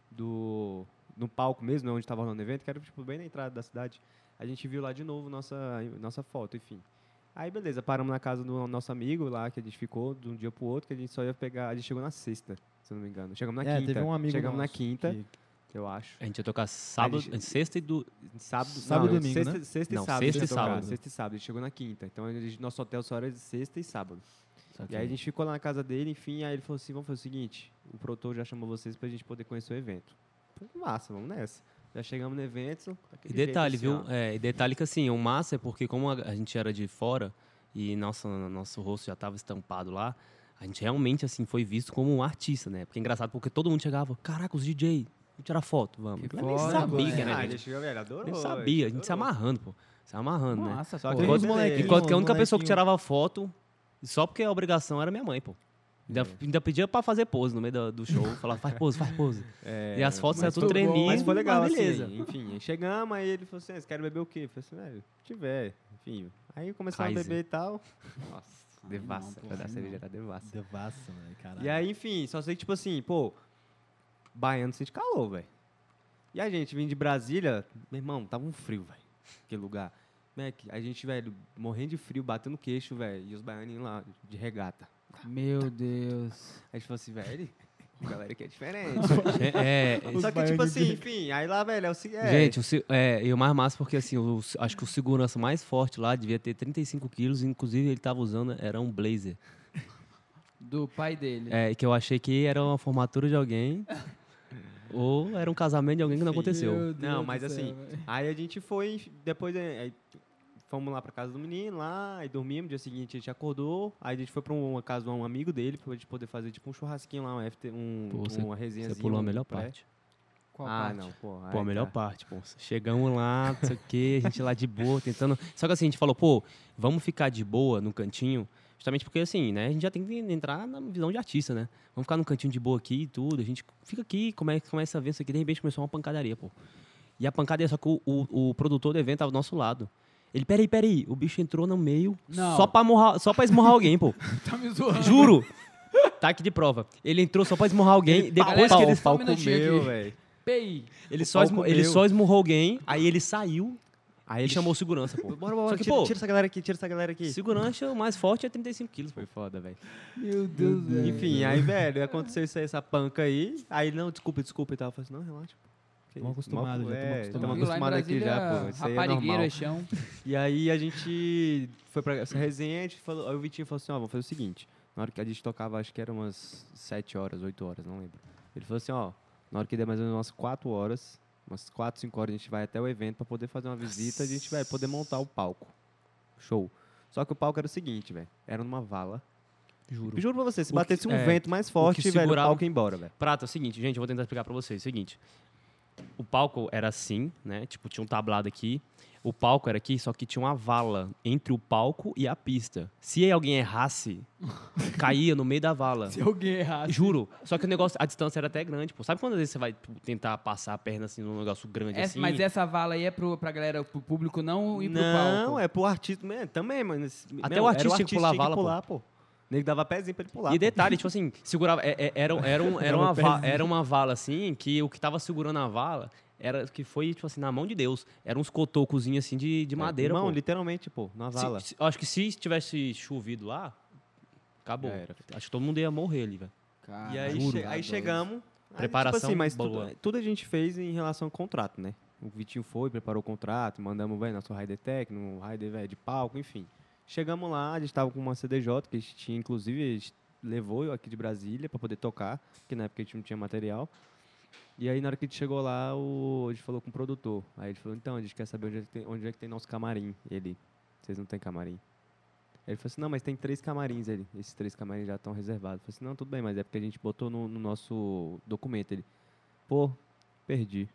do. no palco mesmo, né, onde tava rolando o evento, que era tipo, bem na entrada da cidade, a gente viu lá de novo nossa, nossa foto, enfim. Aí beleza, paramos na casa do nosso amigo lá, que a gente ficou de um dia pro outro, que a gente só ia pegar. A gente chegou na sexta, se eu não me engano. Chegamos na
é,
quinta.
teve um amigo
Chegamos na
nosso
quinta,
que-
eu acho.
A gente ia tocar sábado,
gente-
sexta e do.
Sábado,
Sábado e
não,
domingo,
sexta,
né?
Sexta e
Não,
sábado. a
sexta e
gente tocava,
sábado.
Sexta e sábado. A gente chegou na quinta. Então, a gente- nosso hotel só era de sexta e sábado. E aí a gente ficou lá na casa dele, enfim. Aí ele falou assim, vamos fazer o seguinte. O produtor já chamou vocês pra gente poder conhecer o evento. Pô, Massa, vamos nessa. Já chegamos no evento.
E
daquele jeito,
detalhe,
assim,
viu?
ó.
É, e detalhe que assim, o massa é porque como a, a gente era de fora e nosso, nosso rosto já estava estampado lá, a gente realmente assim foi visto como um artista, né? Porque é engraçado porque todo mundo chegava, caraca, os DJ, vou tirar foto, vamos.
Que
Eu nem
foda,
sabia,
moleque.
né,
Ah, ele
gente?
chegou, velho, adorou.
Nem
velho,
sabia, a gente se
adorou.
amarrando, pô. Se amarrando, né?
Nossa, pô.
Só que é um
Teve
Enquanto-
uns molequinhos,
Enquanto que a
uns
única pessoa que
molequinhos-
tirava foto, só porque a obrigação era minha mãe, pô. Ainda,
É.
ainda pedia pra fazer pose no meio do, do show. Falava, faz pose, faz pose.
É,
e as fotos eram
mas
tudo
foi bom,
tremidas.
Mas foi legal,
mas
beleza.
beleza.
enfim, aí chegamos, aí ele falou assim, "Ah, vocês querem beber o quê? Eu falei assim, velho, o que tiver, enfim. Aí começamos a
Kaiser.
beber e tal. Nossa,
Aí
devassa.
não, pô,
Vai dar
aí
cerveja,
não.
era devassa.
Devassa, velho, caralho.
E aí, enfim, só sei que, tipo assim, pô, baiano sente calor, velho. E a gente vindo de Brasília, meu irmão, tava um frio, velho, aquele lugar. Mac, a gente, velho, morrendo de frio, batendo queixo, velho, e os baianinhos lá, de regata.
Meu Deus.
A gente falou assim, velho, a galera aqui é diferente.
É, é,
só que, tipo assim, enfim, aí lá, velho, é o seguinte...
Gente, o se- é, e o mais massa, porque assim, o- o- acho que o segurança mais forte lá devia ter 35 quilos, inclusive ele tava usando, era um blazer.
Do pai dele.
É, que eu achei que era uma formatura de alguém, ou era um casamento de alguém que não aconteceu.
Meu Deus
Não,
do
mas
céu,
assim,
velho.
Aí a gente foi, depois é, aí fomos lá pra casa do menino, lá, e dormimos, no dia seguinte a gente acordou, aí a gente foi pra uma casa de um amigo dele, pra gente poder fazer tipo um churrasquinho lá, um FT, um,
Pô, você-
uma resenha.
Você pulou a melhor parte.
Qual
ah,
parte?
não, pô.
Pô, a
aí
melhor
tá.
parte, pô. Chegamos lá, não sei o quê, a gente lá de boa, tentando. Só que assim, a gente falou, pô, vamos ficar de boa no cantinho, justamente porque assim, né, a gente já tem que entrar na visão de artista, né? Vamos ficar no cantinho de boa aqui e tudo, a gente fica aqui, come- começa a ver isso aqui, de repente começou uma pancadaria, pô. E a pancadaria, só que o, o, o produtor do evento tava do nosso lado. Ele, peraí, peraí, o bicho entrou no meio
Não.
só pra, morrar, só pra esmurrar alguém, pô.
Tá me zoando.
Juro! Tá aqui de prova. Ele entrou só pra esmurrar alguém, depois
pau,
que ele
pau. Só um minutinho
comeu,
aqui.
velho.
Pei.
ele
O
só,
pau
esmu- ele
comeu.
só esmurrou alguém, aí ele saiu
Aí
e chamou o segurança, pô.
Bora, bora, bora,
Só que,
tira,
pô,
tira essa galera aqui, tira essa galera aqui.
segurança, o mais forte é 35 quilos, pô.
Foi foda, velho.
Meu Deus, velho.
Enfim, aí, velho, aconteceu isso aí, essa panca aí. Aí, não, desculpa, desculpa e tal. Eu falei assim, não, relaxa, pô. Que
Tamo
isso,
acostumado,
mó-
já tamo
é,
acostumado.
tamo
Viu, lá em
acostumado aqui já, pô.
Brasília,
Isso aí é
Raparigueiro
normal.
é chão.
E aí a gente foi pra essa resenha, a gente falou, aí o Vitinho falou assim, ó, vamos fazer o seguinte, Na hora que a gente tocava, acho que era umas 7 horas, 8 horas, não lembro. Ele falou assim, ó, na hora que der mais ou menos umas 4 horas, umas 4, 5 horas, a gente vai até o evento pra poder fazer uma visita, a gente vai poder montar o palco. Show. Só que o palco era o seguinte, velho. Era numa vala.
Juro.
Juro pra você, se
O que-
batesse um
é,
vento mais forte, velho, o
segurava-
palco ia embora, velho.
Prata, é o seguinte, gente, eu vou tentar explicar pra vocês. É o seguinte, o palco era assim, né? Tipo, tinha um tablado aqui. O palco era aqui, só que tinha uma vala entre o palco e a pista. Se alguém errasse, caía no meio da vala.
Se alguém errar.
Juro. Só que o negócio, a distância era até grande, pô. Sabe quando às vezes você vai tipo, tentar passar a perna assim num negócio grande assim?
mas essa vala aí é pro, pra galera, pro público não ir pro
não,
palco.
é pro artista né, também, mano. Esse-
Até
meu,
o
era
artista tinha que pular a
tinha
vala, pô.
pô. Ele dava pezinho pra ele pular.
E
pô.
detalhe, tipo assim, segurava. é- é- Era, era, um- era, uma, va- era uma vala assim, que o que tava segurando a vala era que foi, tipo assim, na mão de Deus. Eram uns cotocozinhos assim de, de madeira.
Não,
pô.
É, literalmente, pô, na
Se-
vala.
se- eu acho que se tivesse chovido lá, acabou.
Já era.
Acho que todo mundo ia morrer ali, velho.
E aí,
Caralho,
che-
tá
aí
doido.
chegamos. aí,
Preparação
tipo assim, mas tudo,
boa.
tudo a gente fez em relação ao contrato, né? O Vitinho foi, preparou o contrato, mandamos, velho, nosso Raider Tech, no Raider velho, de palco, enfim. Chegamos lá, a gente tava com uma CDJ que a gente tinha, inclusive, a gente levou aqui de Brasília pra poder tocar, porque na época a gente não tinha material. E aí, na hora que a gente chegou lá, o, a gente falou com o produtor. Aí ele falou, então, a gente quer saber onde é que tem, onde é que tem nosso camarim. E ele, vocês não tem camarim? Aí Ele falou assim, não, mas tem três camarins ali. Esses três camarins já estão reservados. Eu falei assim, não, tudo bem, mas é porque a gente botou no, no nosso documento. Ele, pô, perdi.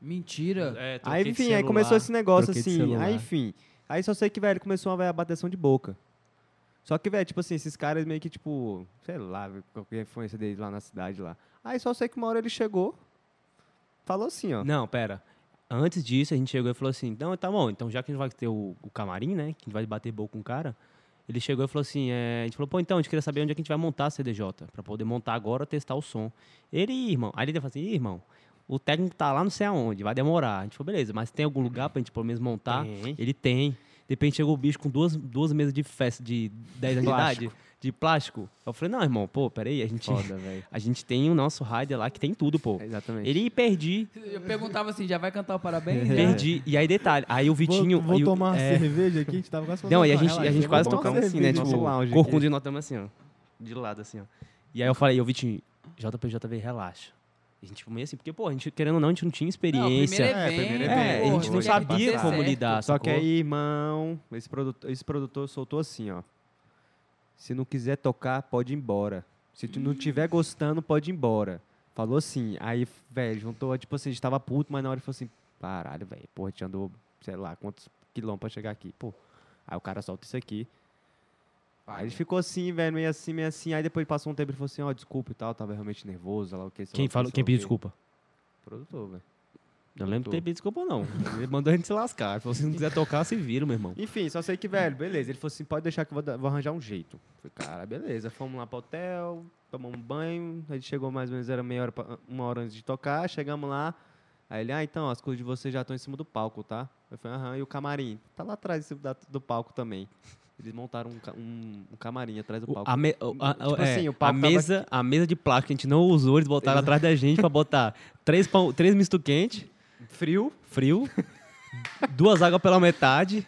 Mentira.
É,
Aí,
troquei de
enfim, aí
celular.
começou esse negócio
troquei de
assim.
celular.
Aí, enfim. Aí só sei que, velho, começou uma velho, a bateção de boca. Só que, velho, tipo assim, esses caras meio que, tipo, sei lá, velho, qual que é a influência deles lá na cidade lá. Aí só sei que uma hora ele chegou, falou assim, ó.
Não, pera. Antes disso, a gente chegou e falou assim: não, tá bom, então já que a gente vai ter o, o camarim, né? Que a gente vai bater boca com o cara. Ele chegou e falou assim: é, a gente falou, pô, então, a gente queria saber onde é que a gente vai montar a CDJ, pra poder montar agora, testar o som. Ele, "Ih, irmão. Aí ele falou assim: "Ih, irmão, o técnico tá lá não sei aonde, vai demorar. A gente falou, beleza, mas tem algum lugar pra gente pelo menos montar?
Tem.
Ele tem. De repente chegou o bicho com duas, duas mesas de festa de 10 anos de
Plástico.
idade, de plástico. Eu falei, não, irmão, pô, peraí, a gente,
Foda, É velho.
a gente tem o nosso rider lá que tem tudo, pô.
Exatamente.
Ele perdi,
Eu perguntava assim, já vai cantar o parabéns? Já?
Perdi. E aí, detalhe, aí o Vitinho.
Vou, vou
aí o-
tomar
é,
cerveja aqui, a gente tava quase
Não, e a
"Não,
gente,
relaxa,
e a gente
eu
quase
vou tomar
tocamos assim, né?
cerveja,
Tipo,
nosso lounge.
corcunda e nós estamos assim, ó. De lado, assim, ó. E aí eu falei, ô Vitinho, JPJV, relaxa. E a gente tipo, meio assim, porque, pô, a gente, querendo ou não, a gente não tinha
Não, primeiro
experiência.
É,
evento,
primeiro
pô,
É, a
evento,
gente não
hoje,
tem que
sabia
dar
como
certo.
lidar.
Só que
Ah, sacou?
aí, irmão, esse produtor, esse produtor soltou assim, ó. Se não quiser tocar, pode ir embora. Se tu não tiver gostando, pode ir embora. Falou assim. Aí, velho, juntou, tipo assim, a gente tava puto, mas na hora ele falou assim, caralho, velho, porra, a gente andou, sei lá, quantos quilômetros pra chegar aqui, pô. Aí o cara solta isso aqui. Aí ele ficou assim, velho, meio assim, meio assim. Aí depois passou um tempo, ele falou assim, ó, desculpa e tal, tava realmente nervoso, sei lá o que. sei lá o
Quem,
que,
falou,
sei
quem
lá o
pediu
quê."
desculpa?
O Produtor, velho.
Eu lembro de
Tô.
ter pedido desculpa, não. Ele mandou a gente se lascar. Ele falou, se não quiser tocar, se vira, meu irmão.
Enfim, só sei que, velho, beleza. Ele falou assim: pode deixar que eu vou, dar- vou arranjar um jeito. Falei, cara, beleza. Fomos lá pro hotel, tomamos um banho. A gente chegou mais ou menos, era meia hora, pra- uma hora antes de tocar. Chegamos lá. Aí ele, ah, então, as coisas de vocês já estão em cima do palco, tá? Eu falei, aham, e o camarim? Tá lá atrás em cima da- do palco também. Eles montaram um, ca- um- um camarim atrás do
O-
palco.
A, me- o- a-
Tipo
é,
assim, o
a
palco tava
mesa, a mesa de plástico que a gente não usou, eles botaram atrás da gente pra botar três, pão, três misto quente,
Frio.
frio, duas águas pela metade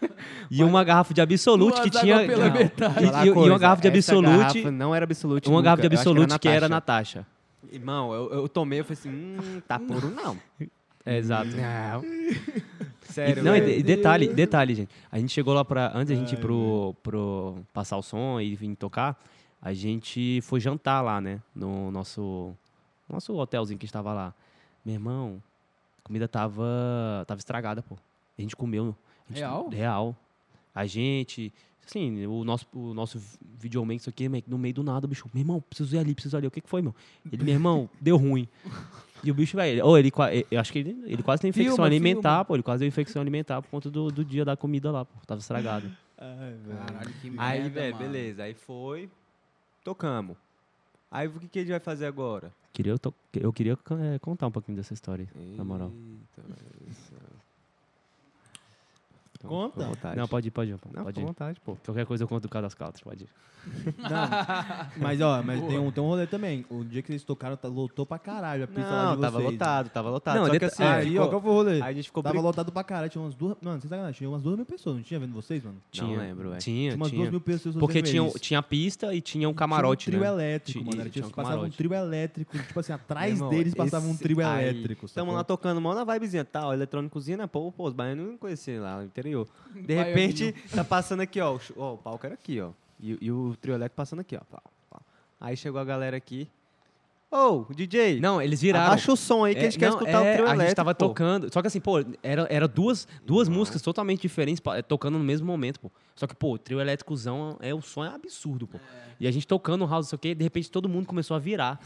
e uma garrafa de absolute
Duas
que
águas
tinha.
pela
Não.
metade.
E,
Falar
e- e
coisa,
uma garrafa de
essa
absolute.
garrafa não era absolute.
uma
nunca,
garrafa de
eu acho
absolute que era
Natasha.
Natasha.
Irmão, eu, eu tomei, eu falei assim, hum, tá puro não.
É, exato.
Uhum. Não.
E,
Sério, né?
não, e
velho.
de- e detalhe, detalhe, gente. A gente chegou lá pra. Antes da gente ir pro, pro passar o som e vir tocar, a gente foi jantar lá, né? No nosso, nosso hotelzinho que estava lá. Meu irmão, a comida tava, tava estragada, pô. A gente comeu. a gente-
Real?
Real. A gente. Assim, o nosso, o nosso videoman, isso aqui, meio que no meio do nada, o bicho, meu irmão, preciso ir ali, preciso ir ali. O que, que foi, meu? Ele, meu irmão, deu ruim. E o bicho, velho, ou ele, qua- eu acho que ele, ele quase tem infecção
Filma,
alimentar,
filma.
pô. Ele quase deu infecção alimentar por conta do, do dia da comida lá, pô. Tava estragado.
Ai, velho.
Caralho, que merda,
Aí, velho,
mano.
beleza. Aí foi. Tocamos. Aí o que, que a gente vai fazer agora?
Queria, eu, to- eu queria eh, contar um pouquinho dessa história, na moral.
Eita, velho.
Conta.
Então, Fica à vontade.
Não, pode ir, pode ir. pô,
Não,
pode
fica
ir.
à vontade, pô.
Qualquer coisa eu conto do caso das calças, pode ir.
Não, mas ó, mas tem um, tem um rolê também. O dia que vocês tocaram, tá- lotou pra caralho a pista lá
Não,
de
tava
vocês. né?
lotado, tava lotado.
Não,
Só que
deta-
assim,
aí,
ficou-
ó, qual foi o rolê?
aí a gente ficou
Tava
brin-
lotado pra caralho, tinha umas duas. Mano, sem sacanagem, tinha umas duas mil pessoas, não tinha vendo vocês, mano?
Não
Tinha,
lembro, velho.
Tinha,
Tinha umas duas
tinha.
mil pessoas.
Porque
fazendo
tinha, um,
isso.
tinha a pista e tinha um
Tinha
camarote,
um trio
né?
elétrico,
Tinha-
mano. Era,
tinha um
tipo, passava um
camarote.
trio elétrico, tipo assim, atrás
Irmão,
deles passava um
esse-
trio
aí,
elétrico.
Tamo
sacou?
lá tocando, mó na vibezinha, tal, eletrônicozinha, né? Pô, pô, os baianos não conheciam lá no interior. De
Baianinho.
repente, tá passando aqui, ó, o, ch- ó, o palco era aqui, ó. E, e o trio elétrico passando aqui, ó. pau, pau. Aí chegou a galera aqui. Ô, DJ,
Não, eles viraram.
abaixa o som aí que a gente
É,
quer
não,
escutar
é,
o trio
A gente
elétrico.
tava
pô.
tocando. Só que assim, pô, era, era duas, duas músicas totalmente diferentes pa- eh, tocando no mesmo momento, pô. Só que, pô, o trio elétricozão é o som é absurdo, pô. E a gente tocando house, não sei o quê, e de repente todo mundo começou a virar.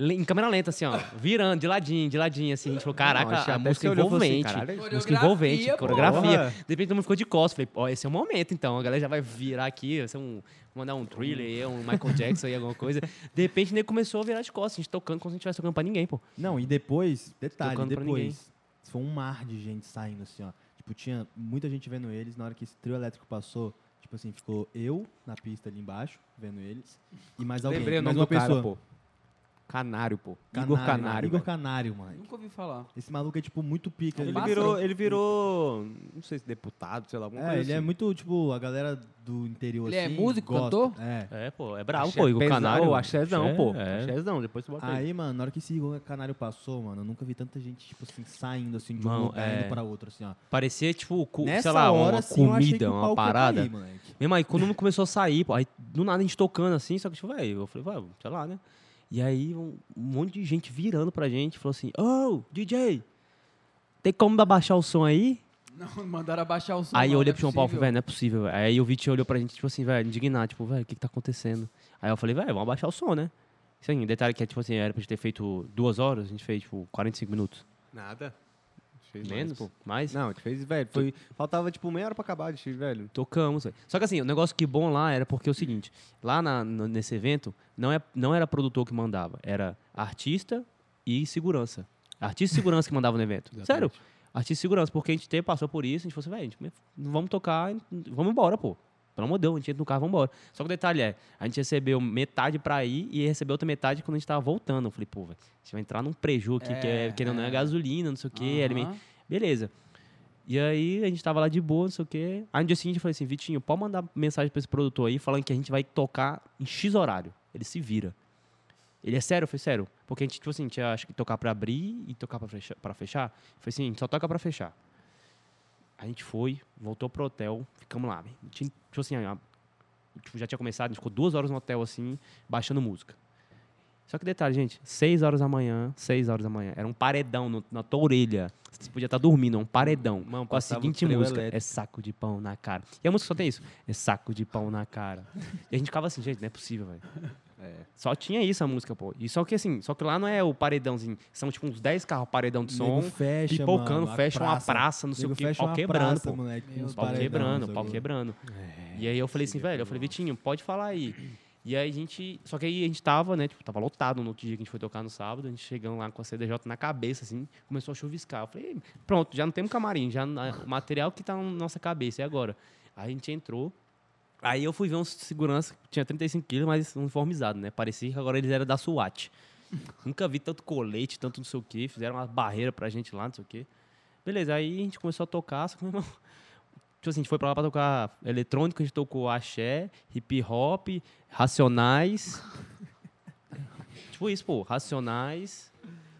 Le- Em câmera lenta, assim, ó, virando, de ladinho, de ladinho, assim. A gente falou, caraca,
achei
a
até
música
que olhou e falou assim,
envolvente.
"Caralho,
música
Coreografia,
envolvente,
pô.
coreografia.
Porra.
De repente todo mundo ficou de costas. Falei, ó, esse é o momento, então. A galera já vai virar aqui, vai ser um. Mandar um thriller aí, um Michael Jackson aí, alguma coisa. De repente, nem começou a virar de costas, a gente tocando como se a gente estivesse tocando pra ninguém, pô.
Não, e depois, detalhe,
Tocando pra ninguém.
depois, foi um mar de gente saindo, assim, ó. Tipo, tinha muita gente vendo eles. Na hora que esse trio elétrico passou, tipo assim, ficou eu na pista ali embaixo, vendo eles. E mais alguém,
Lembrei o
mais
nome
uma
do
pessoa.
cara, pô. Canário, pô. Igor Canário.
Igor
velho.
Canário, mano.
Nunca ouvi falar.
Esse maluco é, tipo, muito pica.
Ele
Passa,
virou, ele virou, não sei se deputado, sei lá, alguma
É,
coisa
ele é
assim.
muito, tipo, a galera do interior,
Ele é
assim,
músico,
gosta.
cantor?
É.
É, pô, é brabo,
Axé
pô, Igor
pesa-
Canário.
Ô, axézão,
Axé,
pô.
é.
Axézão, depois tu bota aí.
Aí, mano, na hora que esse Igor Canário passou, mano, eu nunca vi tanta gente, tipo assim, saindo, assim, de um
Mano,
lugar
é.
indo pra outro, assim, ó.
Parecia, tipo, cu- sei
Nessa
lá,
hora,
uma
assim, eu achei que
comida,
o
uma
palco ia
parada.
cair, moleque.
Mesmo aí, quando o mundo começou a sair, pô, aí do nada a gente tocando assim, só que tipo, velho, eu falei, vai, sei lá, né? E aí um um monte de gente virando pra gente, falou assim, ô, DJ, tem como abaixar o som aí?
Não, mandaram abaixar o som.
aí
não,
eu
não
olhei
é
pro João Paulo e
possível.
falei, velho, não é possível, velho. Aí o Vitinho olhou pra gente, tipo assim, velho, indignado, tipo, velho, o que que tá acontecendo? Aí eu falei, velho, vamos abaixar o som, né? Isso aí, um detalhe que é, tipo assim, era pra gente ter feito duas horas, a gente fez, tipo, 45 minutos.
Nada.
Menos, pô, mais.
Não, a gente fez, velho. Foi, faltava tipo meia hora pra acabar, a gente fez, velho.
Tocamos. velho. Só que assim, o negócio que bom lá era porque é o seguinte, lá na- no- nesse evento, não, é, não era produtor que mandava, era artista e segurança. Artista e segurança que mandava no evento. Sério, artista e segurança, porque a gente te- passou por isso, a gente falou assim, velho, a gente não vamos tocar, vamos embora, pô. Pelo amor de Deus, a gente entra no carro, vamos embora. Só que o detalhe é, a gente recebeu metade pra ir e recebeu outra metade quando a gente tava voltando. Eu falei, pô, velho, a gente vai entrar num preju aqui, que é,
É,
querendo ou não, é
é.
gasolina, não sei o quê, alimento.
Aham.
Beleza. E aí a gente tava lá de boa, não sei o quê. Aí no dia seguinte eu falei assim, Vitinho, pode mandar mensagem pra esse produtor aí falando que a gente vai tocar em X horário. Ele se vira. Ele é sério? Eu falei, sério. Porque a gente, tipo assim, tinha acho que tocar pra abrir e tocar pra fechar. Pra fechar. Eu falei assim, só toca pra fechar. A gente foi, voltou pro hotel, ficamos lá. Tinha, tipo assim, a- tipo, já tinha começado, a gente ficou duas horas no hotel assim, baixando música. Só que detalhe, gente, 6 horas da manhã, 6 horas da manhã, era um paredão no- na tua orelha. Você podia estar dormindo, é um paredão.
Mano,
com a
passava o
seguinte
trio
música,
elétrico.
é saco de pão na cara. E a música só tem isso, é saco de pão na cara. E a gente ficava assim, gente, não é possível, velho. Só tinha isso a música, pô. E só que assim, só que lá não é o paredãozinho, são tipo uns 10 carros paredão de som.
Nego fecha,
pipocando,
mano, a
fecha uma praça, não sei
Nego
o quê,
fecha
pau
uma
quebrando,
praça,
pô.
moleque, com
Meu Deus.
uns
Pau
paredão,
quebrando,
sacou?
pau quebrando. E aí eu falei assim, velho, eu falei, Vitinho, pode falar aí. E aí a gente. Só que aí a gente tava, né? Tipo, tava lotado no outro dia que a gente foi tocar no sábado, a gente chegando lá com a CDJ na cabeça, assim, começou a chuviscar. Eu falei, "Ei, pronto, já não temos camarim, já na- o material que tá na nossa cabeça, e agora? Aí a gente entrou. Aí eu fui ver um segurança, que tinha 35 quilos, mas uniformizado, né? Parecia que agora eles eram da SWAT. Nunca vi tanto colete, tanto não sei o quê. Fizeram uma barreira pra gente lá, não sei o quê. Beleza, aí a gente começou a tocar, só que, meu irmão, Tipo assim, a gente foi pra lá pra tocar eletrônico, a gente tocou axé, hip hop, racionais. tipo isso, pô, racionais.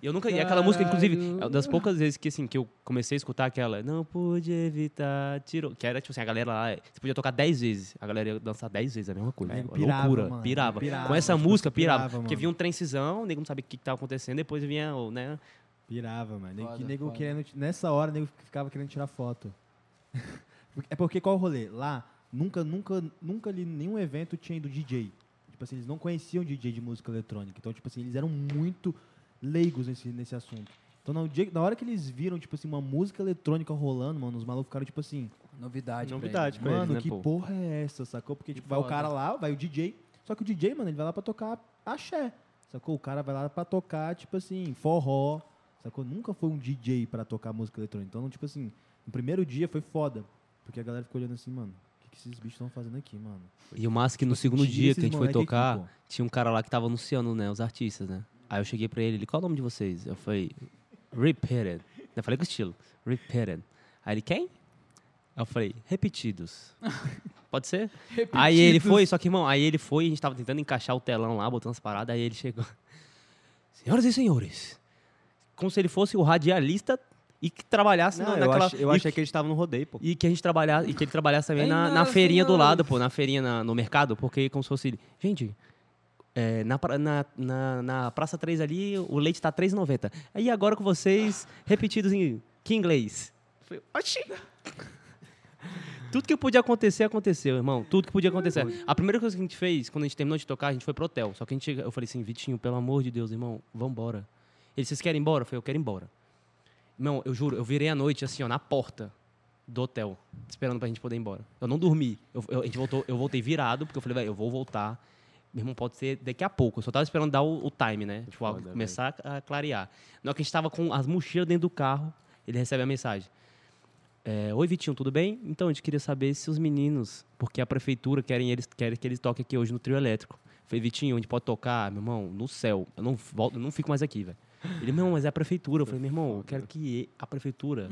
E eu nunca. E aquela música, inclusive, é uma das poucas vezes que, assim, que eu comecei a escutar aquela. Não pude evitar, tirou. Que era, tipo assim, a galera lá. Você podia tocar 10 vezes. A galera ia dançar 10 vezes, a mesma coisa.
Nego É, pirava,
Loucura.
mano,
pirava.
pirava,
Com essa
tipo,
música, pirava.
pirava,
porque
mano.
vinha um trencisão, o nego não sabia o que, que tava acontecendo, depois vinha, o, né?
Pirava, mano. Nego-
Foda,
nego
foda.
querendo, nessa hora, nego ficava querendo tirar foto. é porque qual o rolê? Lá, nunca, nunca, nunca li nenhum evento tinha ido DJ. Tipo assim, eles não conheciam DJ de música eletrônica. Então, tipo assim, eles eram muito leigos nesse, nesse assunto. Então, no dia- na hora que eles viram, tipo assim, uma música eletrônica rolando, mano, os malucos ficaram, tipo assim,
Novidade. pra
Novidade,
ele, né?
pra eles,
Mano,
né,
que
pô?
porra é essa, sacou? Porque, tipo, vai o
foda.
cara lá, vai o DJ. Só que o DJ, mano, ele vai lá pra tocar axé, sacou? O cara vai lá pra tocar, tipo assim, forró, sacou? Nunca foi um DJ pra tocar música eletrônica. Então, tipo assim, no primeiro dia foi foda. Porque a galera ficou olhando assim, mano, o que, que esses bichos estão fazendo aqui, mano?
E o massa que
Tipo,
no segundo
Tira
dia que
esses
a gente foi
moleque aqui,
tocar,
é pô.
tinha um cara lá que tava anunciando, né, os artistas, né? Aí eu cheguei pra ele, ele, qual é o nome de vocês? Eu falei, Repeated. Eu falei com estilo, Repeated. Aí ele, quem? Eu falei, Repetidos. Pode ser?
né?
Aí ele foi, só que, irmão, aí ele foi, a gente tava tentando encaixar o telão lá, botando as paradas, aí ele chegou. Senhoras e senhores, como se ele fosse o radialista e que trabalhasse na,
Não, eu,
naquela...
achei, eu
e
achei que eles estavam no rodeio, pô.
e que a gente trabalhar e que ele trabalhasse também
Aí,
na, na
nossa,
feirinha do
nossa.
lado, pô, na feirinha na- no mercado, porque é como se fosse. Gente, é, na, pra- na, na, na Praça 3 ali, o leite tá 3,90. Aí agora com vocês, repetidos em que inglês? Falei, Oxi! Tudo que podia acontecer, aconteceu, irmão. Tudo que podia acontecer. A primeira coisa que a gente fez, quando a gente terminou de tocar, a gente foi pro hotel. Só que a gente, eu falei assim, Vitinho, pelo amor de Deus, irmão, vambora. Ele, vocês querem ir embora? Eu falei, eu quero ir embora. Irmão, eu juro, eu virei à noite, assim, ó, na porta do hotel, esperando pra gente poder ir embora. Eu não dormi. Eu, eu- a gente voltou, eu voltei virado, porque eu falei, velho, eu vou voltar. Meu irmão, pode ser daqui a pouco. Eu só tava esperando dar o, o time, né? Tipo, a-
Foda,
começar a, a clarear. Na hora que a gente tava com as mochilas dentro do carro, ele recebe a mensagem. É, Oi, Vitinho, tudo bem? Então, a gente queria saber se os meninos, porque a prefeitura querem, eles, querem que eles toquem aqui hoje no trio elétrico. Falei, Vitinho, a gente pode tocar, meu irmão, no céu. Eu não, volto, eu não fico mais aqui, velho. Ele, meu irmão, mas é a prefeitura. Eu falei, meu irmão, eu quero que a prefeitura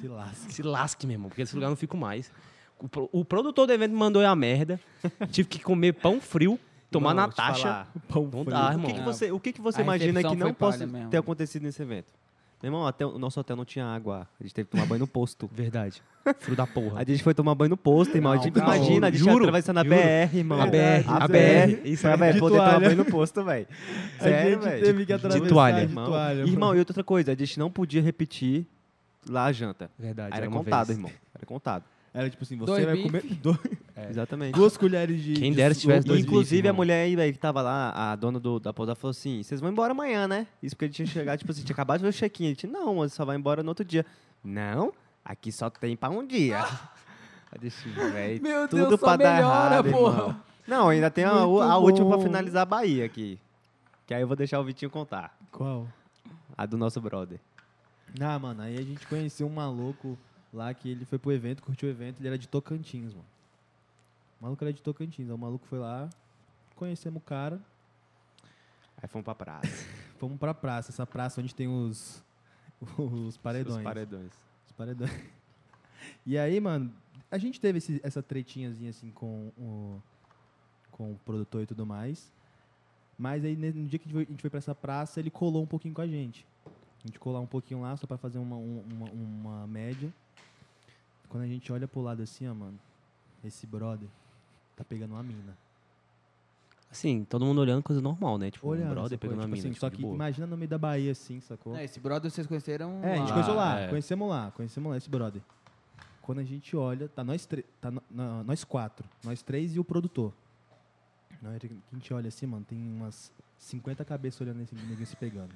Se lasca.
se lasque, meu irmão, porque esse lugar eu não fico mais. O, pro- o produtor do evento me mandou a merda. Tive que comer pão frio, tomar
Irmão, vou te
Natasha.
falar.
Não dá,
O
irmão.
que, que você, o que, que você
A
imagina que
recepção
não
foi
possa
palha mesmo.
ter acontecido nesse evento? Meu irmão, até, o nosso hotel não tinha água. A gente teve que tomar banho no posto.
Verdade. Frio da porra.
A gente foi tomar banho no posto, irmão. a
Não,
gente
calma.
imagina, a gente
Juro,
atravessando a
juro.
BR, irmão.
A BR,
a
a
BR.
BR.
Isso é, velho,
de
poder tomar
toalha.
banho no posto, velho. Sério, É, velho. Tipo,
que
atravessar de
Tá
toalha,
irmão. Irmão, e outra coisa, a gente não podia repetir lá a janta.
Verdade.
Era
uma
contado,
vez.
irmão. Era contado.
Era tipo assim, você
Dois
vai
bife.
comer do-
Exatamente.
duas colheres de.
Quem
de
dera se tivesse
sopa.
dois
Inclusive,
bifes,
a
irmão.
mulher aí, velho, que tava lá, a dona do, da pousada, falou assim: vocês vão embora amanhã, né? Isso porque ele tinha chegado, tipo assim, tinha acabado de ver o check-in. Ele disse: não, você só vai embora no outro dia. Não, aqui só tem pra um dia. Aí disse, velho,
Meu
tudo
Deus,
pra
só
dar
melhora,
errado,
porra.
irmão. Não, ainda tem a, a
Muito
última pra
bom.
finalizar a Bahia aqui. Que aí eu vou deixar o Vitinho contar.
Qual?
A do nosso brother.
Ah, mano, aí a gente conheceu um maluco lá que ele foi pro evento, curtiu o evento, ele era de Tocantins, mano. O maluco era de Tocantins, aí o maluco foi lá, conhecemos o cara,
Aí fomos pra praça.
fomos pra praça, essa praça onde tem os, os paredões.
Os paredões.
Os paredões. E aí, mano, a gente teve esse- essa tretinhazinha assim com o, com o produtor e tudo mais. Mas aí, ne- no dia que a gente foi- a gente foi pra essa praça, ele colou um pouquinho com a gente. A gente colou um pouquinho lá, só pra fazer uma, um- uma, uma média. Quando a gente olha pro lado assim, ó, mano, esse brother tá pegando uma mina.
Assim, todo mundo olhando, coisa normal, né? Tipo,
Olhando,
um
sacou?
brother pegando
Tipo
uma mina.
assim,
tipo,
só
de
que
boa.
imagina no meio da Bahia, assim, sacou?
É, esse brother vocês conheceram
É, a gente
lá.
conheceu lá,
é.
conhecemos lá, conhecemos lá esse brother. Quando a gente olha, tá nós três, tá no- na- nós quatro, nós três e o produtor. Na hora que a gente olha assim, mano, tem umas 50 cabeças olhando esse neguinho se pegando.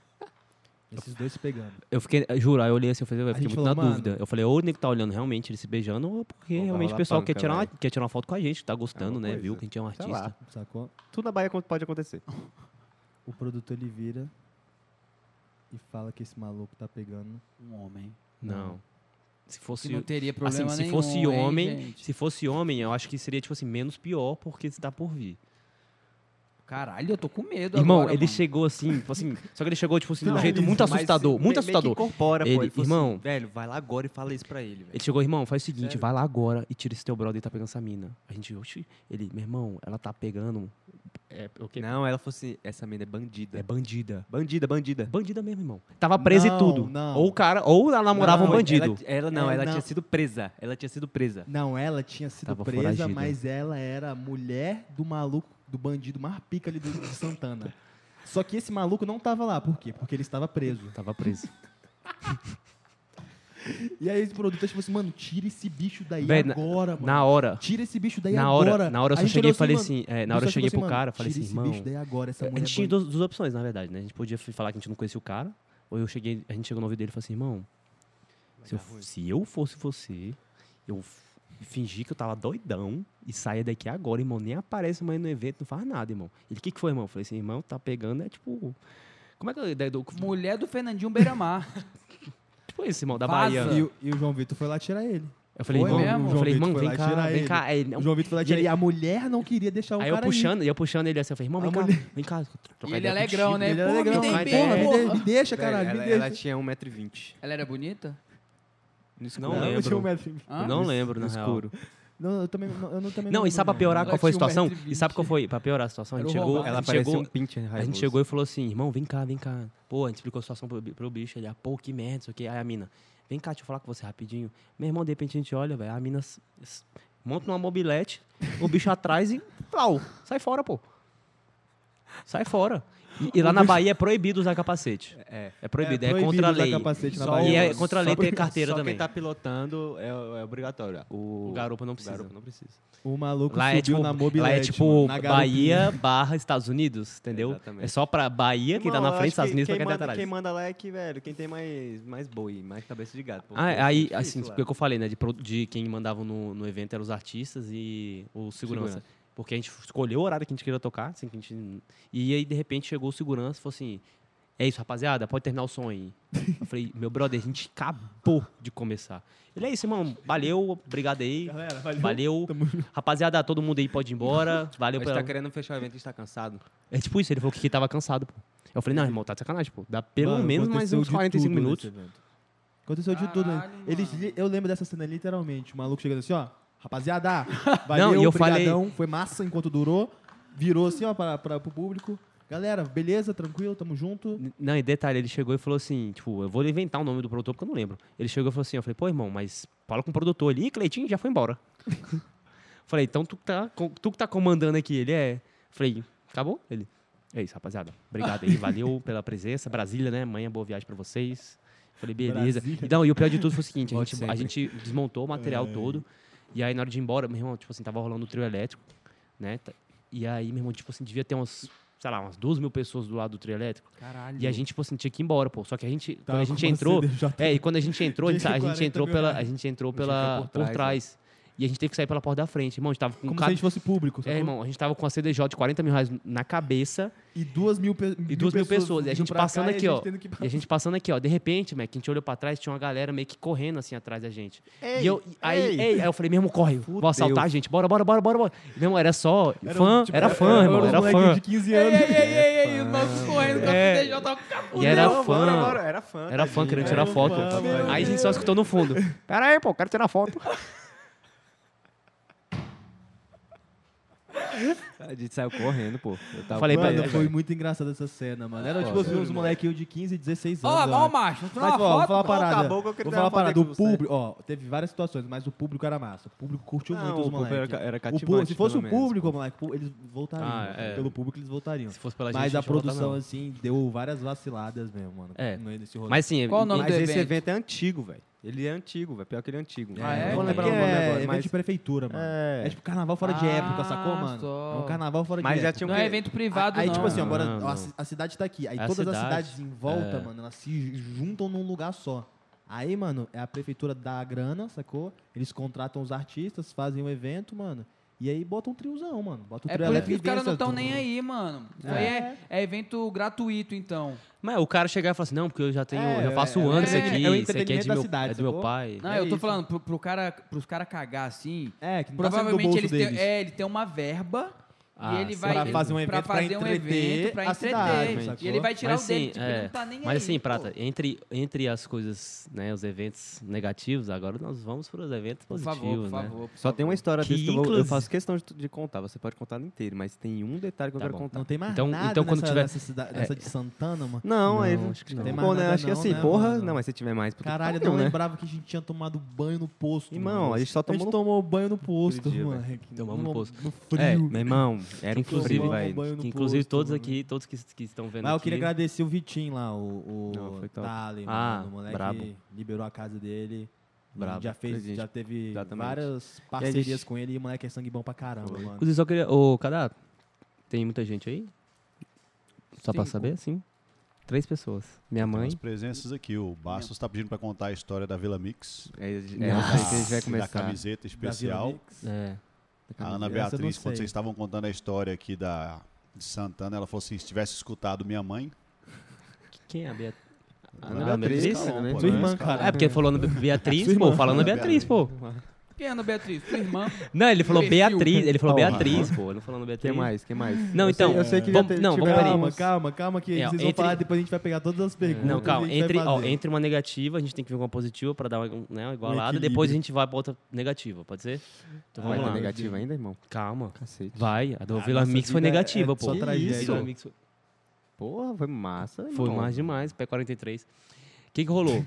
Esses dois se pegando.
Eu fiquei, eu juro, aí eu olhei assim, eu falei, eu
A
fiquei
gente
muito
falou,
na
"Mano."
dúvida. Eu falei, ou o nego tá olhando realmente ele se beijando, ou porque
Ou
realmente
vai
o pessoal
rolar
quer
panca,
tirar, uma,
velho.
quer tirar uma foto com a gente, tá gostando,
uma
né?
coisa.
Viu que a gente é um
Sei
artista.
lá.
Sacou?
Tudo na Bahia pode acontecer.
O produtor ele vira e fala que esse maluco tá pegando.
Um homem.
Não. Se
Que
fosse.
não teria
Assim,
problema
se
nenhum,
fosse
hein,
homem,
gente?
se fosse homem, eu acho que seria, tipo assim, menos pior, porque está por vir.
Caralho, eu tô com medo
Irmão,
agora,
ele
mano.
chegou assim, tipo assim, só que ele chegou, tipo assim, de um
Não,
jeito
mas-
muito
mas
assustador,
me-
muito
meio que
assustador.
incorpora, pô. falou
Ele-
assim,
irmão-
velho, vai lá agora e fala isso pra ele, velho.
Ele chegou, irmão, faz o seguinte,
Sério?
vai lá agora e tira esse teu brother e tá pegando essa mina. A gente, oxi, ele, meu irmão, ela tá pegando. É, o quê?
Não, ela falou assim, essa mina é bandida.
É bandida.
Bandida, bandida.
Bandida mesmo, irmão. Tava presa
Não,
e tudo.
não.
Ou o cara, ou ela namorava
Não,
um bandido.
Ela, ela não,
É,
ela
não.
tinha sido presa. Ela tinha sido presa.
Não, ela tinha sido
Tava
presa,
foragida.
mas ela era a mulher do maluco, do bandido mais pica ali do, de Santana. Só que esse maluco não tava lá, por quê? Porque ele estava preso.
Tava presa.
E aí esse produtor tipo assim, mano, tira esse bicho daí
Véi, na-
agora, mano.
Na hora.
Tira esse bicho daí
Na
agora.
hora, na hora eu
A
só
gente
cheguei e
olhou
falei
mano,
assim,
o
é, na hora eu
pessoal
cheguei
chegou
pro
assim,
cara,
mano,
falei
tira
assim,
esse
irmão.
bicho daí agora, essa
A
mulher. é
gente tinha
ban-
duas, duas opções, na verdade, né? A gente podia f- falar que a gente não conhecia o cara, ou eu cheguei, a gente chegou no ouvido dele e falou assim, irmão, se eu, se eu fosse você, eu f- fingi que eu tava doidão e saia daqui agora, irmão, nem aparece amanhã no evento, não faz nada, irmão. Ele, o que que foi, irmão? Eu falei assim, irmão, tá pegando, é tipo... Como é que eu... Do, como
Mulher do Fernandinho Beiramar.
foi esse, irmão, da
Vaza.
Bahia?
E, o- e o João Vitor foi lá tirar ele.
Eu falei,
Foi
irmão,
mesmo?
eu falei,
O João
irmão,
Vitor foi
vem
lá
cá,
tirar
vem
ele.
cá. Aí, não,
O João Vitor falou
E ele-
que a mulher não queria deixar o
aí eu
cara ir.
puxando, eu puxando ele assim, eu falei, irmão, vem
A
cá,
mulher-
vem cá. trocar
E ele
ideia
é alegrão,
contigo.
Ele
né?
era
Pô,
legal.
me dei
trocar
Porra,
bem,
ideia.
me,
porra.
de- me deixa,
Velho,
caralho,
ela,
me deixa.
ela tinha 1,20m.
Ela era bonita?
Não
Ela
lembro.
tinha um metro e vinte.
Hã?
Não lembro, na
no
real.
escuro.
Não, eu também não, eu não, também
Não, e
lembro,
sabe pra piorar
Ela
qual foi a
tinha um
situação?
metro e
E sabe qual
vinte.
foi pra piorar a situação? A
Era
gente
o
chegou,
roubado.
a
Ela
gente
parecia
chegou,
um pinche
a gente chegou e falou assim, irmão, vem cá, vem cá. Pô, a gente explicou a situação pro, bi- pro bicho, ele, ah, pô, que merda, isso aqui. Aí a mina, vem cá, deixa eu falar com você rapidinho. Meu irmão, de repente a gente olha, velho, a mina s- s- monta numa mobilete, o bicho atrás e, plau, sai fora, pô. Sai fora. E, e lá na Bahia é proibido usar capacete.
É.
É proibido, é,
proibido
contra a
usar
lei.
capacete na
Só-
Bahia.
E é contra a lei
Só-
ter carteira
Só
também.
quem tá pilotando é, é obrigatório. O,
O garupa não
o
precisa.
garoto não precisa.
O maluco
Lá
subiu
é tipo,
na mobilete.
lá é tipo
mano, na garupinha.
Bahia barra Estados Unidos, entendeu?
Exatamente.
É só pra Bahia quem tá
Irmão,
na
eu
frente,
acho
Estados
que
Unidos pra
quem
quem tá
manda,
atrás.
Quem manda lá é que, velho, quem tem mais, mais boi, mais cabeça de gato. Pô,
Ah,
pô,
aí,
é
assim,
difícil lá.
porque eu falei, né? De, pro- de quem mandavam no, no evento eram os artistas e o segurança.
Segurança.
Porque a gente escolheu o horário que a gente queria tocar, assim, que a gente... E aí, de repente, chegou o segurança e falou assim, é isso, rapaziada, pode terminar o som aí. Eu falei, meu brother, a gente acabou de começar. Ele, é isso, irmão, valeu, obrigado aí.
Galera,
valeu. Rapaziada, todo mundo aí pode ir embora.
A
Valeu
gente tá
pela...
querendo fechar o evento, a gente tá cansado.
É tipo isso, ele falou que, que tava cansado, pô. Eu falei, não, irmão, tá de sacanagem, pô. Dá pelo
Mano,
menos mais
aconteceu
uns
de
45
tudo né,
minutos.
nesse evento. Aconteceu de tudo. né?
Caralho,
Eles,
mano.
li- eu lembro dessa cena literalmente. O maluco chegando assim, ó. Rapaziada, valeu,
Não, e eu
brigadão. Foi massa enquanto durou. Virou assim, ó, pra, pra, pro público. Galera, beleza, tranquilo, tamo junto.
N- Não, e detalhe, ele chegou e falou assim, tipo, eu vou inventar o nome do produtor porque eu não lembro. Ele chegou e falou assim, eu falei, pô, irmão, mas fala com o produtor ali, Ih, Cleitinho já foi embora. falei, então tu que tá, com- tu que tá comandando aqui, ele é. Falei, acabou? Ele. É isso, rapaziada. Obrigado aí, valeu pela presença. Brasília, né? Amanhã boa viagem pra vocês. Falei, beleza.
Brasília.
E Não, e o pior de tudo foi o seguinte, a
Volte
gente, a gente desmontou o material todo. E aí, na hora de ir embora, meu irmão, tipo assim, tava rolando o trio elétrico, né? Tá- E aí, meu irmão, tipo assim, devia ter umas, sei lá, umas duas mil pessoas do lado do trio elétrico.
Caralho.
E a gente, tipo assim, tinha que ir embora, pô. Só que a gente,
Tava
quando a
com
gente
uma
entrou.
CDJ.
É, e quando a gente entrou, a gente, a
40
gente entrou
mil
pela.
reais.
A gente entrou
gente entrou
pela.
por
Por
trás,
trás.
né?
E a gente teve que sair pela porta da frente. Irmão, a gente tava com.
Como
ca-
se a gente fosse público.
É,
sacou?
irmão, a gente tava com a CDJ de 40 mil reais na cabeça
E duas mil, pe
e duas mil pessoas. E a
vindo
gente
pra cá
passando
e
aqui,
a
ó.
gente tendo que
E a gente passando aqui, ó. De repente, Mac, a gente olhou pra trás, tinha uma galera meio que correndo assim atrás da gente. e eu, e- aí,
ei.
ei, aí eu falei, meu irmão, corre, vou assaltar a gente. Bora, bora, bora, bora, bora. Meu irmão, era só.
Era um-
fã,
tipo,
era fã, irmão,
uns
era
molequinhos
fã.
de 15
Ei, ei,
anos.
ei, ei, ei, os malucos correndo com a
É.
CDJ tava com capuz.
E era
Não,
fã.
bora, bora, Era fã.
Era fã
tadinho.
querendo tirar foto.
um fã, mano.
Aí a gente só escutou no fundo. Pera aí, pô, quero tirar foto.
A gente saiu correndo, pô. Eu tava
Falei pra
Mano,
ele,
foi muito engraçada essa cena, mano. Era tipo assim, uns molequinhos de 15, 16 anos.
Ó,
eu
mal
né?
acho.
macho, não
Mas, ó, vou falar uma
foto.
Ó,
parada.
acabou que eu
Vou
queria
falar
dar
uma
uma
parada.
foto
do
aqui com você.
público, ó, teve várias situações, mas o público era massa. O público curtiu
Não,
muito os
o público
moleques.
era ca- era
O pu-
cativante,
Se fosse o
pelo menos,
público, moleque, pô, eles voltariam.
Ah,
mano.
é.
Pelo público, eles voltariam.
Se fosse pela gente,
mas a
gente não ia voltar,
produção, né?
não.
assim, deu várias vaciladas mesmo, mano.
É.
no- Nesse rolê.
Mas sim,
Qual o
e-
nome
Mas
do
esse
evento?
evento é antigo, velho. Ele é antigo, velho. Pior que ele é antigo.
Ah, é?
Não vou
Porque
lembrar o nome
é
agora,
evento
mas...
de prefeitura, mano.
É.
É tipo carnaval fora de
Ah,
época, sacou, mano?
só.
É um carnaval fora
Mas
de
já
época.
tinha um
Não é evento privado,
Aí,
não.
tipo assim, ó,
Não,
agora
não.
a, ci- a cidade tá aqui. Aí
É a
todas as
cidade. É.
cidades em volta, mano, elas se juntam num lugar só. Aí, mano, é a prefeitura dá a grana, sacou? Eles contratam os artistas, fazem o evento, mano. E aí botam um triozão, mano. Bota um
É
trio
por isso
elétrico
que os
e
caras
dança
não estão
tudo.
nem aí, mano. Isso aí é, é evento gratuito, então.
Mas o cara chegar e falar assim, não, porque eu já tenho,
É,
já faço um
é,
ano isso
é,
aqui,
é o
isso aqui é
entretenimento
de
da
meu,
cidade,
é do meu
sacou?
pai.
Não,
É
eu tô
isso.
falando, pro, pro cara, pros caras cagar assim,
É, que não
provavelmente
tá saindo
eles
do bolso
têm,
deles.
é, ele tem uma verba
Ah,
e ele
sim.
vai
Pra fazer um
pra
evento, pra
fazer um
entreter
evento pra
a cidade,
entreter.
sacou?
e ele vai tirar
mas
o
assim,
dele, tipo, ele
é,
não tá nem
mas
aí,
assim,
pô.
Prata, entre, entre as coisas, né, os eventos negativos, agora nós vamos para os eventos
Por
positivos,
favor, por
né?
favor. por
Só tem uma
favor.
história
Que
desse que eu, vou, eu
inclusive-
faço questão de, de contar. Você pode contar ela inteira, mas tem um detalhe que eu
Tá
quero
bom.
contar.
Não tem mais
Então-
nada
então quando
nessa,
tiver-
nessa cida- nessa de Santana, mano.
Não,
Não,
aí
acho que não.
tem
Tem mais
bom, né?
nada
Acho que
não,
assim,
né,
porra.
mano?
Não, mas se tiver mais, puta que
Caralho, um eu
pariu,
não
né?
lembrava que a gente tinha tomado banho no posto.
Irmão,
mano.
a gente só
A gente
tomou no-
tomou banho no posto,
dia,
mano.
Tomamos no posto.
No
É,
frio.
meu irmão, era um
Inclusive,
frio,
Tomamos
velho.
banho no
Que, inclusive
posto,
todos
mano.
aqui, todos que, que estão vendo
Mas eu
aqui,
queria agradecer o Vitinho lá, o, o
Não, foi top.
Tali,
Ah,
mano, o moleque
brabo.
liberou a casa dele. e
Brabo.
Já fez,
Gente,
já teve
exatamente.
várias parcerias
E a gente-
com ele e o moleque é sangue bom pra caramba, mano.
inclusive só queria, ô, Cadá, tem muita gente aí? Só para
Cinco.
saber, sim. Três pessoas. Minha
Tem
mãe,
umas presenças aqui. O Bastos tá pedindo pra contar a história da Vila Mix.
É, é,
Nossa.
é aí que a gente vai
Da- Da
começar.
camiseta
Da Vila
especial.
Mix.
é,
A Ana
Essa eu não
Beatriz, quando
sei.
vocês estavam contando a história aqui da, de Santana, ela falou assim: se tivesse escutado minha mãe.
Quem é a Beatriz?
Ana Ah, Beatriz,
Beatriz? né?
calma, pô,
Sua
Ana
irmã,
Beatriz, calma.
cara.
É, porque falou na Be- Beatriz,
Sua
pô,
irmã.
falando na
Ana
Beatriz, pô.
Quem é Ana Beatriz? Sua irmã.
Não, ele falou
Imbecil.
Beatriz. Ele falou
Porra.
Beatriz, pô. Ele não falando
Quem
Beatriz.
mais? Quem mais?
Não, então.
Eu sei que já
vamos,
teve-
não, vamos
tiveram-
Calma,
peraí.
calma, calma, que
É, ó,
vocês
entre-
vão falar, depois a gente vai pegar todas as perguntas.
Não, calma.
que Uhum. a gente
Entre,
vai
ó,
fazer.
entre uma negativa, a gente tem que ver uma positiva pra dar um, né, uma igualada.
equilíbrio.
depois a gente vai pra outra negativa, pode ser? Então
Vai
vamos
dar
lá.
negativo ainda, irmão?
Calma.
Cacete.
Vai. A do
Ah,
Vila
nossa
Mix foi
vida é-
negativa,
é
pô.
só
Que
tragédia.
Vila Mix foi-
Porra, foi massa, irmão.
Foi mais demais. Pé 43. O que que rolou?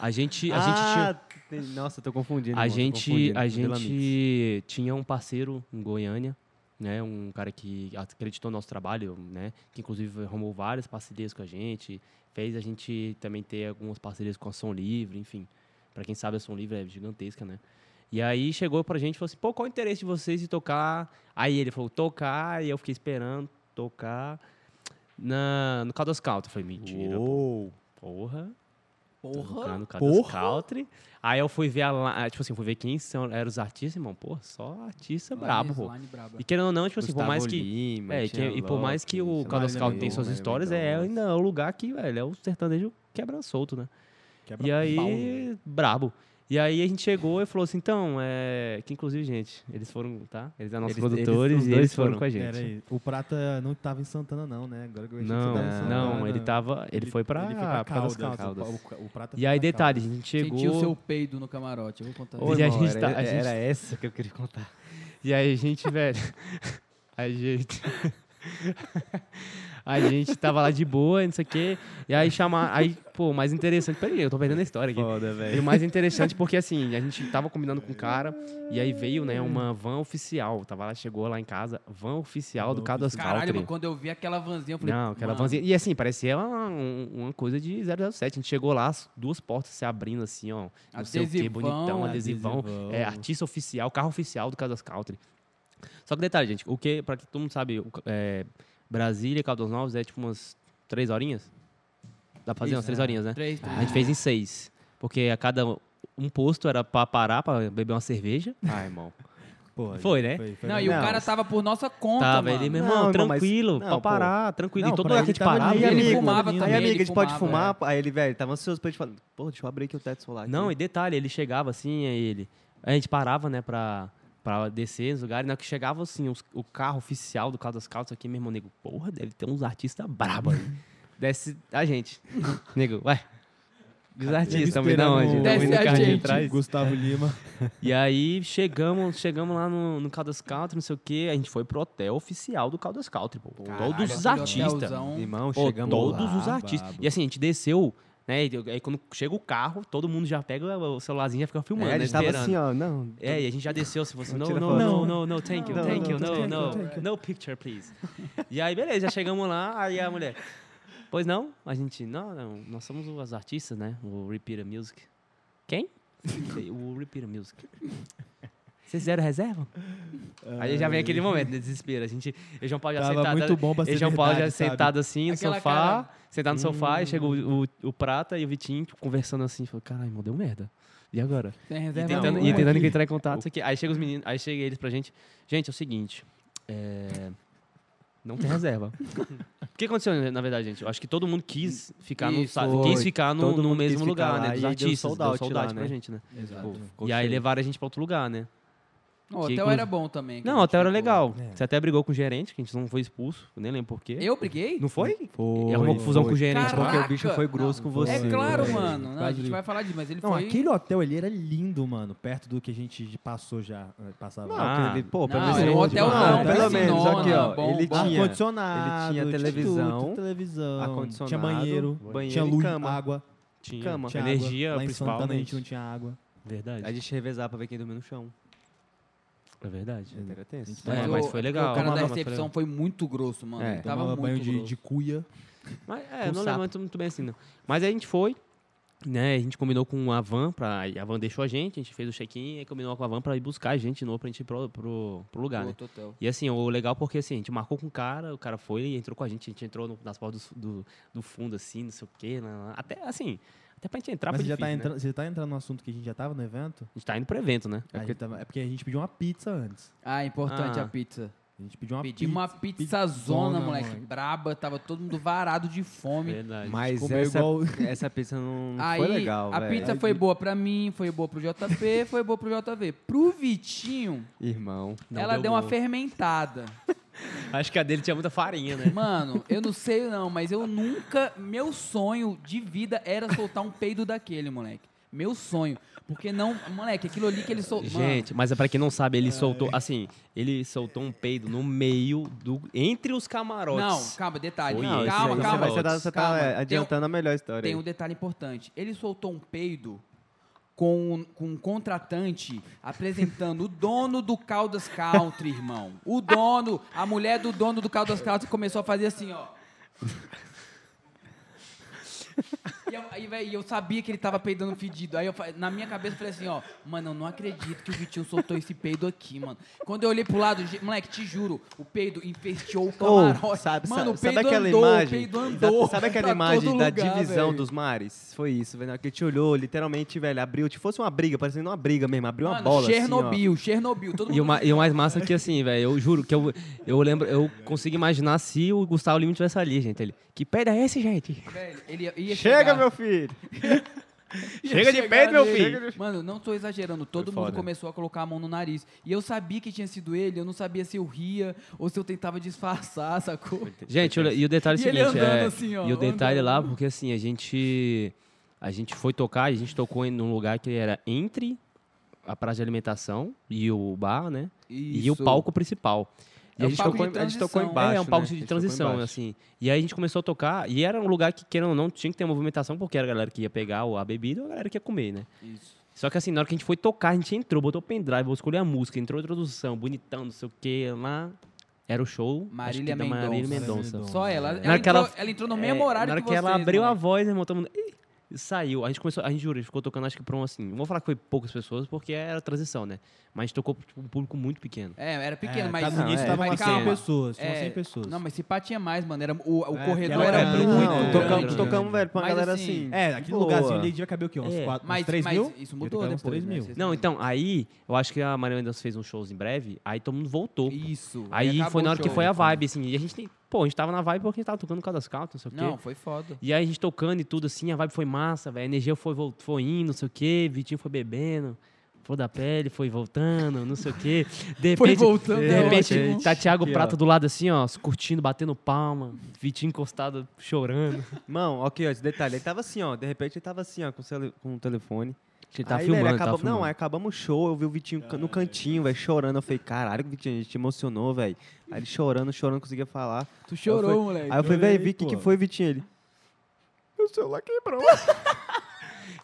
A gente, a gente tinha...
ah, tem- Nossa, tô confundindo.
A
irmão, tô
gente,
confundindo.
a
Vila Mix.
gente tipo tinha um parceiro em Goiânia, né? Um cara que acreditou no nosso trabalho, né? Que inclusive arrumou várias parcerias com a gente, fez a gente também ter algumas parcerias com a Som Livre, enfim. Pra quem sabe a Som Livre é gigantesca, né? E aí chegou pra gente e falou assim: "Pô, qual é o interesse de vocês de tocar?" Aí ele falou: "Tocar", e eu fiquei esperando tocar na no Caldas Country, eu falei: "Mentira, pô,
Uou.
porra".
Porra.
Tocando no Caldas
Porra!
Country. Aí eu fui ver, a, la- tipo assim, fui ver quem são, eram os artistas, irmão. Pô, só artista é brabo, pô.
Line braba.
E querendo ou não, tipo assim, por
Gustavo
mais que...
Lima,
É, e
tinha né,
que- e por mais que o
Lopes,
Caldas
Marília
Country tem
Mendonça,
suas
Marília
histórias, é
Mendonça.
ainda é o lugar que, velho, é o sertanejo quebra solto, né?
Quebra
E aí,
pau.
né?
brabo. E aí a gente chegou e falou assim, então, é... Que inclusive, gente, eles foram, tá? Eles eram nossos
Eles- eles-
produtores
os
e
dois
eles foram,
foram.
com a gente.
Pera aí, o Prata não tava em Santana, não, né? Agora que eu achei que
Não,
você tava em
Não,
Santana.
não, ele tava... Ele, foi pra...
né? Ele foi pra Caldas,
Caldas.
Caldas.
Caldas.
O, o Prata
E
foi
aí,
pra
detalhe,
Caldas.
a gente chegou...
Senti o seu peido no camarote. Eu vou contar.
Ô,
isso.
Lima.
E a gente
Irmão,
tá-
era,
a gente-
era essa que eu queria contar.
E aí a gente, velho. A gente. A gente tava lá de boa, não sei o quê. E aí chamar. Aí, pô, o mais interessante. Peraí, eu tô perdendo a história aqui.
Foda,
E o mais interessante porque, assim, a gente tava combinando com o cara. E aí veio, né, uma van oficial. Tava lá, chegou lá em casa. Van oficial do
Van
Caldas
Caralho,
Country.
mano, quando eu vi aquela vanzinha, eu falei.
Não, aquela
mano,
vanzinha. E assim, parecia uma, um- uma coisa de 007. A gente chegou lá, as duas portas se abrindo, assim, ó. Não sei o quê,
Adesivão,
bonitão, adesivão.
adesivão.
É, artista oficial, carro oficial do Caldas Country. Só que detalhe, gente, o que, pra que todo mundo sabe, o ca- é, Brasília e Caldas Novos é tipo umas três horinhas? Dá pra fazer umas
Isso,
três
é.
horinhas, né?
Três, três.
A gente fez em seis. Porque a cada um posto era pra parar, pra beber uma cerveja. Ai, irmão.
Pô,
Foi, né?
Foi, foi
Não,
bem
e o
Não.
cara tava por nossa conta,
Tava
mano.
ele, meu
Não,
irmão,
irmão, mas-
tranquilo,
não,
pra
pô.
parar, tranquilo.
Não,
e todo
pra
lugar
ele
que a gente
tava
parava,
livre,
Aí,
ele
é amigo,
fumava
aí,
também,
amigo,
ele
a gente pode
fumava,
fumar. Aí ele, velho, tava ansioso pra gente falar. Pô, deixa eu abrir aqui o teto solar. aqui.
Não, e detalhe, ele chegava assim, aí ele. A gente parava, né, pra, pra descer nos lugares, né? Que chegava assim, os- o carro oficial do Carro das Calças aqui, meu irmão, nego, porra, deve ter uns artistas braba aí. Desce a gente. nego, ué. E Os
Ele
artistas, estamos indo
esperando
aonde?
o-
Tamo indo no
Desce a
carrinho
gente.
atrás.
Gustavo Lima.
E aí chegamos, chegamos lá no, no Caldas Country, não sei o quê. A gente foi pro hotel oficial do Caldas Country, pô.
Caralho,
Todos os
aquele
artistas.
hotelzão.
Irmão,
Pô,
chegamos
todos
lá,
os artistas.
brabo.
E assim, a gente desceu, né? e Aí quando chega o carro, todo mundo já pega o celularzinho e já fica filmando,
É, a
né?
gente tava
esperando.
assim, ó. Não,
É, e a gente já desceu, se fosse,
Não
não,
tira
não,
foto.
não, não, não, thank you,
Não,
thank you,
não,
no,
thank you,
no, no picture, please. E aí, beleza, já chegamos lá, aí a mulher, pois não? A gente, não, não, nós somos as artistas, né, o Repeater Music. Quem? O Repeater Music. Vocês fizeram reserva? Aí já vem aquele momento de desespero, a gente, eu e João Paulo já
Tava
sentado...
muito bom pra ser
E João Paulo já
verdade, sabe?
sentado assim no
Aquela
sofá,
cara-
sentado no sofá, e chega
Hum.
o, o, o Prata e o Vitinho tipo, conversando assim, falou, caralho, irmão, deu merda. E agora?
Sem
E
reserva
tentando,
nenhuma.
e tentando
é
entrar em
Tá,
contato. isso aqui. Aí chega os meninos, aí chega eles pra gente. Gente, é o seguinte. é, Não tem reserva. O que aconteceu, na verdade, gente? Eu acho que todo mundo quis ficar no,
Isso,
sa-
foi.
quis ficar no,
Todo
no
mundo quis
mesmo
ficar
lugar,
lá,
né?
e
Dos
deu
artistas, deu
sold out
soldado,
lá,
pra
né?
gente, né?
Exato.
e aí levaram a gente pra outro lugar, né?
O hotel
Que-
era bom também. que a
Não,
gente
até era
ficou.
legal.
É.
Você até brigou com o gerente, que a gente não foi expulso, eu nem lembro porquê.
Eu briguei?
Não foi?
Foi,
E arrumou confusão com o gerente.
Caraca!
Porque o bicho foi
Não,
grosso com você.
É claro,
Foi.
mano. Não, a gente
Quase.
vai falar disso, mas ele
Não,
foi.
aquele hotel ali era lindo, mano. Perto do que a gente passou já. eh, Passava.
Não,
Ah.
aquele- pô, pelo
Não,
menos.
era um hotelzão,
Não, pelo menos,
piscinona,
aqui, ó.
bom,
ele
bom.
tinha.
Ar-condicionado,
ele tinha
tinha
televisão,
tudo, televisão,
ar-condicionado,
tinha banheiro,
banheiro
tinha
e
luz,
cama.
água,
Tinha.
Cama.
tinha
Energia,
água. Lá em
principalmente.
Santana a gente não tinha um- É água.
A
Verdade.
gente revezava pra ver quem dormia no chão.
É verdade.
Era tenso.
gente
É,
tomava-
mas
o-
foi legal.
O cara da
Tomava- foi
recepção foi muito grosso, mano.
É.
Ele tava
Tomava
muito
banho de,
grosso.
de cuia.
Mas,
Com
é, eu não
sapo.
levanto muito bem assim, não. Mas aí a gente foi, né? A gente combinou com a van, pra, aí a van deixou a gente, a gente fez o check-in e combinou com a van pra ir buscar a gente de novo pra gente ir pro, pro, pro lugar, né?
Outro hotel.
E assim, o legal porque assim, a gente marcou com o cara, o cara foi e entrou com a gente, a gente entrou no- nas portas do, do, do fundo, assim, não sei o quê. lá, lá, lá. Até assim, até pra gente entrar
Mas
foi
você já, tá
difícil, né?
entrando, você tá entrando no assunto que a gente já tava no evento?
A gente tá indo pro evento, né?
é A gente tava- É porque, a gente pediu uma pizza antes.
Ah, importante
Ah.
a pizza.
A gente pediu uma
Pedi uma pizza,
pizzona,
zona, moleque.
moleque.
Braba, tava todo mundo varado de fome.
Verdade.
Mas
comeu
essa,
igual-
essa pizza não não
Aí,
foi legal,
a
velho.
pizza foi boa pra mim, foi boa pro JP, foi boa pro JV. Pro Vitinho,
Irmão.
Não
ela deu,
deu
uma
boa.
fermentada.
Acho que a dele tinha muita farinha, né?
Mano, eu não sei não, mas eu nunca... Meu sonho de vida era soltar um peido daquele, moleque. Meu sonho. Porque não... Moleque, aquilo ali que ele soltou...
Gente, mas é pra quem não sabe, ele soltou, assim, ele soltou um peido no meio do. Entre os camarotes.
Não, calma, detalhe.
Foi
calma,
isso aí,
calma.
você
calma,
vai-
Você tá, você tá, é,
Tem um-
adiantando a melhor história.
Tem
aí.
um detalhe importante. Ele soltou um peido com, com um contratante apresentando o dono do Caldas Country, irmão. O dono, a mulher do dono do Caldas Country começou a fazer assim, ó. E eu, aí, véi, eu sabia que ele tava peidando fedido. Aí eu, fa- na minha cabeça eu falei assim, ó, mano, eu não acredito que o Vitinho soltou esse peido aqui, mano. Quando eu olhei pro lado, ge- moleque, te juro, o peido infestiou o camarote.
Ô, Oh, sabe,
mano,
sabe,
o peido
sabe aquela
andou,
imagem?
o peido andou.
sabe aquela
pra
imagem
todo
da
lugar,
divisão
véi.
dos mares? Foi isso, velho. Que te olhou, literalmente, velho, abriu, tipo fosse uma briga, parecendo uma briga mesmo, abriu uma
Mano,
bola assim,
Chernobyl, Chernobyl. Todo
E
mundo
o, ma- e o mais massa é que assim, velho, eu juro que eu, eu lembro, eu consigo imaginar se o Gustavo Lima tivesse ali, gente. Ele, que peido é esse, gente?
Velho, ele ia-
ó.
ia
Chega,
chegar-
meu filho!
ia
Chega de
chegar
pé, meu
nele.
filho.
Mano, não tô exagerando. Todo
Foi
mundo
foda.
começou a colocar a mão no nariz. E eu sabia que tinha sido ele. Eu não sabia se eu ria ou se eu tentava disfarçar, sacou?
Gente, olha, e o detalhe é o
E ele
seguinte,
andando
é,
assim, ó,
e o detalhe
andando.
lá, porque assim, a gente a gente foi tocar, a gente tocou em um lugar que era entre a praça de alimentação e o bar, né? E o
Isso.
palco principal. E
É
a
o
gente
palco
tocou
de
em- a gente tocou
transição.
embaixo.
É,
É, um palco de
né? A gente tocou
transição,
embaixo.
assim. E aí a gente começou a tocar, e era um lugar que, querendo ou não, tinha que ter uma movimentação, porque era a galera que ia pegar o- a bebida ou a galera que ia comer, né?
Isso.
Só que assim, na hora que a gente foi tocar, a gente entrou, botou o pendrive, vou escolher a música, entrou a introdução, bonitão, não sei o que, lá. Era o show acho
Marília
que da Marília
Mendonça.
Mendonça.
Mendonça.
Só ela. Ela,
Na hora que ela-
entrou, ela entrou no mesmo
É,
horário
na hora que,
vocês, né?
ela abriu a
moleque.
voz, irmão, todo mundo. "Ih", e Saiu. A gente começou, a gente jura, a gente ficou tocando, acho que por um assim. Não vou falar que foi poucas pessoas, porque era transição, né? Mas a gente tocou tipo, um público muito pequeno.
É, era pequeno,
É,
mas...
tá, no início
mas
estavam umas 100
calma.
pessoas. tinham
É,
100 pessoas.
Não, mas se pá tinha mais, mano. Era, o o
É,
corredor
que
era
era
muito...
Não,
grande,
tocamos,
grande.
tocamos, velho, pra uma
Mas,
galera
assim,
assim.
É, aquele
boa.
lugarzinho ali devia caber o quê? Uns,
É,
4,
Mas,
uns 3
mas
mil?
isso
Devia
mudou
caber uns
depois,
3
né?
mil.
Vocês
Não,
lembram?
então, aí, eu acho que a Maria Mendonça fez uns shows em breve, aí todo mundo voltou.
Isso.
aí
acabou
foi na
o
hora que
show. né? então.
foi a vibe, assim. E a gente, tem- pô, a gente tava na vibe porque a gente tava tocando Caldas Caldas, não sei o quê.
Não, foi foda.
E aí a gente tocando e tudo assim, a vibe foi massa, velho. A energia foi, vol- foi indo, não sei o quê, Vitinho foi bebendo. Foi da pele, foi voltando, não sei o quê. De repente,
Foi voltando,
de
é
repente
ótimo.
tá Thiago
Aqui, ó.
Prata do lado assim, ó, curtindo, batendo palma, Vitinho encostado, chorando.
Mão, ok, ó, esse detalhe. Ele tava assim, ó. De repente ele tava assim, ó, com o, cele- com o telefone.
Ele tava
aí, velho,
tá filmando, tava
acabamos-
filmando.
Não, aí acabamos o show, eu vi o Vitinho ca- no cantinho, velho, chorando. Eu falei, caralho, Vitinho, a gente te emocionou, velho. Aí ele chorando, chorando, não conseguia falar.
Tu
Aí eu
chorou,
fui-
moleque.
Aí eu falei, velho,
Chorei,
Vi, o que, que
pô.
foi, Vitinho? Ele. Meu celular quebrou.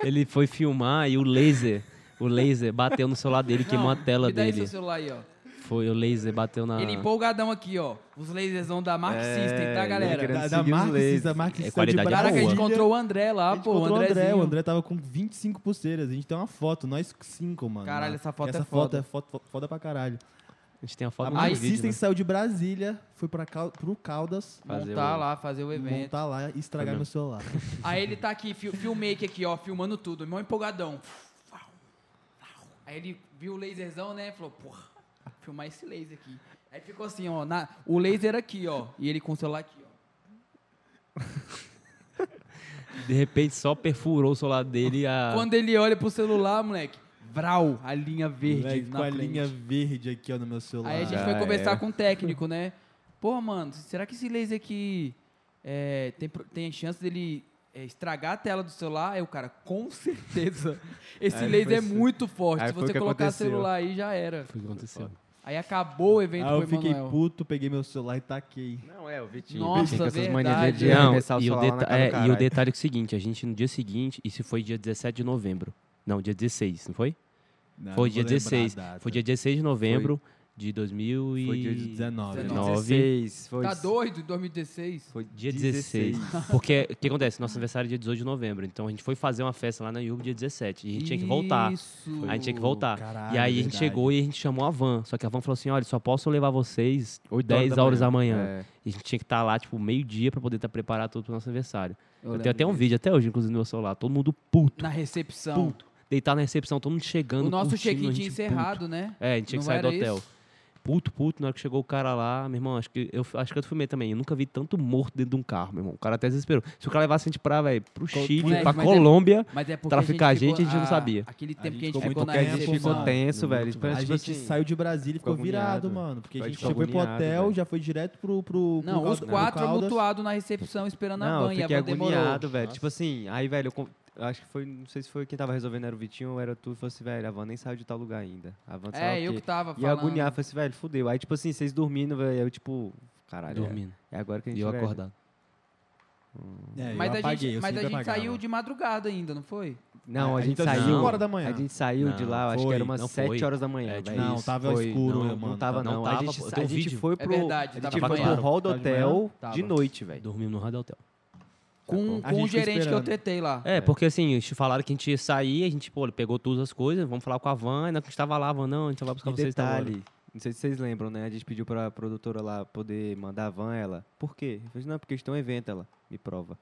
Ele foi filmar e o laser, o laser bateu no celular dele, queimou a
Não,
tela
me dá aí
dele. Ah.
seu celular aí, ó.
Foi o laser, bateu na...
Ele empolgadão aqui, ó. Os laserzão da Mark System, tá,
ele
galera?
querendo
Da, da
seguir os
Marx,
leis.
da Marx.
É qualidade
Caraca, a gente
Boa.
encontrou o André
A
lá,
gente
pô. O
encontrou o André,
Andrézinho.
o André tava com 25 pulseiras. A gente tem uma foto, nós cinco, mano.
Caralho, essa foto é foda. é
Essa foto é foda, foda pra caralho.
A gente tem a
A
foto no
Aí
Marx
vídeo,
System
né?
saiu de Brasília, foi pra Cal, pro Caldas,
Fazer
montar
o-
lá, fazer o evento.
montar lá e estragar
Foi
meu celular.
Aí ele tá aqui, fil filmmake aqui, ó, filmando tudo. Irmão empolgadão. Aí ele viu o laserzão, né? Falou, porra, vou filmar esse laser aqui. Aí ficou assim, ó, na, o laser aqui, ó. E ele com o celular aqui, ó.
De repente só perfurou o celular dele e
Ah.
a...
Quando ele olha pro celular, moleque, vral, a linha verde
Moleque,
na
com a
frente.
linha verde aqui, ó, no meu celular.
Ah,
Aí a
é.
gente
Já
foi conversar
era.
com o técnico, né? Pô, mano, será que esse laser aqui é, tem, pro- tem chance dele é, estragar a tela do celular? Aí o cara, com certeza. Esse
Aí
laser
foi
é
assim.
isso.
muito forte.
Aí
Se
foi o
você
que
colocar o
aconteceu.
celular aí, já era.
Foi o que aconteceu. Ah,
Aí acabou o evento
Aí
com o
eu fiquei
Emanuel.
puto, peguei meu celular e taquei.
Não, é, o Vitinho.
Nossa,
Vitinho, com essas manias
verdade. né?
dele de
Não,
arremessar o
e, o
celular na cara
deta-
do
é, e o
caralho.
detalhe é o seguinte, a gente no dia seguinte, isso foi dia 17 de novembro. Não, dia 16, não foi?
Não,
foi
não vou lembrar
dia
a
16.
Ah,
data.
tá.
Foi dia 16 de novembro de 2000 e...
Foi dia 19.
19.
16, foi
Tá doido, em 2016?
Foi
Dia 16. Porque o que acontece? Nosso aniversário é dia 18 de novembro. Então a gente foi fazer uma festa lá na Yuba dia 17. E a gente tinha que voltar.
Isso.
A gente tinha que voltar.
Caralho,
e aí a gente
verdade.
chegou e a gente chamou a van. Só que a van falou assim: olha, só posso levar vocês
Oito
10 horas da manhã.
É.
E a gente tinha que estar lá, tipo, meio-dia pra poder estar preparado tudo pro nosso aniversário.
Eu
Eu,
lembro
tenho até um
disso.
vídeo até hoje, inclusive, no meu celular. Todo mundo puto.
Na recepção.
Puto. Deitado na recepção, todo mundo chegando.
O nosso
curtindo,
check-in
a
tinha
gente
encerrado, né?
puto. É, a gente tinha que
Não
sair do
era
hotel.
isso?
puto, puto. Na hora que chegou o cara lá, meu irmão, acho que eu, acho que eu filmei também. Eu nunca vi tanto morto dentro de um carro, meu irmão. O cara até desesperou. Se o cara levasse a gente pra, velho, pro Chile,
moleque,
pra
mas é-
Colômbia.
Mas é porque
Traficar a gente, a gente não
ficou-
sabia.
Aquele
A
tempo
gente
que a gente
ficou
ficou
muito
na
Porque a gente ficou
revolução.
tenso, velho. Tipo,
A
tipo
gente
assim,
saiu de Brasília e ficou
ficou
virado,
agoniado.
mano. Porque a
Ficou
gente chegou pro
agoniado,
hotel,
velho.
já foi direto pro. pro, pro
Não, os
Calda- pro
quatro
Caldas.
mutuados na recepção esperando a
Não,
van
eu
e a
fiquei
van demorou. É,
agoniado, velho. Tipo assim, aí, velho, eu com- acho que foi, não sei se foi quem tava resolvendo, era o Vitinho ou era tu, e falou assim, velho, a van nem saiu de tal lugar ainda. A van saiu
É, eu que tava
E
falando.
agoniar, falei assim, velho, fudeu. Aí, tipo assim, vocês dormindo, velho, eu, tipo, caralho, é-
Dormindo.
é agora que a
E
gente
eu
velho.
acordado.
É, eu
Mas a
apaguei,
gente,
eu
mas a
sempre
gente
apagava.
saiu de madrugada ainda, não foi?
Não, a, gente
saiu
saiu.
5 horas da
A
manhã.
gente saiu de
Não,
lá, acho que
foi,
era umas
não
7
foi.
horas da manhã,
É, tipo,
velho.
Não,
Isso,
tava
foi.
escuro,
Não,
mano.
Não tava,
não
não.
tava,
a gente,
pô, eu
sa-
tenho
a
um
gente
vídeo.
foi
É
pro.
verdade,
a
tava
gente foi pro
apagado.
hall do
Tava de manhã?
hotel
Tava.
de noite, velho.
Dormimos no Rádio Hotel.
Com,
A
com
gente
o
ficou
gerente que eu
esperando.
tretei lá.
É, porque assim, eles falaram que a gente ia sair, a gente, pô, ele pegou todas as coisas, vamos falar com a van, ainda que a gente tava lá, a van, não, a gente só vai buscar
E
vocês tá tal hora.
detalhe, não sei se vocês lembram, né? A gente pediu pra produtora lá poder mandar a van ela. Por quê? Eu falei, não, porque a gente tem um evento ela. Me prova.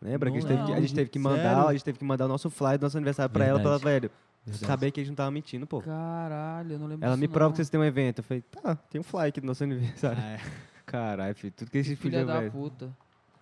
Lembra que a gente,
Não
teve que, a
lembro.
gente teve que mandar,
Sério?
a gente teve que mandar o nosso flyer do nosso aniversário pra ela, pra ela, velho,
Verdade.
saber que a gente não tava mentindo, pô.
Caralho, eu não lembro
Ela
disso
me prova
não.
que vocês têm um evento. Eu falei, tá, tem um flyer aqui do nosso aniversário.
Ah, é.
Caralho, filho, tudo que a
Que
gente
filha
podia,
da
é velho.
puta.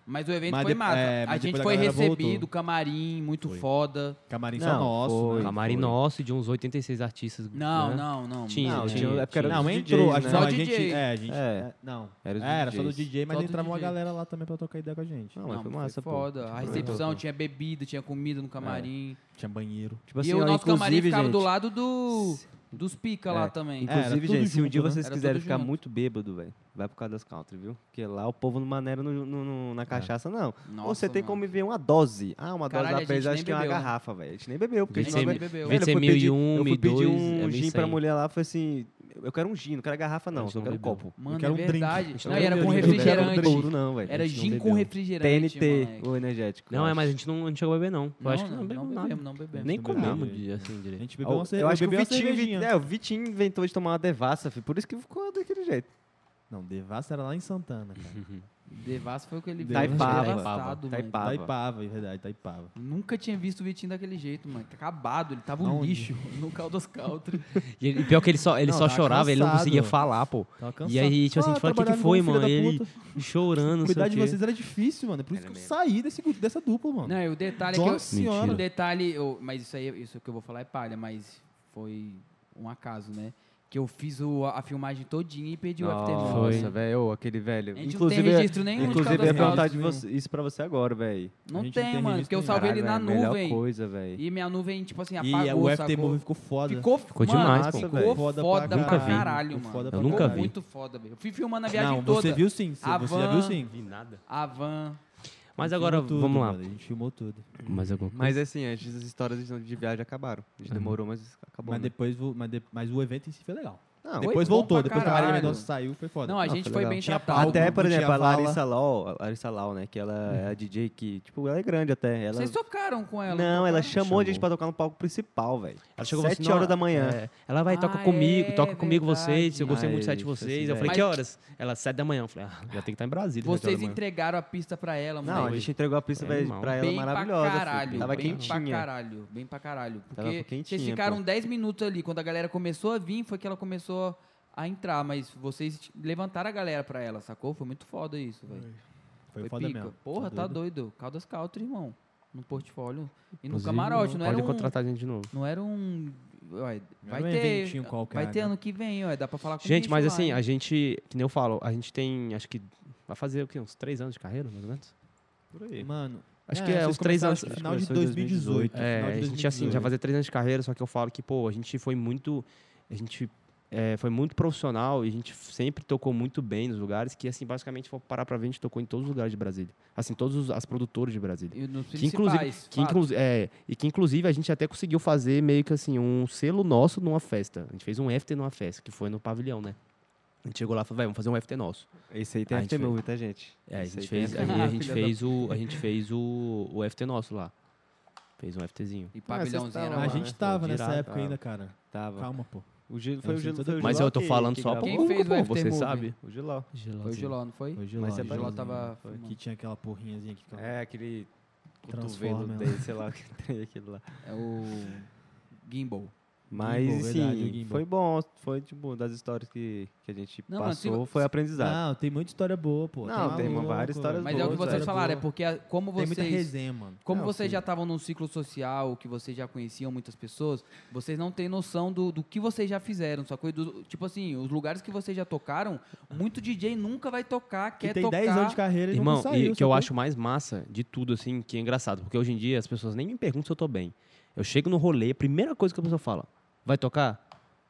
Mas o evento
Mas
foi
de-
massa.
é, mas
a
depois
gente
a
foi
galera
recebido,
voltou.
camarim, muito
Foi.
foda.
Camarim só
Não,
nosso.
foi.
né?
Camarim
foi.
nosso de uns 86 artistas.
Não,
né?
não, não.
Tinha,
Não,
tinha.
tinha- é porque era
Não,
dos
entrou.
DJs,
acho que
né?
não,
Só
a gente.
DJ.
É, a gente.
É.
Não.
Era os
É, era só do
DJs.
DJ, mas
Só do
entrava uma
DJ.
galera lá também pra trocar ideia com a gente.
Não, mas foi
mas
massa, pô.
foda. A
Foi
recepção
massa.
tinha bebida, tinha comida no camarim.
Tinha banheiro.
Tipo
e
ó,
o nosso camarim
inclusive,
ficava do
gente,
lado do, dos pica lá
É.
também.
É, era
Inclusive,
tudo
gente, se um
junto,
dia
né?
vocês
Era
quiserem
tudo
ficar
junto.
muito bêbado, velho, vai pro Caldas Country, viu? Porque lá o povo não maneira no- no- no-
É.
na cachaça, não. Ou você tem
mano.
como ver uma dose. Ah, uma
Caralho, a
dose
gente
da presa,
nem
acho que é uma
bebeu, né?
garrafa, velho. A gente nem bebeu, porque a gente
Vinte e
não
seis-
bebeu.
vinte
e seis
eu fui
mil e
pedir-
um,
eu
mil
fui
e
pedir
dois, é
um
mil e
gin pra
cem.
mulher lá, foi assim, eu quero um gin, não quero garrafa não,
A gente
eu
não
quero um
bebeu.
copo.
Mano,
quero
é
um drink.
verdade.
gente
Não,
não
e era
bebeu
com
drink.
Não era um drink,
refrigerante.
não, velho.
Era
gente não
gin com
bebeu.
refrigerante,
TNT,
moleque.
ou energético.
Não,
eu
é, mas a
acho.
gente não, a gente chegou a beber, não. Eu
Não,
acho que
não,
não, bebemos
não
nada.
bebemos, não bebemos.
Nem
Não
comemos
bebemos.
de, assim
A
direito.
gente bebeu uma cerve-
Eu acho que o
bebeu uma
Vitinho,
cervejinha.
é, o Vitinho inventou de tomar uma devassa, filho. por isso que ficou daquele jeito.
Não, Devassa era lá em Santana, cara.
Devassa foi o que ele
Taipava.
viu, acho que ele
Taipava.
devastado, mano.
Taipava.
Taipava, é verdade, Taipava.
Nunca tinha visto o Vitinho daquele jeito, mano. Tá Acabado, ele tava um
Aonde?
lixo no Caldas Country.
E ele- pior que ele só, ele
Não,
só
tava
tá
chorava, ele não
cansado.
conseguia falar, pô.
Tava cansado.
E aí, tipo assim, a gente
Ah,
fala, o que, que
trabalhava
foi,
igual um
mano?
filho da
Ele
puta.
chorando, não sei
Cuidar
o
de
quê.
vocês era difícil, mano. Por isso
Era
que eu
mesmo.
saí desse, gru- dessa dupla, mano.
Não, e o detalhe é que eu,
Nossa senhora.
O detalhe, eu- mas isso aí, isso que eu vou falar é palha, mas foi um acaso, né? Que eu fiz o- a filmagem todinha e perdi o aftermath.
Nossa, velho, ô, aquele velho.
A gente
Inclusive,
não tem registro nenhum
Inclusive,
de
eu ia
Caldas
perguntar
Country.
de você- isso pra você agora, velho.
A
Não
gente
tem,
não tem
mano,
registro
porque eu
nenhum.
salvei ele na
é melhor
nuvem.
coisa, velho.
E minha nuvem, tipo assim,
e
apagou,
o FT
sacou?
Move ficou foda.
Ficou,
Ficou
mano,
demais, pô.
ficou
Ficou
foda,
foda
pra,
pra
caralho.
caralho,
Ficou
mano.
foda
pra
Ficou
caralho.
muito foda, velho. Eu fui filmando a viagem
Não,
toda.
você viu sim. Você,
A
você
van-
já viu sim.
Vi nada.
A van.
Mas
Filmou
agora,
é tudo,
vamos lá.
mano, A gente filmou tudo.
Mas alguma coisa?
Mas assim, antes as histórias de- de viagem acabaram. A gente demorou, Uhum. mas acabou.
Mas
né?
depois, vo- mas, de- mas o evento em si foi legal.
Não,
Foi
depois
bom
voltou,
pra
depois que a
caralho.
Marília Mendonça saiu, foi foda.
Não, a
Ah, Não,
gente
foi
foi
legal.
bem
Tinha
tratado.
até,
Algo
por
não tinha
exemplo, a
fala.
Larissa Lau, a Larissa Lau, né? Que ela é a DJ que, tipo, ela é grande até. Ela...
Vocês tocaram com ela? então, né?
não, ela é chamou, a gente
Chamou.
pra tocar no palco principal, velho.
Ela chegou e falou
Sete
assim, "Não,
horas da manhã.
é, ela vai, toca
Ah,
comigo,
é
toca comigo vocês, eu
verdade.
gostei muito
Aí,
do set de
foi assim,
vocês. Eu
velho.
falei,
Mas-
que horas? Ela, sete da manhã. Eu falei, ah, já tem que estar em Brasília. sete horas
Vocês
da manhã."
entregaram a pista pra ela, mano.
Não, a gente entregou a pista
É,
velho,
irmão.
pra ela
bem
maravilhosa.
pra
filho.
caralho,
Tava
bem pra
quentinha.
caralho, bem pra caralho.
Tava
Porque
quentinha,
vocês ficaram
pô.
10 minutos ali, quando a galera começou a vir, foi que ela começou a entrar, mas vocês t- levantaram a galera pra ela, sacou? Foi muito foda isso, velho.
Foi, foda
pica.
mesmo.
Porra, tá doido. Caldas Country, irmão. No portfólio e no
Inclusive,
camarote, não era
Pode
um...
contratar a gente de novo.
Não era um... ué,
Não
vai
era um
ter...
eventinho qualquer,
vai ter
né?
ano que vem, ó, dá pra falar com o
Gente,
bicho
mas
lá,
assim,
hein?
a gente, que nem eu falo, a gente tem, acho que vai fazer o quê? Uns três anos de carreira, mais ou menos?
Por aí.
Mano,
Acho que é
vocês
uns três
começaram,
anos.
acho que
acho que
Final de
começou em
2018.
É,
final de
a gente, assim, já
2018.
vai fazer três anos de carreira, só que eu falo que, pô, a gente foi muito. A gente é, foi muito profissional e a gente sempre tocou muito bem nos lugares que, assim, basicamente, se for parar pra ver, a gente tocou em todos os lugares de Brasília. Assim, todas os- as produtoras de Brasília.
E nos
Que inclusive,
principais,
que
fato.
inclusi- é, e que inclusive a gente até conseguiu fazer meio que assim, um selo nosso numa festa. A gente fez um FT numa festa, que foi no pavilhão, né? A gente chegou lá e falou, "Véi, vamos fazer um FT nosso.
Esse aí tem
A gente
FT Movie, tá, gente?
É, a
Esse
gente
aí tem
fez,
FT Movie.
aí a gente
Filha da
fez o, a gente fez o, o FT nosso lá. Fez um FTzinho.
E pavilhãozinho era
estavam
A
massa.
lá,
gente
né?
tava
Foi
nessa
girar,
época
tava.
ainda, cara.
Tava.
Calma, pô.
O Gil,
Eu
foi o
sei
Gil,
tudo
foi o
bem.
Mas
Giló
eu tô
que-
falando
que
só
gravou.
Quem
por
fez o
pô,
FT
você
Movie?
sabe.
O Giló.
tá
Foi o Giló, não foi?
Foi o Giló.
Mas você
o
tá-
O Giló
Gilózinho.
tava...
Que tinha aquela porrinhazinha aqui. Calma.
É, aquele
Então. Transforma
cotovelo
ela.
dele, sei lá o que tem aquilo lá.
É o é Gimbal.
Mas,
Gimbal,
assim,
verdade, o Gimbal.
foi bom. Foi, tipo, das histórias que, que a gente
Não, mas se
passou,
vo-
foi aprendizado.
Não, tem muita história boa, pô.
Não, tem uma-
maluco,
várias histórias
Mas
velho.
é o que
boas,
vocês
é.
falaram, é porque a- como
Tem muita
vocês
resenha, mano.
Como
Não,
vocês
sim.
já estavam num ciclo social, que vocês já conheciam muitas pessoas, vocês não têm noção do, do que vocês já fizeram, sacou? E do- tipo assim, os lugares que vocês já tocaram, muito DJ nunca vai tocar,
Que
quer
tem
tocar.
10 anos de carreira e
Irmão,
nunca
e
saiu.
que eu
sacou?
acho mais massa de tudo, assim, que é engraçado, porque hoje em dia as pessoas nem me perguntam se eu tô bem. Eu chego no rolê, a primeira coisa que a pessoa fala, vai tocar?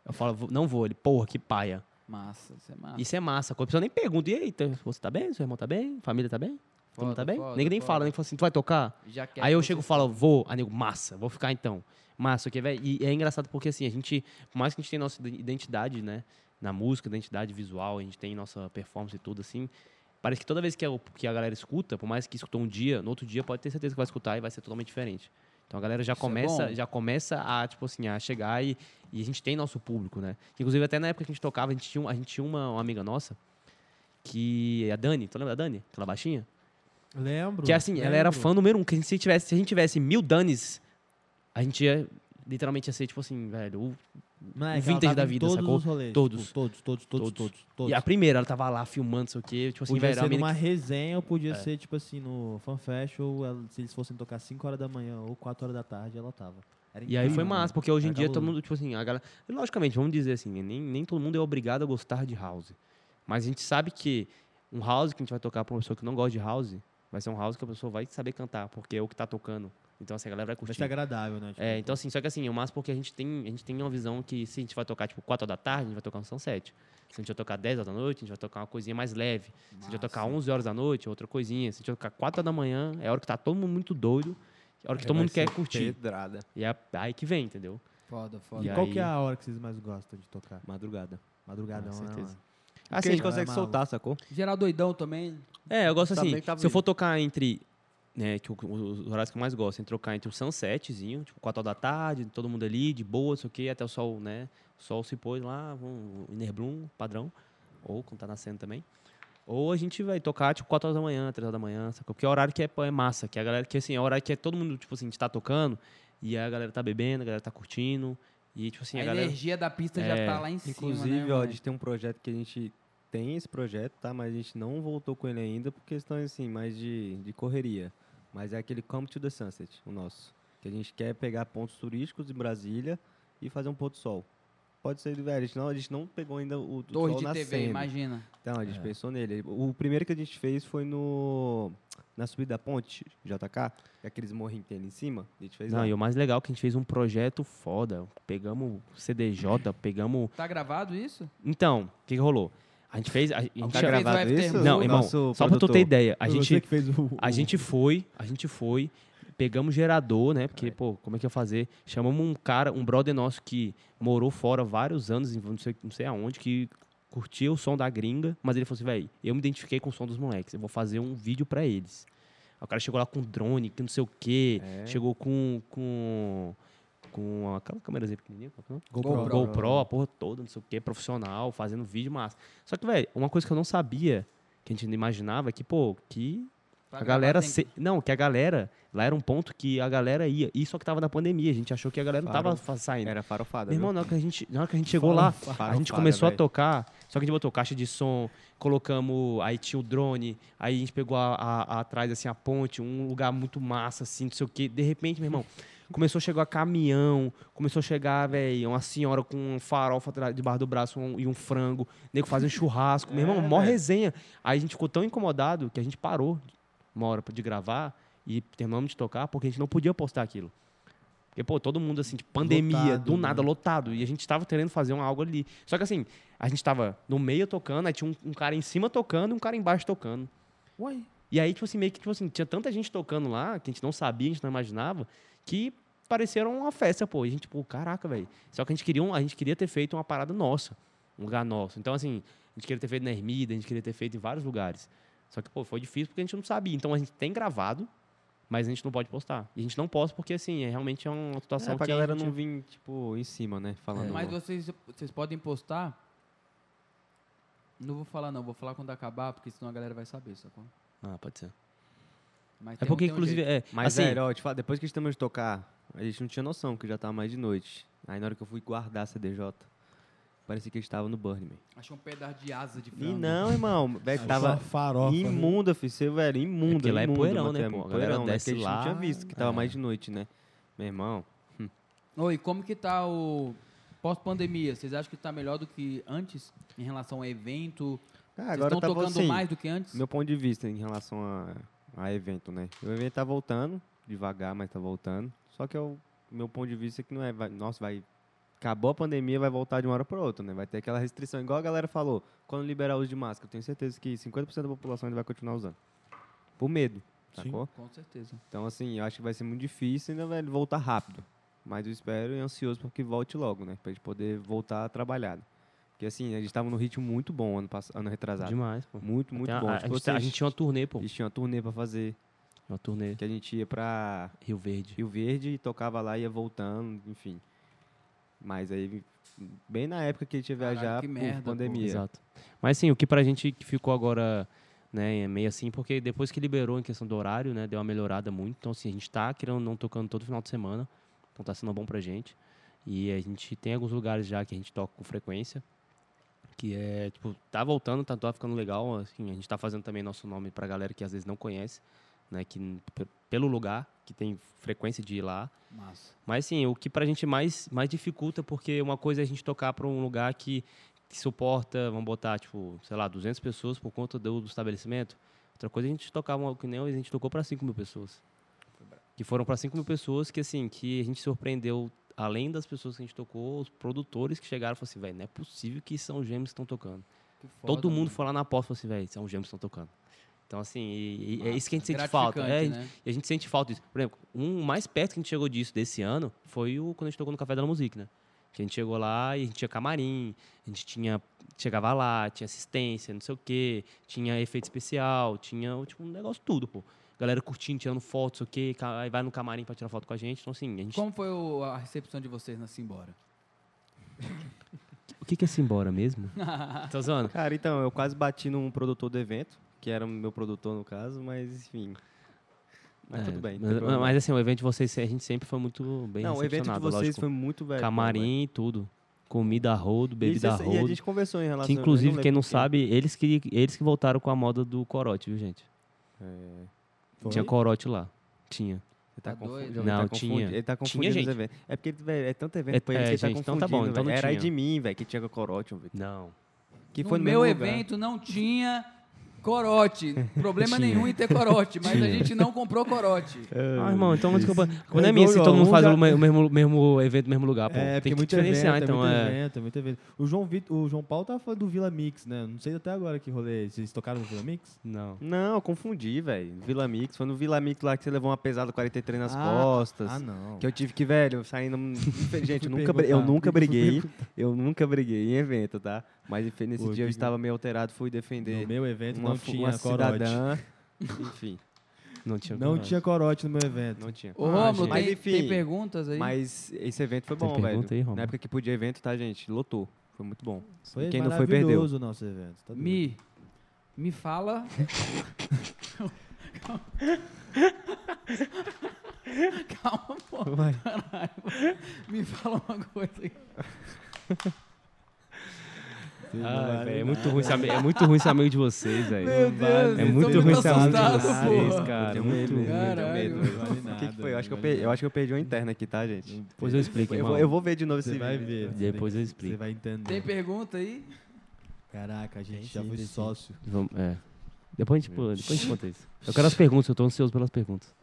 Eu falo, "Vou- não vou. Ele, porra, que paia.
Massa, isso é massa.
Isso é massa. Quando a pessoa nem pergunta, e aí, tá- você tá bem? Seu irmão tá bem? Família tá bem? Todo
Foda,
mundo tá bem?
foda,
nem nem
foda.
fala, nem fala assim, tu vai tocar?
Já quer
Aí eu
que
chego e
vocês-
falo, vou, aí nego, massa, vou ficar então. Massa, ok, velho. E é engraçado porque assim, a gente, por mais que a gente tenha nossa iden- identidade, né? Na música, identidade visual, a gente tem nossa performance e tudo assim. Parece que toda vez que a, que a galera escuta, por mais que escutou um dia, no outro dia pode ter certeza que vai escutar e vai ser totalmente diferente. Então a galera já
Isso é
começa,
bom.
já começa a, tipo assim, a chegar e, e a gente tem nosso público, né? Inclusive, até na época que a gente tocava, a gente tinha, um- a gente tinha uma, uma amiga nossa, que é a Dani, tu lembra da Dani? Aquela baixinha?
Lembro.
Que assim, ela era
lembro.
fã número um. Que se, tivesse, se a gente tivesse mil danes, a gente ia literalmente ia ser tipo assim, velho. o-
Moleque,
o vintage
ela tava
da
em
vida,
todos
sacou?
Os rolês,
Todos.
tipo, todos, todos, todos,
Todos.
todos, todos.
E a primeira, ela tava lá filmando, não sei o quê. Tipo assim,
podia
velho, a
ser
menina
numa resenha ou
É.
podia ser, tipo assim, no Fan Fest, ou ela- se eles fossem tocar 5 horas da manhã ou 4 horas da tarde, ela tava. Era
E aí
incrível,
foi
né, mano.
massa, porque hoje em
Era
dia todo
cabuloso.
mundo, tipo assim, a galera. Logicamente, vamos dizer assim, nem, nem todo mundo é obrigado a gostar de house. Mas a gente sabe que um house que a gente vai tocar pra uma pessoa que não gosta de house, vai ser um house que a pessoa vai saber cantar, porque é o que tá tocando. Então assim, a galera vai
Vai
curtir.
ser agradável, né? Tipo,
É, então assim, só que assim, é o máximo porque a gente tem, a gente tem uma visão que se a gente vai tocar tipo 4 horas da tarde, a gente vai tocar um sunset. Se a gente vai tocar 10 horas da noite, a gente vai tocar uma coisinha mais leve. Se a gente vai tocar 11 horas da noite, outra coisinha. Se a gente vai tocar 4 da manhã, é a hora que tá todo mundo muito doido, é a hora que todo
Vai
mundo quer
ser É
curtir.
Pedrada.
E é aí que vem, entendeu?
Foda,
E
foda.
aí-
Qual que é a hora que vocês mais gostam de tocar?
Madrugada.
Madrugadão,
Com
né?
Ah, certeza.
mano?
Assim, a
Assim,
gente consegue
é maluco.
soltar, sacou?
Geral doidão também.
é, eu gosto assim,
Também tava
se eu for tocar entre né, que o- os horários que eu mais gosto, é trocar entre o sunsetzinho, tipo 4 horas da tarde, todo mundo ali de boa, não sei o quê, até o sol, né? O sol se pôs lá, vamos, Inerbloom, padrão, ou quando tá nascendo também. Ou a gente vai tocar, tipo, 4 horas da manhã, 3 horas da manhã, sacou? Porque é o horário que é, é massa, que a galera, que assim, é o horário que é todo mundo, tipo assim, a gente tá tocando, e a galera tá bebendo, a galera tá curtindo, e tipo assim, a,
a
galera...
energia da pista já
É.
tá lá em cima,
Inclusive,
né,
ó, a
moleque?
gente tem um projeto que a gente tem esse projeto, tá? Mas a gente não voltou com ele ainda por questões assim, mais de, de correria. Mas é aquele Come to the Sunset, o nosso. Que a gente quer pegar pontos turísticos em Brasília e fazer um pôr do sol. Pode ser, velho, a gente não, a gente não pegou ainda o do
Torre
sol
de TV,
nascendo.
imagina.
Então, a gente
É.
pensou nele. O primeiro que a gente fez foi no na subida da ponte, JK, que é aqueles morrinhos que tem ali em cima. A gente fez
Não,
lá.
e o mais legal é que a gente fez um projeto foda. Pegamos CDJ, pegamos.
Tá gravado isso?
Então, o que, que rolou? A gente fez. A, a gente
fez o After Blue,
Não, irmão,
Nosso
só pra tu ter
produtor.
ideia, a
Foi você
gente,
que fez o-
a
o-
gente foi, a gente foi, pegamos gerador, né? Porque, pô, como é que ia fazer? Chamamos um cara, um brother nosso que morou fora vários anos, em não sei, não sei aonde, que curtia o som da gringa, mas ele falou assim, velho, eu me identifiquei com o som dos moleques, eu vou fazer um vídeo pra eles. Aí o cara chegou lá com drone, que não sei o quê, chegou com. com com aquela câmerazinha pequenininha, qual que é o nome?
GoPro.
GoPro, a porra toda, não sei o que, profissional, fazendo vídeo massa. Só que, velho, uma coisa que eu não sabia, que a gente não imaginava, é que, pô, que
Pra
a
gravar
galera.
Tá tem-
se- Não, que a galera. Lá era um ponto que a galera ia. E só que tava na pandemia. A gente achou que a galera não tava
Claro.
fa- saindo.
Era farofada.
Meu irmão, na hora que a gente, na hora que a gente chegou lá, a gente começou a tocar. Só que a gente botou caixa de som, colocamos. Aí tinha o drone. Aí a gente pegou a- a- a- atrás, assim, a ponte. Um lugar muito massa, assim, não sei o quê. De repente, meu irmão. Começou a chegar caminhão, começou a chegar, velho, uma senhora com um farofa atrás- debaixo do braço um- e um frango, nego fazendo churrasco, meu
É,
irmão, mó resenha. Aí a gente ficou tão incomodado que a gente parou uma hora de gravar e terminamos de tocar porque a gente não podia postar aquilo. Porque, pô, todo mundo, assim, de pandemia,
Lotado,
do nada,
né?
lotado. E a gente tava querendo fazer um, algo ali. Só que, assim, a gente tava no meio tocando, aí tinha um, um cara em cima tocando e um cara embaixo tocando.
Uai.
E aí, tipo assim, meio que, tipo assim, tinha tanta gente tocando lá, que a gente não sabia, a gente não imaginava, que pareceram uma festa, pô. E a gente, tipo, caraca, velho. Só que a gente, queria um- a gente queria ter feito uma parada nossa, um lugar nosso. Então, assim, a gente queria ter feito na Ermida, a gente queria ter feito em vários lugares. Só que, pô, foi difícil porque a gente não sabia. Então, a gente tem gravado, mas a gente não pode postar. E a gente não posta porque, assim, é realmente é uma situação
É, pra
que a
galera
gente-
não vir, tipo, em cima, né?
É.
Falando.
Mas vocês, vocês podem postar. Não vou falar não, vou falar quando acabar, porque senão a galera vai saber, sacou?
Ah, pode ser.
Mas
É
tem um-
porque,
tem um
inclusive,
jeito.
é...
Mas,
assim,
velho, ó, eu te falo, depois que estamos de tocar A gente não tinha noção, que já tava mais de noite. Aí na hora que eu fui guardar a CDJ, parecia que a gente tava no Burning Man.
Achei um pedaço de asa de
E
frango.
não, irmão. Velho,
Achou uma
tava
farofa. né?
imunda, filho. Você, velho, imunda.
Porque lá né? é
imunda,
poeirão, né,
Matheus,
pô? A galera
Poeirão, né?
desce
Porque a gente
lá,
não tinha visto, que tava
é. Ah,
mais de noite, né? Meu irmão,
Oi, como que tá o pós-pandemia? Vocês acham que tá melhor do que antes em relação a evento?
Ah,
Vocês
agora
estão
tá
tocando
assim,
mais do que antes?
meu ponto de vista em relação a, a evento, né? O evento tá voltando, devagar, mas tá voltando. Só que eu, meu ponto de vista é que não é, vai, nossa, vai acabou a pandemia, vai voltar de uma hora para outra, né? Vai ter aquela restrição, igual a galera falou, quando liberar o uso de máscara, eu tenho certeza que 50% da população ainda vai continuar usando. Por medo,
Sim.
sacou?
Com certeza.
Então, assim, eu acho que vai ser muito difícil ainda, velho, voltar rápido. Mas eu espero e ansioso para que volte logo, né? Pra gente poder voltar a trabalhar. né? Porque, assim, a gente tava num ritmo muito bom ano, pass- ano retrasado.
Demais, pô.
Muito, muito
Até a-
bom.
A,
Tipo,
gente, tá, a
vocês-
gente tinha uma turnê,
a
pô.
gente tinha uma turnê pra fazer,
Uma turnê.
que a gente ia pra
Rio Verde.
Rio Verde e tocava lá, ia voltando, enfim. Mas aí, bem na época que a gente ia
Caralho,
viajar,
que
por
merda, pô.
pandemia.
Exato. Mas sim, o que pra gente que ficou agora, né, é meio assim, porque depois que liberou em questão do horário, né, deu uma melhorada muito. Então, assim, a gente tá querendo ou não tocando todo final de semana. Então tá sendo bom pra gente. E a gente tem alguns lugares já que a gente toca com frequência. Que é, tipo, tá voltando, tá, tá ficando legal. Assim, a gente tá fazendo também nosso nome pra galera que às vezes não conhece, né? Que n- pe- pelo lugar, que tem frequência de ir lá.
Massa.
Mas sim, o que pra gente mais, mais dificulta, porque uma coisa é a gente tocar pra um lugar que, que suporta, vamos botar, tipo, sei lá, 200 pessoas por conta do, do estabelecimento. Outra coisa é a gente tocar uma que nem a gente tocou pra 5 mil pessoas. Que foram pra 5 mil pessoas que, assim, que a gente surpreendeu, além das pessoas que a gente tocou, os produtores que chegaram e falaram assim, velho, não é possível que são gêmeos que estão tocando.
Que foda,
Todo mundo
mano.
foi lá na porta e falou assim, velho, são gêmeos que estão tocando. Então, assim, e- e é isso que a gente sente
Gratificante,
falta. É,
né?
e a gente sente falta disso. Por exemplo, um mais perto que a gente chegou disso desse ano foi o quando a gente tocou no Café da Musique, né? Que a gente chegou lá e a gente tinha camarim, a gente tinha. Chegava lá, tinha assistência, não sei o quê, tinha efeito especial, tinha tipo, um negócio tudo, pô. Galera curtindo, tirando foto, não sei o quê, ca- aí vai no camarim pra tirar foto com a gente. Então, assim, a gente.
Como foi o- a recepção de vocês na Simbora?
O que que é simbora mesmo? Tô zoando.
Cara, então, eu quase bati num produtor do evento, que era o meu produtor no caso, mas enfim. Mas
É,
tudo bem. não tem
Mas,
problema.
mas, assim, o evento de vocês, a gente sempre foi muito bem
Não, o evento de
recepcionado,
vocês
lógico.
foi muito velho.
Camarim e tudo. Comida a rodo, bebida a
e, cê- e a
rodo.
gente conversou em relação
Que inclusive, quem não
é.
sabe, eles que, eles que voltaram com a moda do corote, viu, gente?
É, Foi?
Tinha corote lá. Tinha.
Ele tá
Tá
confu-
doido.
já-
Não,
ele tá
tinha.
confundindo- Ele tá
Tinha,
confundindo os
gente.
eventos. É porque velho, é tanto
É-
evento pra ele
é,
que ele tá
gente, então
confundindo.
tá bom, então
velho.
não
Era aí
tinha.
de mim, velho, que tinha corote. um velho.
Não.
Que
no
foi no
meu
mesmo lugar.
evento não tinha corote. Problema
Tinha.
nenhum em ter corote, mas a
Tinha.
gente não comprou corote.
Ah, irmão, então mas desculpa. Quando é
Igual,
minha, se
ó,
todo mundo
um
faz
já-
o me- o mesmo, mesmo evento no mesmo lugar, pô.
É,
Tá Tem
porque
que
muito
diferenciar,
evento,
então.
é muito
é.
evento, é muito evento. O João, Vit- o João Paulo tá falando do Vila Mix, né? Não sei até agora que rolê. é esse. Vocês tocaram no Vila Mix?
Não.
Não, eu confundi, velho. Vila Mix. Foi no Vila Mix lá que você levou uma pesada 43 nas
Ah,
costas.
Ah, não.
Que eu tive que, velho, saindo. Gente, eu
Fui
nunca, bri- eu
perguntar,
nunca
por que que eu fui
briguei. Eu nunca briguei em evento, tá? Mas enfim, nesse
Pô,
dia eu
que-
estava meio alterado, fui defender.
No meu evento
uma,
não
fu-
tinha
uma
corote.
cidadã. Enfim,
Não tinha
Não
corote.
tinha corote no meu evento.
não tinha.
Ô,
Ah,
Romulo,
gente.
tem,
Mas, enfim,
tem perguntas aí?
Mas esse evento foi
Tem
bom, velho.
pergunta aí, Romulo?
Na época que podia evento, tá, gente? Lotou. Foi muito bom.
Foi
Quem não foi, perdeu.
maravilhoso o nosso evento. tá doido.
Me, me fala. Calma, pô.
Vai.
Caralho. Me fala uma coisa. aí.
Sim, não
Ah,
vale
velho, é
nada.
muito ruim esse amigo, é muito ruim esse amigo de vocês, velho.
Deus,
É
eu tô
muito ruim esse amigo de
assustado,
vocês,
porra.
cara. é
Eu
Muito
tenho
medo.
ruim.
tenho
Caralho.
medo.
Não vale
O que, que foi? Eu
nada,
acho, que eu
não
pe-
vale
eu acho que eu perdi uma interna aqui, tá, gente?
Depois eu explico,
Eu vou,
irmão.
eu vou ver de novo esse
Você vai
vídeo.
ver. você
Depois
vai-
eu
Você
explico.
vai entender.
Tem pergunta aí?
Caraca, a gente
Gente,
já foi
indecente.
sócio.
Vamos- é. Depois a gente, pô, depois a gente conta isso. Eu quero as perguntas, eu tô ansioso pelas perguntas.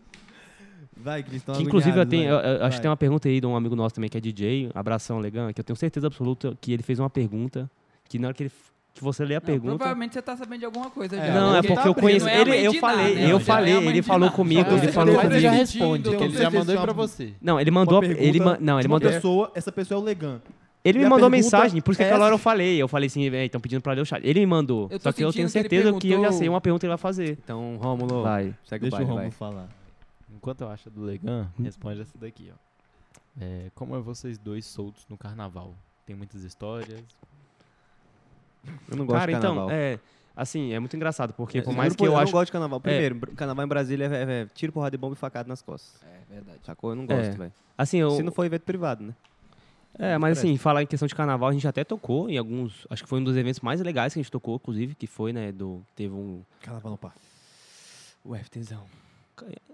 Vai, Cristão.
Que, inclusive, eu, tenho, eu- eu acho que tem
Vai.
uma pergunta aí de um amigo nosso também, que é DJ, abração, Legan, que eu tenho certeza absoluta que ele fez uma pergunta, que na hora que, ele, f- que você lê a
Não,
pergunta...
Provavelmente você tá sabendo de alguma coisa
É,
já.
não, é
porque tá
porque eu
abrindo,
conheço...
não é a
ele, eu
Mandina,
falei,
né?
eu
Já é
falei,
a
ele
Mandina.
falou comigo,
Já
ele
é.
falou
Ele
Ele já
comigo.
responde,
Então,
que ele já
você
mandou
fez
pra
uma-
você.
Não, ele mandou...
Uma
Ele, ma-
pergunta
não,
de
ele
uma
mandou...
pessoa, essa pessoa é o Legan.
Ele
E
me
a
mandou
pergunta
mensagem, por isso que
é
aquela hora eu
essa.
falei. Eu falei assim, estão pedindo pra ler o chat. Ele me mandou.
Eu tô
só que eu tenho
sentindo que ele
certeza que, eu já
perguntou-
sei uma pergunta que ele vai fazer.
Então, Rômulo,
Vai.
segue
Deixa
o
o
baile, vai.
Romulo falar.
Enquanto eu acho do Legan, responde essa daqui, ó. É, como é vocês dois soltos no carnaval? Tem muitas histórias.
Eu não gosto
Cara,
de
então,
carnaval.
é. Assim, é muito engraçado, porque
É,
por mais
juro
que eu
não
acho.
gosto de carnaval. Primeiro, br- carnaval em Brasília é, é, é tiro, porrada de bomba e facada nas costas.
É verdade.
Sacou? Eu não gosto,
É.
velho.
Assim, eu,
Se não for evento privado, né?
É, mas assim, falar em questão de carnaval, a gente até tocou em alguns. Acho que foi um dos eventos mais legais que a gente tocou, inclusive, que foi, né? Do, teve um.
Carnaval no parque.
O FTzão.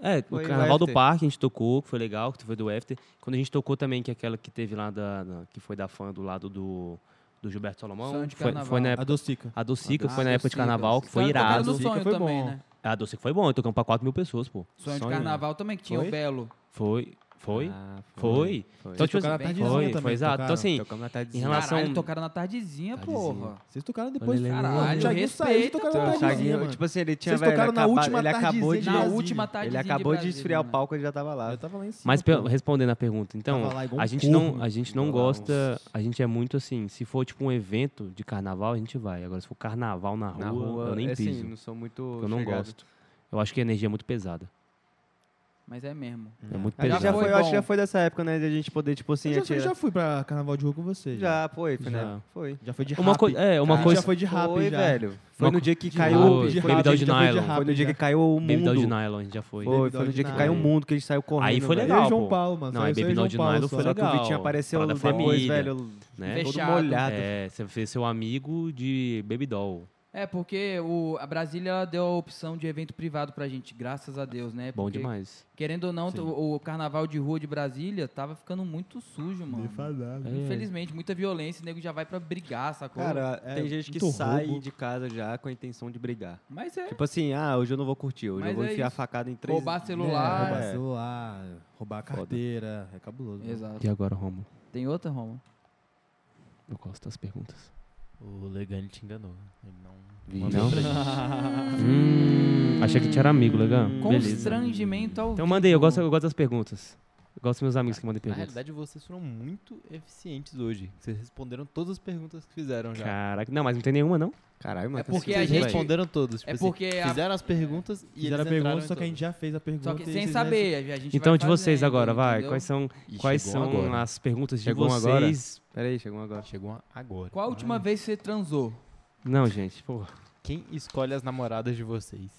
É,
Foi
o
o
Carnaval do
FT.
Parque a gente tocou, que foi legal, que foi do FT. Quando a gente tocou também, que é aquela que teve lá, da, da- que foi da fã do lado do, do Gilberto Salomão.
Som de
Foi,
carnaval.
foi na
A
época.
Docica.
A Docica
Ah, tá
foi na época de
Docica.
carnaval, que foi
Vocês tocaram
irado.
no sonho
Foi
também,
bom.
né?
A Docica foi bom, tocamos pra 4 mil pessoas, pô.
Sonho de
Sonho.
carnaval também, que tinha
Foi?
o Belo.
Foi, foi,
Ah,
foi.
foi.
Então,
Vocês tocaram
tipo,
na
assim,
tardezinha
foi,
também,
foi exato. Então,
tocaram.
assim,
Tocamos na
em
tardezinha.
relação-
Caralho, tocaram na tardezinha,
Tardezinha.
porra.
Vocês tocaram depois.
Olha, é
caralho,
Porra, o Thiaguinho
respeita,
saiu, vocês tocaram
então.
na
Então, o
tardezinha,
Chaguinho,
é mano.
tipo assim, ele tinha.
Vocês
velho,
tocaram
ele
na
acaba-
última
Ele acabou
tardezinha
de.
de
Na
Brasília.
última tardezinha
Ele acabou de
Brasília,
esfriar o
né?
palco, ele já tava lá.
Eu tava lá em cima.
Mas pe-
pô.
respondendo a pergunta, então,
Tava lá igual um
a gente
corno.
não, a gente não
Igual lá
gosta, a gente é muito assim, se for tipo um evento de carnaval, a gente vai. Agora se for carnaval na rua,
Na rua,
eu nem
é
piso.
assim, não sou muito.
eu não
chegado.
gosto. Eu acho que a energia é muito pesada.
Mas é mesmo.
É muito
A gente
pesada.
já
Já
foi,
foi
eu acho que já
bom.
foi dessa época, né? De a gente poder, tipo assim,
Eu já, fui-
atirar-
já fui pra carnaval de rua com você.
Já foi, foi,
Já.
né? Foi.
Já foi de
uma
rap.
coisa, é, uma
A gente
coisa
já foi de rap,
foi,
já.
velho. Foi
Uma
no
co-
dia que
de
caiu
rap,
o
de rap,
Baby Doll
a
de
gente já foi
Nylon.
rap
Foi no dia
já.
que caiu o
Baby Doll de
mundo.
Nylon, a gente já foi.
Foi,
Baby
foi
Doll
no
de
dia que
Nylon.
caiu o mundo, que a gente saiu correndo. né?
Aí foi
velho.
Eu
legal,
e João
pô.
Paulo, mano.
Não,
Saiu
aí
só eu
Baby
e
Doll
João
de
Paulo
Nylon
só.
foi
Só que o
legal.
Vitinho apareceu
Parada
depois,
família,
velho.
né?
Todo
Fechado.
molhado.
É, você fez seu amigo de Baby Doll.
É, porque o, a Brasília ela deu a opção de evento privado pra gente, graças a Deus, né?
Bom
Porque,
demais.
Querendo ou não, o, o carnaval de rua de Brasília tava ficando muito sujo,
Tá
mano.
É.
É. Infelizmente, muita violência, o nego já vai pra brigar, sacou?
Cara, tem gente que
é muito
sai
roubo.
de casa já com a intenção de brigar.
Mas é.
Tipo assim, ah, hoje eu não vou curtir, hoje
Mas
eu vou
é
enfiar a
isso.
facada em três.
Roubar
É,
celular.
roubar
É.
celular, roubar a carteira. É cabuloso. né?
Exato.
E agora, Romulo?
Tem outra, Roma?
Eu gosto das perguntas.
O Legan te enganou. Ele não.
Não? Hum, achei que a gente era amigo, legal. Hum,
Hum.
Beleza.
Constrangimento ao
Então mandei, eu
vivo.
gosto, eu gosto das perguntas. Eu gosto dos meus amigos que mandem
Na
perguntas.
realidade, vocês foram muito eficientes hoje. Vocês responderam todas as perguntas que fizeram já.
Caraca, não, mas não tem nenhuma, não?
Caralho, mano. tá
É porque a
Vocês
gente.
responderam todos. tipo
É
assim,
porque. a-
fizeram as perguntas e
Fizeram a
eles
pergunta,
entraram
só que a gente já fez a pergunta.
Só que
e
sem
vocês
saber, a gente
Então,
vai
de vocês
fazendo,
agora, vai.
entendeu?
Quais são,
já...
quais são
agora.
as perguntas de
Chegou um agora?
vocês?
Peraí, chegou agora.
Chegou um agora.
Qual a última vez que você transou?
Não, gente, pô.
Quem escolhe as namoradas de vocês?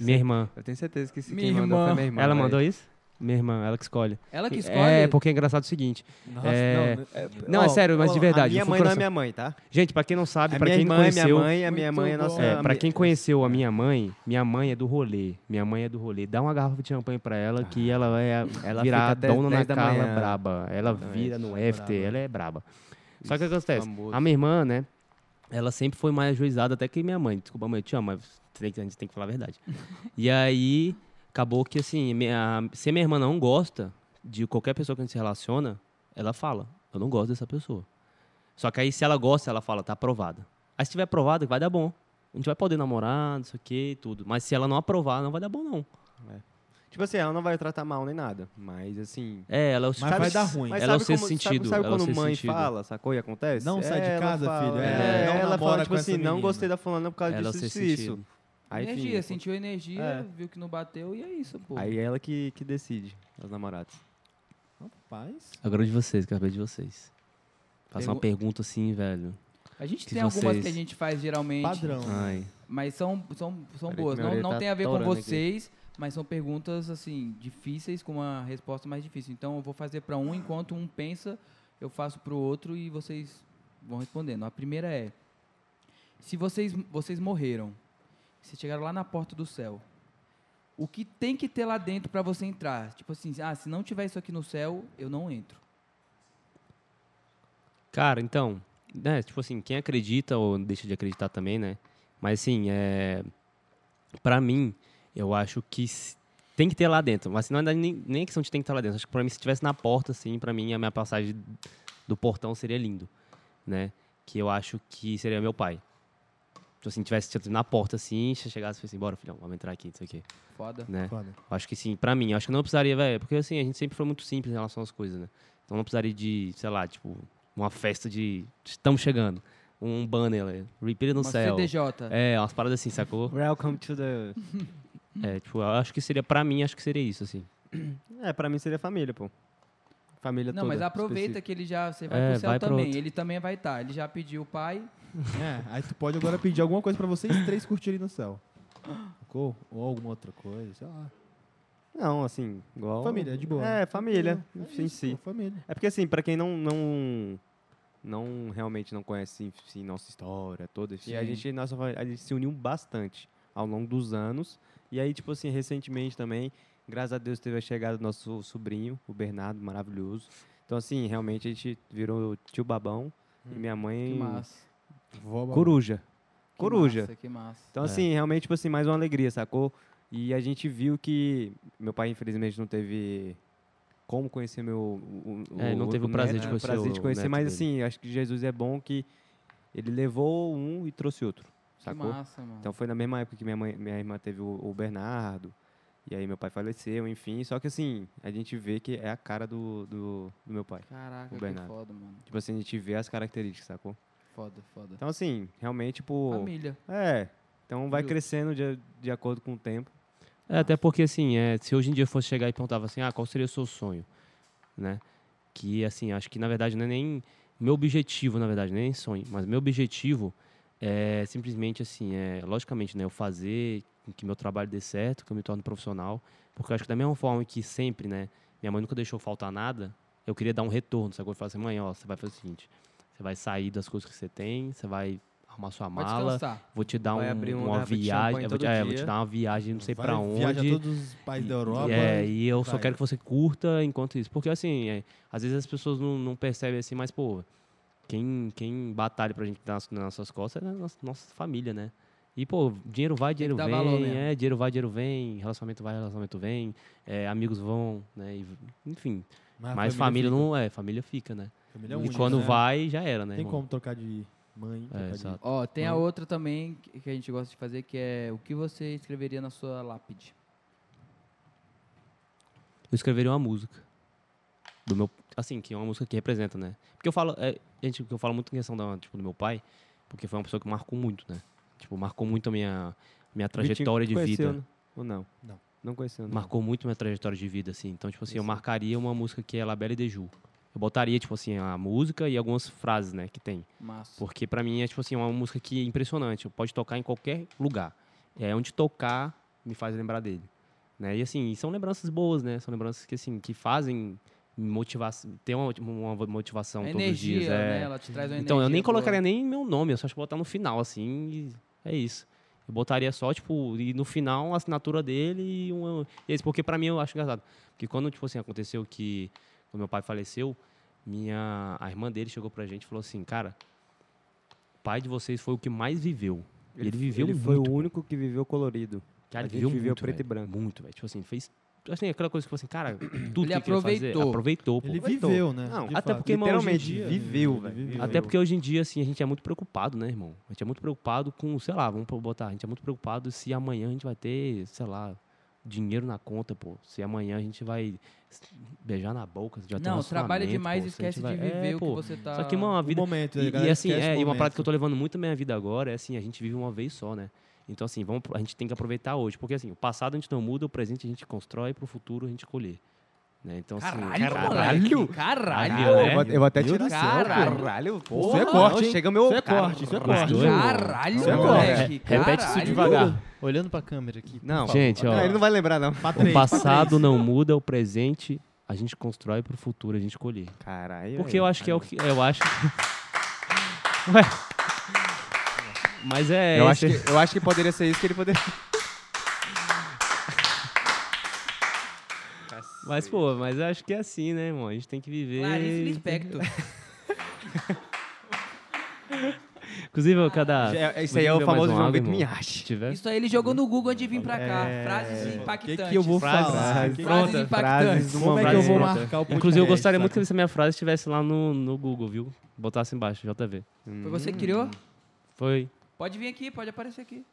Minha irmã.
Eu tenho certeza que esse
Minha
quem mandou
irmã.
foi minha irmã.
ela
velho.
mandou isso? Minha irmã, ela que escolhe.
Ela que escolhe. né?
É, porque é engraçado o seguinte.
Nossa,
é-
não,
Não, é
Ó,
sério, mas de
ó,
verdade,
A minha
no fundo
mãe
do
não é
coração.
minha mãe, tá?
Gente, pra quem não sabe,
A
pra
minha
quem
irmã é minha
conheceu.
mãe, a minha
Muito
mãe é nossa.
bom.
É, pra
ami-
quem conheceu a minha mãe, minha mãe é do rolê. Minha mãe é do rolê. Dá uma garrafa de champanhe pra ela, que ela é
Ah. Ela
ela virar
fica
a
até
dona na
10 da
Carla
manhã.
braba. Ela
Exatamente.
vira no FT,
braba.
ela é braba. Só que o que acontece?
famoso.
A minha irmã, né? Ela sempre foi mais ajuizada até que minha mãe. Desculpa, mãe, eu te amo, mas você tem que- a gente tem que falar a verdade. e aí, acabou que assim, minha, se a minha irmã não gosta de qualquer pessoa que a gente se relaciona, ela fala, eu não gosto dessa pessoa. Só que aí, se ela gosta, ela fala, tá aprovada. Aí, se tiver aprovada, vai dar bom. A gente vai poder namorar, não sei o que e tudo. Mas se ela não aprovar, não vai dar bom, não.
Tipo assim, ela não vai tratar mal nem nada. Mas assim.
É, ela...
Mas vai dar ruim.
Ela é
sabe
o sexto
como- Sabe,
sentido,
sabe
ela é o
quando
sexto
mãe
sentido.
fala, sacou? E acontece?
Não sai de
Ela
casa,
fala,
filho, é,
É,
não
ela
namora
fala, tipo
com essa
assim, não
menina.
gostei da fulana por causa
Ela é o
disso, disso,
sexto
isso.
sentido.
Aí, enfim,
energia, sentiu energia,
É.
viu que não bateu e é isso, pô.
Aí ela que, que decide, as namoradas.
Rapaz.
Agora de vocês, quero saber de vocês. Faça
um
uma
Pergu-
pergunta assim, velho.
a gente
que
tem algumas que a
vocês-
gente faz geralmente,
Padrão.
Então,
Ai...
mas são, são, são
Peraí que
boas.
minha
Não,
orelha
não
tá
tem a ver com
torando aqui.
vocês, mas são perguntas, assim, difíceis com uma resposta mais difícil. Então eu vou fazer pra um, enquanto um pensa, eu faço pro outro e vocês vão respondendo. A primeira é, se vocês, vocês morreram, vocês chegaram lá na porta do céu, o que tem que ter lá dentro pra você entrar? Tipo assim, ah, se não tiver isso aqui no céu, eu não entro.
Cara, então, né, tipo assim, quem acredita ou deixa de acreditar também, né? Mas assim, é para mim, eu acho que s- tem que ter lá dentro, mas assim, não é nem, nem a questão de tem que estar lá dentro. Acho que pra mim se tivesse na porta assim, pra mim a minha passagem do portão seria lindo, né? Que eu acho que seria meu pai. Tipo assim, tivesse tipo, na porta assim, se chegasse e fosse assim, bora, filhão, vamos entrar aqui, não sei o quê,
Foda.
né?
Foda.
Eu Acho que sim, pra mim. eu Acho que não precisaria, velho. Porque assim, a gente sempre foi muito simples em relação às coisas, né? Então não precisaria de, sei lá, tipo, uma festa de. Estamos chegando. Um banner, né? Repeat no
Uma
céu.
CDJ.
É, umas paradas assim, sacou?
Welcome to the...
É, tipo, eu acho que seria, pra mim, acho que seria isso, assim.
É, pra mim seria família, pô. família
Não,
toda.
mas aproveita que ele já. Você vai
É,
pro céu
vai pra
também.
outro.
Ele também vai estar. Ele já pediu o pai.
É, aí tu pode agora pedir alguma coisa pra vocês três curtirem no céu. Sacou? Ou alguma outra coisa, sei lá.
Esqueci. Não, assim, igual...
Família, é de boa.
É, família,
É
em
isso,
si.
pô, Família.
É porque, assim, pra quem não... não... Não realmente não conhece assim, nossa história toda. assim, E a
Sim.
gente, nossa, família, a gente se uniu bastante ao longo dos anos. E aí, tipo assim, recentemente também, graças a Deus, teve a chegada do nosso sobrinho, o Bernardo, maravilhoso. Então, assim, realmente a gente virou tio babão. E minha mãe.
Que massa.
Vó, babá.
Coruja.
Que
Coruja.
massa, que massa.
É.
Então, assim, realmente, tipo assim, mais uma alegria, sacou? E a gente viu que meu pai, infelizmente, não teve como conhecer meu... O, o-
É, não teve o prazer de
né,
conhecer
prazer
o
de conhecer,
neto
mas
dele.
assim, acho que Jesus é bom que ele levou um e trouxe outro,
Que
sacou?
massa, mano.
Então, foi na mesma época que minha, mãe, minha irmã teve o, o Bernardo, e aí meu pai faleceu, enfim. Só que, assim, a gente vê que é a cara do, do, do meu pai.
Caraca,
o
que
Bernardo.
foda, mano.
Tipo assim, a gente vê as características, sacou?
Foda, foda.
Tá
Então, assim, realmente, tipo...
Família.
É. Então vai
Justo.
crescendo de, de acordo com o tempo.
É, até porque, assim, é, se hoje em dia eu fosse chegar e perguntava assim, ah, qual seria o seu sonho, né? Que, assim, acho que, na verdade, não é nem meu objetivo, na verdade, não é nem sonho, mas meu objetivo é simplesmente, assim, é, logicamente, né, eu fazer com que meu trabalho dê certo, que eu me torne profissional, porque eu acho que da mesma forma que sempre, né, minha mãe nunca deixou faltar nada, eu queria dar um retorno, sacou? Eu falava assim, mãe, ó, você vai fazer o seguinte, você vai sair das coisas que você tem, você vai arrumar sua
Vai
mala,
descansar.
vou te dar
Vai
um-
abrir uma
uma
garrafa de
viagem,
champanhe
eu vou te-
todo
é, eu vou te
dia.
dar uma viagem, não sei
Vai
pra
Viaja
onde.
a todos os países da Europa.
É, e eu só
vai.
quero que você curta enquanto isso. Porque, assim, é, às vezes as pessoas não, não percebem assim, mas, pô, quem, quem batalha pra gente nas, nas nossas costas é a nossa, nossa família, né? E, pô, dinheiro vai,
Tem que
dinheiro
dar
vem.
valor mesmo.
é, dinheiro vai, dinheiro vem. Relacionamento vai, relacionamento vem. é, amigos vão, né? e- enfim.
Mas,
mas família, não é, família fica, né?
fica. Ah, Família é
e
única,
quando
né?
vai, já era, né?
Tem
irmão?
como trocar de mãe, trocar de-
exato.
Ó, tem a
Não.
outra também que que a gente gosta de fazer, que é o que você escreveria na sua lápide?
eu escreveria uma música do meu assim que é uma música que representa né porque eu falo é, gente porque eu falo muito em questão da tipo do meu pai porque foi uma pessoa que marcou muito né tipo marcou muito a minha minha trajetória de
Vitinho,
vida
conheceu, né? Ou não?
Não.
Não conheceu, não.
marcou muito minha trajetória de vida assim então tipo assim eu marcaria uma música que é La Belle e Deju eu botaria tipo assim a música e algumas frases né que tem
Massa.
porque pra mim é tipo assim, uma música que é impressionante. Pode tocar em qualquer lugar. É onde tocar me faz lembrar dele. Né? E assim, são lembranças boas, né? São lembranças que assim, que fazem me motivar, ter uma, uma motivação
a
todos
energia,
os dias.
né?
é.
Ela te traz uma
Então, eu nem
energia boa.
colocaria nem meu nome, eu só acho que botar no final, assim, e é isso. Eu botaria só, tipo, e no final a assinatura dele e um. e Esse, porque pra mim eu acho engraçado. Porque quando, tipo assim, aconteceu que quando meu pai faleceu, minha. A irmã dele chegou pra gente e falou assim, cara, o pai de vocês foi o que mais viveu. E Ele, viveu
Ele
muito.
foi o único que viveu colorido.
Cara,
a
ele
gente viveu preto e
velho,
branco.
Muito, velho. Tipo assim, fez. Assim, aquela coisa que você assim, cara, tudo que
Ele
ele queria
aproveitou.
Fazer, aproveitou, pô.
Ele viveu, né?
Não,
De
até
fato.
porque, irmão, hoje em
Literalmente,
dia,
viveu,
ele
velho.
viveu.
Até porque hoje em dia, assim, a gente é muito preocupado, né, irmão? A gente é muito preocupado com, sei lá, vamos botar, a gente é muito preocupado se amanhã a gente vai ter, sei lá, dinheiro na conta, pô. Se amanhã a gente vai s- beijar na boca, se já tem um
Não, trabalha
relacionamento,
demais
pô,
e
se a gente
esquece
vai-
de viver
é,
o que
pô.
você tá.
Só que, mano, a vida...
O momento, né,
e,
galera?
e assim,
Esquece
é,
o
e uma prática que eu
momento.
tô levando muito na minha vida agora é assim, a gente vive uma vez só, né? Então, assim, vamos, pro- a gente tem que aproveitar hoje, porque assim, o passado a gente não muda, o presente a gente constrói, pro futuro a gente colher. Né? Então, assim,
Caralho,
caralho,
moleque, caralho,
Caralho,
né?
né?
Eu vou, eu vou até
Meu
tirar
Caralho.
Caralho,
Isso é corte,
não,
hein?
Chega meu
Isso é corte, isso é corte.
Caralho,
Isso é corte.
né?
moleque.
Repete isso
caralho.
devagar. Olhando pra câmera aqui.
Não,
Gente, ó.
Não, É, ele não vai lembrar, não.
Pra
O
três, pra
passado não muda, o presente a gente constrói pro futuro a gente colher.
Caralho.
Porque eu
velho.
acho que é o que. Eu acho. Ué. Mas é.
eu, acho
esse-
que, eu acho que poderia ser isso que ele poderia.
Mas, pô, mas eu acho que é assim, né, irmão? A gente tem que viver.
Clarice Lispector.
Inclusive, eu cada.
É- é- isso
Vou
aí é
beber
o
mais
famoso
uma
João
água,
Vitor
irmão.
Miyashi.
Se tiver.
Isso aí ele jogou no Google antes de vir pra cá.
É.
Frases
O que,
impactantes.
que eu vou
Frases.
falar?
Frases impactantes.
frases
Como é que eu
frase
vou
pronta.
marcar o podcast?
Inclusive, eu
né?
gostaria muito que
saca?
essa minha frase estivesse lá no, no Google, viu? Botasse embaixo, JV.
Foi você que criou?
Foi.
Pode vir aqui, pode aparecer aqui.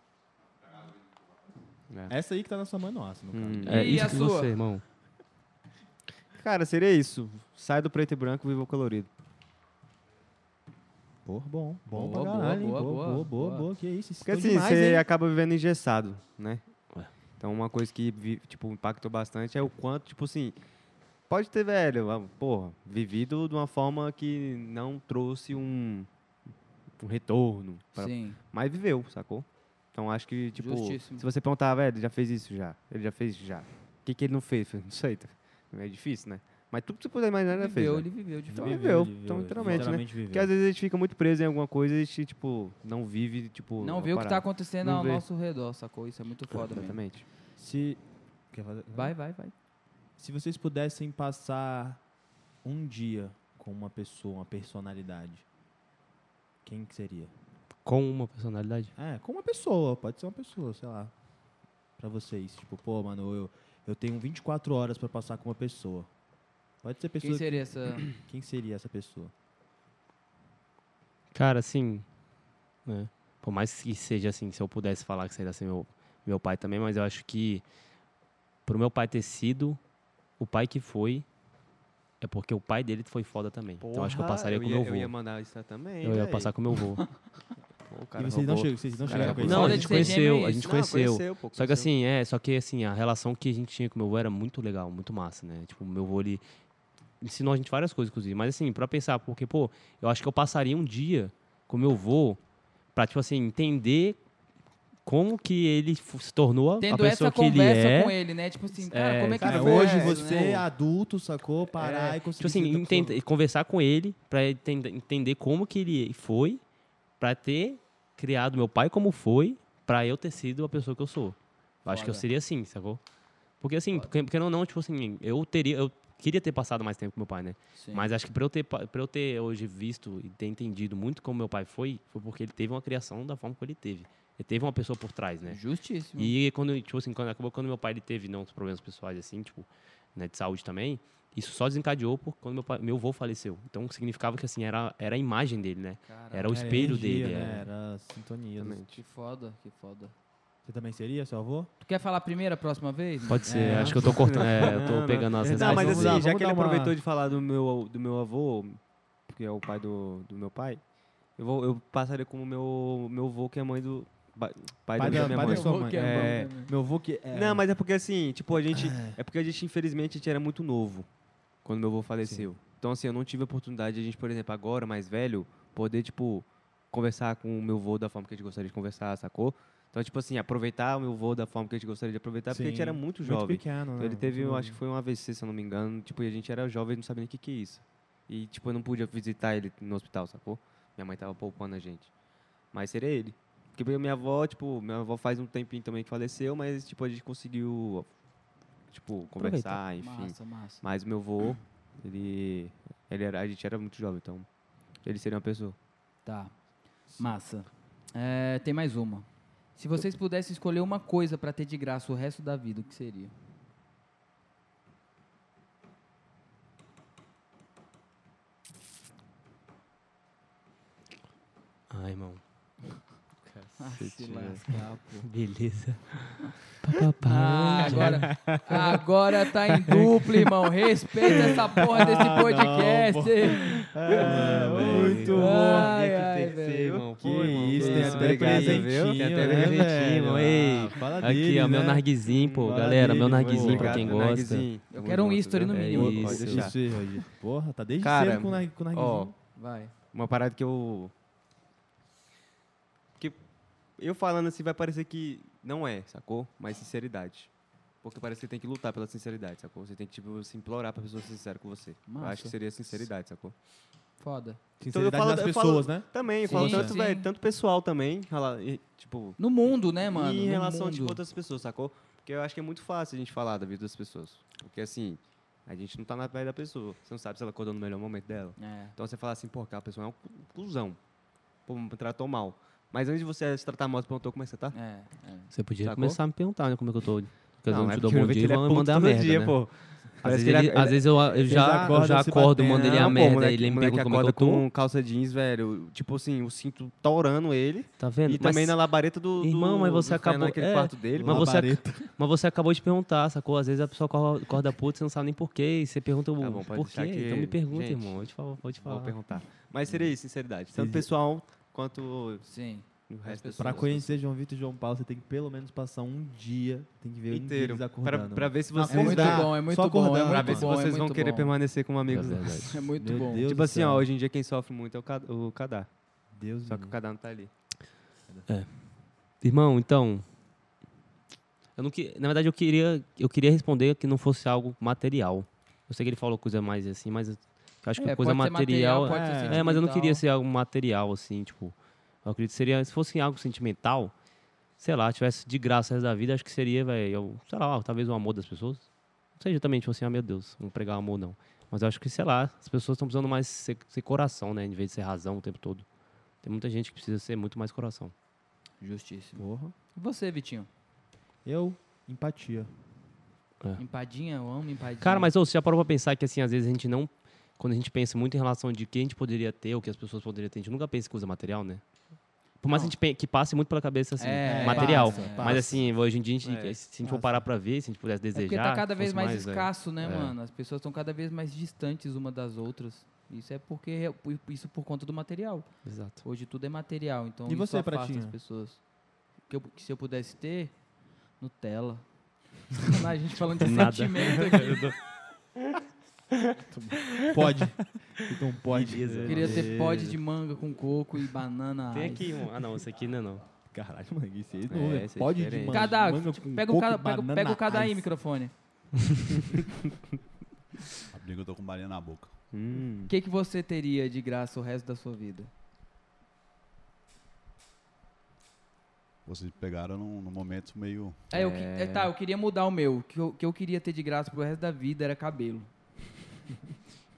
Essa aí que tá na sua mão é nossa, no caso.
Hum.
É
E
isso
a
que
sua?
você, irmão.
Cara, seria isso. Sai do preto e branco, viva o colorido.
Pô, bom. Bom
Boa,
pra
boa,
caralho, hein?
boa,
Boa, boa,
boa,
boa, boa,
boa.
Que isso, isso
Porque
é
assim,
demais,
você
hein?
acaba vivendo engessado, né?
Ué.
Então uma coisa que vi- tipo impactou bastante é o quanto, tipo assim, Pode ter, velho, ah, porra, vivido de uma forma que não trouxe um, um retorno. pra-
Sim.
Mas viveu, sacou? Então acho que, tipo,
Justíssimo.
se você perguntar, "Ah, velho, ele já fez isso já, ele já fez isso já. O que, que ele não fez? Eu falei, Não sei, tá? é difícil, né? Mas tudo que você puder imaginar, ele já fez.
Viveu,
velho.
ele viveu de
Então
fato.
viveu, então literalmente, né?
né?
Porque às vezes a gente fica muito preso em alguma coisa e a gente, tipo, não vive, tipo.
Não
a
vê o que tá
parada.
acontecendo
Não
ao
vê.
nosso redor, sacou? Isso é muito foda mesmo.
Exatamente.
Se... Quer fazer?
Vai, vai, vai.
Se vocês pudessem passar um dia com uma pessoa, uma personalidade, quem que seria?
Com uma personalidade.
É, com uma pessoa, pode ser uma pessoa, sei lá. Pra vocês, tipo, pô, mano, eu, eu tenho 24 horas pra passar com uma pessoa. Pode ser pessoa.
Quem seria essa.
quem seria essa pessoa?
Cara, assim. né, Por mais que seja assim, se eu pudesse falar que seria assim meu, meu pai também, mas eu acho que pro meu pai ter sido o pai que foi, é porque o pai dele foi foda também. então acho que eu
Porra,
passaria com
ia-
meu avô.
Eu ia mandar isso também.
Eu ia passar com meu avô.
é
e vocês não, chegam, vocês não chegaram com tipo isso?
Não, a
Foda de
gente
ser gêmeo
conheceu,
é
a
isso.
gente conheceu. Só que assim, é, só que assim, a relação que a gente tinha com meu avô era muito legal, muito massa, né? Tipo, meu avô, ele ensinou a gente várias coisas, inclusive. Mas assim, pra pensar, porque, pô, eu acho que eu passaria um dia com meu avô pra, tipo assim, entender como que ele fu- se tornou a- a
Tendo
pessoa
essa
que ele
conversa
é.
com ele, né? Tipo assim, cara,
É,
como é que
Cara,
foi
hoje
isso,
você, é
né?
adulto, sacou? Parar e conseguir.
Tipo assim,
ser outra pessoa.
entende- conversar com ele pra ele tende- entender como que ele foi, pra ter criado meu pai como foi, pra eu ter sido a pessoa que eu sou. Eu acho que eu
Foda.
seria assim, sacou? Porque assim, porque, porque não, não, tipo assim, eu teria, eu queria ter passado mais tempo com meu pai, né?
Sim.
Mas acho que pra eu ter, pa- pra eu ter hoje visto e ter entendido muito como meu pai foi, foi porque ele teve uma criação da forma que ele teve. Ele teve uma pessoa por trás, né?
Justíssimo.
E quando, tipo assim, quando acabou quando meu pai ele teve não, uns problemas pessoais assim, tipo, né, de saúde também, isso só desencadeou por quando meu pai, meu avô faleceu. Então significava que assim era era a imagem dele, né?
Caralho,
Era o espelho
Era É, energia,
dele.
né?
é.
Era sintonia. dos-
Que foda, que foda.
Você também seria, seu avô?
Tu quer falar primeiro a próxima vez?
Pode ser,
É.
acho que eu tô cortando, é, eu
Não,
tô
não,
pegando as
verdade,
Não, mas
Vamos
assim,
dar-
já
vamos
que ele
dar uma-
aproveitou de falar do meu, do meu avô, que é o pai do, do meu pai, eu, vou, eu passaria como meu, meu avô, que é mãe do. ba- Pai,
Pai
da,
da-
minha
pai da
mãe.
sua mãe.
É,
né?
Meu avô que. É, Ah.
Não, mas é porque assim, tipo, a gente. É porque a gente, infelizmente, a gente era muito novo quando meu avô faleceu. Então, assim, eu não tive a oportunidade de a gente, por exemplo, agora, mais velho, poder, tipo, conversar com o meu avô da forma que a gente gostaria de conversar, sacou? Então, tipo assim, aproveitar o meu avô da forma que a gente gostaria de aproveitar, porque a gente
Sim.
era muito
Muito
jovem.
pequeno,
Então,
né?
É,
ele teve, eu
Muito
acho que foi um AVC, se eu não me engano. Tipo, e a gente era jovem e não sabia nem o que, que é isso. E, tipo, eu não pude visitar ele no hospital, sacou? Minha mãe tava poupando a gente. Mas seria ele. Porque pra minha avó, tipo, minha avó faz um tempinho também que faleceu, mas, tipo, a gente conseguiu, tipo, conversar, enfim.
Massa, massa.
Mas meu avô, ele, ele era, a gente era muito jovem, então ele seria uma pessoa.
Tá. Massa. É, tem mais uma. Se vocês pudessem escolher uma coisa pra ter de graça o resto da vida, o que seria?
Ai, irmão.
Ah, se
tira.
lascar, pô.
Beleza.
Ah, agora, agora tá em dupla, irmão. Respeita essa porra desse
Ah,
podcast.
É, muito
velho.
bom.
Ai,
Tem que
ai,
ter
velho.
ser, irmão.
Que
Pô, irmão,
isso,
que
tem até
Obrigado,
presentinho,
viu? Tem
né,
até
tá
presentinho,
velho?
ei.
Ah, fala
Aqui,
deles,
ó, meu
né?
narguizinho, pô,
Fala
galera, meu
dele,
narguizinho pra
obrigado,
quem
meu
gosta.
narguizinho.
Eu
Tamo
quero um
junto,
history
viu?
no
É
mínimo.
isso.
né? Pode deixar.
Isso aí, Roger. Porra, tá desde
Cara,
cedo com o nargu- com o
Ó,
narguizinho.
Vai.
Uma parada que eu. Que eu falando assim vai parecer que não é, sacou? Mas sinceridade. Porque parece que tem que lutar pela sinceridade, sacou? Você tem que, tipo, se implorar pra pessoa ser sincera com você. Eu
Massa.
acho que seria sinceridade, sacou?
Foda.
Então eu
Sinceridade
falo-
das
eu falo-
pessoas, né?
Também, eu
Sim,
falo tanto,
sim.
velho, tanto pessoal também, rela- e, tipo...
No mundo, né, mano?
E em
No
relação,
mundo.
tipo, outras pessoas, sacou? Porque eu acho que é muito fácil a gente falar da vida das pessoas. Porque, assim, a gente não tá na pele da pessoa. Você não sabe se ela acordou no melhor momento dela.
É.
Então você fala assim, pô, aquela pessoa é um cu- cuzão. Pô, me tratou mal. Mas antes de você se tratar mal, você perguntou como é que você tá?
É, é.
Você podia
Sacou?
começar a me perguntar, né, como é que eu tô. Porque às vezes eu não
é
te dou
porque eu
bom
vejo
dia e
que ele é
vão
puto
mandar
todo
merda,
dia,
né?
pô.
Às
Parece
vezes,
que ele
ele- às vezes eu, eu já, eu
acorda
já
se
acordo,
batendo.
mando ele
Não,
a
Ah, pô,
merda,
moleque-
ele me
moleque
pergunta como é que eu
acorda
tô.
com calça jeans, velho. Tipo assim, o cinto torando ele.
Tá vendo?
E também na labareta do. do-
Irmão, mas você
do Fernando
acabou-
Naquele
é,
quarto dele.
mas você, ac-
Labareda.
mas você acabou de perguntar, sacou? Às vezes a pessoa acorda- acorda puta, você não sabe nem porquê, e você pergunta o
Tá bom, pode
porquê.
deixar que-
Então me pergunta,
gente,
irmão, eu te falo, vou te
Vou
falar.
perguntar. Mas seria isso, sinceridade. Tanto pessoal quanto
Sim.
O resto é
pessoas.
Pra
pra
conhecer João Vitor e João Paulo, você tem que pelo menos passar um dia, tem que ver um dia
inteiro.
eles
Pra,
acordando.
pra ver se
Não,
É
vocês,
muito
dá-
bom, é muito
só
bom. É
acordando,
pra
muito
ver se
bom, é
vocês vão
muito
querer
bom.
permanecer como
É
amigos.
verdade.
É muito
Meu
bom.
Deus
tipo
do
assim,
céu.
ó, hoje em dia quem sofre muito é o, Ca- o Kadar.
Deus
Só
me
que o
livre.
Kadar não tá ali.
Irmão, então. Eu não que, na verdade, eu queria, eu queria responder que não fosse algo material. Eu sei que ele falou coisa mais assim, mas eu acho que
É,
coisa
pode ser
material.
pode ser
é, mas eu não
sentimental.
queria ser algo material, assim, tipo. Eu acredito que seria. Se fosse algo sentimental, sei lá, tivesse de graça o resto da vida, acho que seria, velho, sei lá, talvez o amor das pessoas. Não seja também, tipo assim, ah, meu Deus, não pregar amor, não. Mas eu acho que, sei lá, as pessoas estão precisando mais ser, ser coração, né? Em vez de ser razão o tempo todo. Tem muita gente que precisa ser muito mais coração.
Justíssimo.
Porra.
E Você, Vitinho?
Eu, empatia.
Empadinha, eu amo empadinha.
Tá. Cara, mas ô, você já parou pra pensar que, assim, às vezes a gente não. Quando a gente pensa muito em relação de quem a gente poderia ter, ou que as pessoas poderiam ter, a gente nunca pensa em coisa material, né? Por mais
Não.
que a gente pe- que passe muito pela cabeça, assim,
É,
material.
passa,
Mas,
passa.
assim, hoje em dia, a gente,
É,
se a gente for parar pra ver, se a gente pudesse
É porque
desejar.
tá cada vez
fosse
mais,
é.
escasso, né,
É.
mano? As pessoas estão cada vez mais distantes uma das outras. Isso é porque isso por conta do material.
Exato.
Hoje tudo é material, então
E
isso
você,
afasta
Pratinha?
as pessoas. Que, eu- que se eu pudesse ter, Nutella. a gente falando de
Nada.
sentimento aqui.
Pode. então pode.
Eu queria ter pod de manga com coco e banana.
Tem
ice.
aqui um. Ah, não, esse aqui não, não.
Caralho, mano, isso aí
É,
não é.
isso é
Pode de
diferente.
manga,
Cada,
manga
tipo,
com
pega, o
coco
cada,
e
pega, pega
banana
o cada aí,
ice.
microfone.
Amigo, eu tô com balinha na boca.
Hum.
O que, que você teria de graça o resto da sua vida?
Vocês pegaram num, num momento meio.
É, eu que- é, tá, eu queria mudar o meu. O que, eu- que eu queria ter de graça pro resto da vida era cabelo.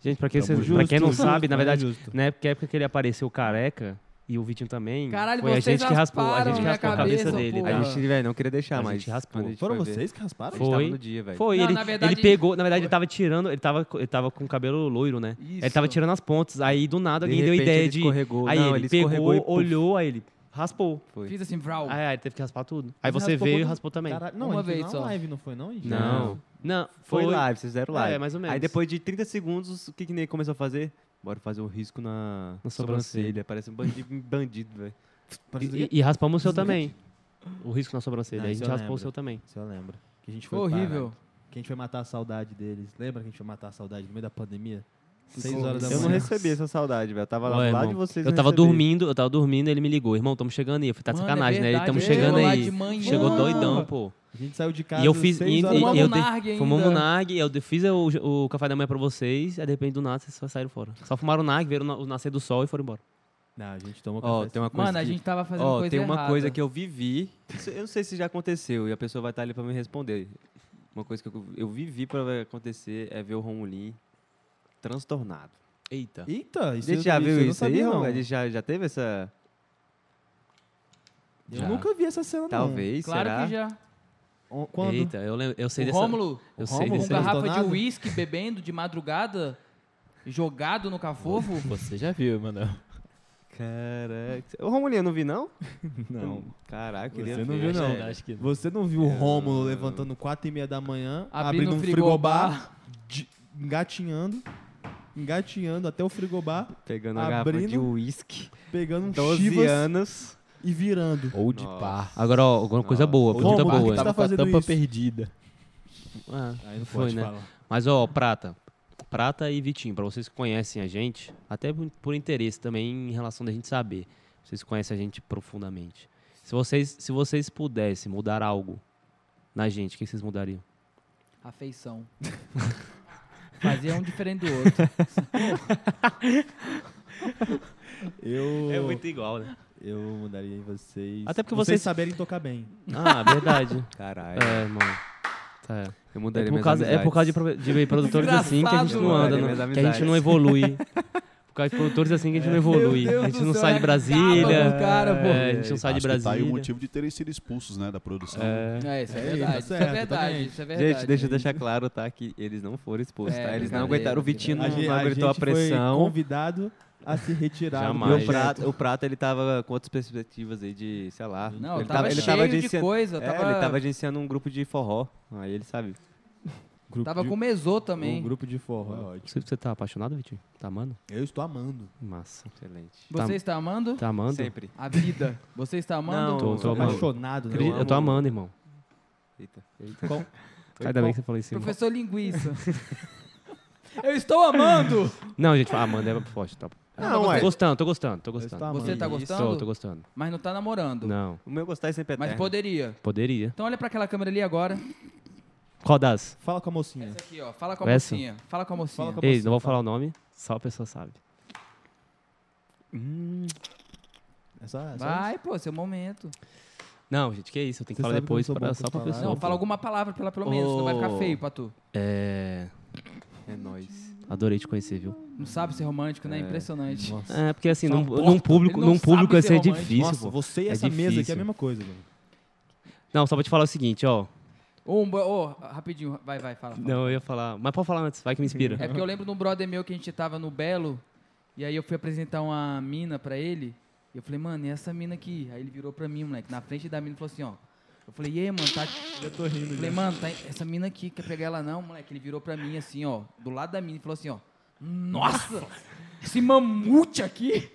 Gente, pra quem,
Tamo
vocês- pra quem não
Justo,
sabe, na
é
verdade,
justo.
na época, época que ele apareceu careca, e o Vitinho também,
Caralho,
foi a
vocês
gente que raspou, a
rasparam
gente que
minha
raspou a cabeça,
cabeça,
dele.
pô.
A
A
Porra.
gente-
gente, velho, não queria deixar,
A
mas.
gente raspou.
quando a gente
Foram
foi ver-
vocês que rasparam?
A gente
Foi.
tava no dia, velho.
Foi,
Não,
ele,
na verdade-
ele pegou, na verdade ele tava tirando, ele tava, co- ele tava com o cabelo loiro, né?
Isso.
Ele tava tirando as pontas, aí do nada alguém deu
repente,
ideia
ele
de...
escorregou.
Aí
Não,
ele,
ele
pegou,
escorregou e puf.
olhou, aí ele raspou.
Foi.
Fiz assim, vral.
Aí, aí ele teve que raspar tudo. Aí você
raspou
veio e
quantas-
raspou também.
Caralho, não,
Uma
a gente fez
vez
uma
só.
live, não foi não? gente?
Não. Não,
Foi
foi...
live, vocês fizeram live.
É, mais ou menos.
Aí depois de 30 segundos, o que que nem começou a fazer? Bora fazer um risco na,
Na sobrancelha.
sobrancelha. Parece um bandido, bandido velho.
Parece
E,
que
e raspamos o seu também. O risco na sobrancelha,
Não,
aí a
isso
gente
eu
raspou o
lembro.
seu também.
Isso eu lembro. Que a gente foi
Foi
parar.
horrível.
Que a gente foi matar a saudade deles. Lembra que a gente foi matar a saudade no meio da pandemia? Seis
horror.
horas da
Eu não
manhã.
recebi essa saudade, velho. Eu tava lá,
Ué,
lá de
irmão,
vocês.
Eu
não
tava
recebi.
dormindo, eu tava dormindo, ele me ligou. Irmão, tamo chegando aí. Eu falei, tá de
Mano, é
sacanagem, né? Ele
verdade,
tamo
ele chegou
chegando
lá
aí.
de manhã.
Chegou doidão, pô.
A gente saiu de casa
E eu fiz. E,
seis
e,
horas da
Fumamos
e eu
manhã.
um nargue ainda.
Fumamos um nargue, eu de- fiz o, o café da manhã pra vocês, aí de repente do nada vocês só saíram fora. Só fumaram o nargue, viram o na- o nascer do sol e foram embora.
Não, a gente tomou
Ó,
café.
tem uma coisa.
Mano, a
que-
gente tava fazendo
Ó,
coisa
tem uma
errada.
coisa que eu vivi. Isso- Eu não sei se já aconteceu e a pessoa vai estar ali pra me responder. Uma coisa que eu, eu vivi pra acontecer é ver o Romulim transtornado.
Eita.
Eita,
A
isso
gente
eu-
já
eu
viu
não
isso aí,
sabia, não.
Romulim? A gente já, já teve essa.
Eu
Já.
nunca vi essa cena, não.
Talvez,
Claro
será?
que já.
O- Quando?
Eita, eu, lembro, eu sei
O
dessa.
Rômulo,
eu sei
Rômulo,
com
desse.
cara.
garrafa de
Detonado?
uísque bebendo de madrugada, jogado no cafofo.
Você já viu, mano.
Caraca. Ô, Romulinho, eu não vi, não?
Não.
Caraca, é eu queria
Você não
ver,
viu, não.
velho.
Acho que não.
Você não viu o Rômulo levantando 4 e meia da manhã,
Abrindo
abrindo,
um
um frigobar, de- engatinhando, engatinhando até o frigobar,
Pegando a garrafa de
Abrindo.
uísque.
pegando um
12
chivas
anos.
e virando.
Ou de
Nossa.
par.
Agora, ó, alguma coisa boa,
Rômulo,
pergunta
por que
boa.
que você
Tava
tá
com a
fazendo
tampa
isso?
perdida.
tá-
Ah,
Aí não
Foi,
pode
né?
falar.
Mas, ó, Prata. Prata e Vitinho, pra vocês que conhecem a gente, até por- por interesse também em relação da gente saber. Vocês conhecem a gente profundamente. Se vocês, se vocês pudessem mudar algo na gente, o que vocês mudariam?
Afeição. Fazia um diferente do outro.
Eu,
igual, né?
eu mudaria em vocês.
Até porque vocês-
saberem tocar bem.
Ah, verdade.
Caralho.
é, mano. Tá.
Eu
É
mudaria
por,
minhas
causa, é por
amizades.
causa de, pro- de produtores assim que a gente não
Engraçado,
anda,
mano.
né?
Minhas
que a gente não evolui. Por causa de produtores assim que a gente não evolui.
Meu Deus
A gente
do
não
céu,
sai
é
de
acaba com
Brasília.
o cara, pô.
é, a gente não sai de
Acho que Tá aí o
Brasília.
motivo de terem sido expulsos, né, da produção.
É, isso é,
É, tá
verdade. isso é
certo,
verdade.
totalmente.
Isso é verdade.
Gente, deixa eu deixar claro, tá? Que eles não foram expulsos,
É,
tá? Eles não
brincadeira,
aguentaram. O Vitinho não,
a gente,
não
a
aguentou a,
gente foi
pressão.
convidado a se retirar do
E
Jamais.
o
projeto.
Prata, o Prata, ele tava com outras perspectivas aí de, sei lá.
Não,
ele
tava,
ele
cheio de
agenciando-
coisa.
É,
tava...
ele tava agenciando um grupo de forró. Aí ele sabe.
Grupo
Tava
de,
com mesô também.
Um grupo de
Pô, é
forró.
ótimo.
Você, você tá apaixonado, Vitinho? Tá amando?
Eu estou amando.
Massa.
Excelente.
Você está amando
Tá amando?
Sempre.
a vida? Você está amando?
Tô- tô
Tô
amando.
apaixonado, né?
Acredi- Eu, tô
amo-
amando, irmão.
Eita.
Qual-
Ainda bem que você falou isso. irmão.
Professor Linguiça. Eu estou amando!
Não, gente, amando é forte. Tá.
Não,
tô
ué.
gostando, tô gostando, tô
Eu estou
gostando.
amando.
Você tá
Isso.
gostando?
Tô, tô gostando.
Mas não tá namorando.
Não,
O meu gostar é sempre eterno.
Mas poderia.
poderia.
Então olha pra aquela câmera ali agora.
Qual das?
Fala com a mocinha.
Essa aqui, ó. Fala com a
Essa?
mocinha. Fala com a mocinha.
É. Fala com a-
Ei,
você,
não vou
fala.
falar o nome, só a pessoa sabe.
Essa, essa
Vai, pô, seu momento.
Não, gente, que isso, eu tenho
Você
que falar
sabe que eu
depois
sou
pra,
bom
só
com
pra
palavras.
pessoa.
Não,
pô.
fala alguma palavra pela, pelo menos, senão vai ficar feio pra tu.
É,
É nóis.
adorei te conhecer, viu?
Não sabe ser romântico, né? Impressionante.
É, porque assim,
Só
num,
um
num público,
Ele não
num público
sabe
ia
ser
ser
romântico.
difícil,
Nossa,
pô.
você e
É
essa mesa aqui é
difícil.
a mesma coisa, velho.
Não, só vou te falar o seguinte, ó.
Um, bo- ô, rapidinho, vai, vai, fala. fala.
Não, eu ia falar. Mas pode falar antes, vai que me inspira.
É porque eu lembro de um brother meu que a gente tava no Belo, e aí eu fui apresentar uma mina pra ele, e eu falei, mano, e essa mina aqui? Aí ele virou pra mim, moleque, na frente da mina e falou assim, ó. Eu falei, e aí, mano, tá. Eu tô rindo, Falei, mano, tá... essa mina aqui, quer pegar ela não, moleque? Ele virou pra mim assim, ó, do lado da mina e falou assim, ó. Nossa! Esse mamute aqui!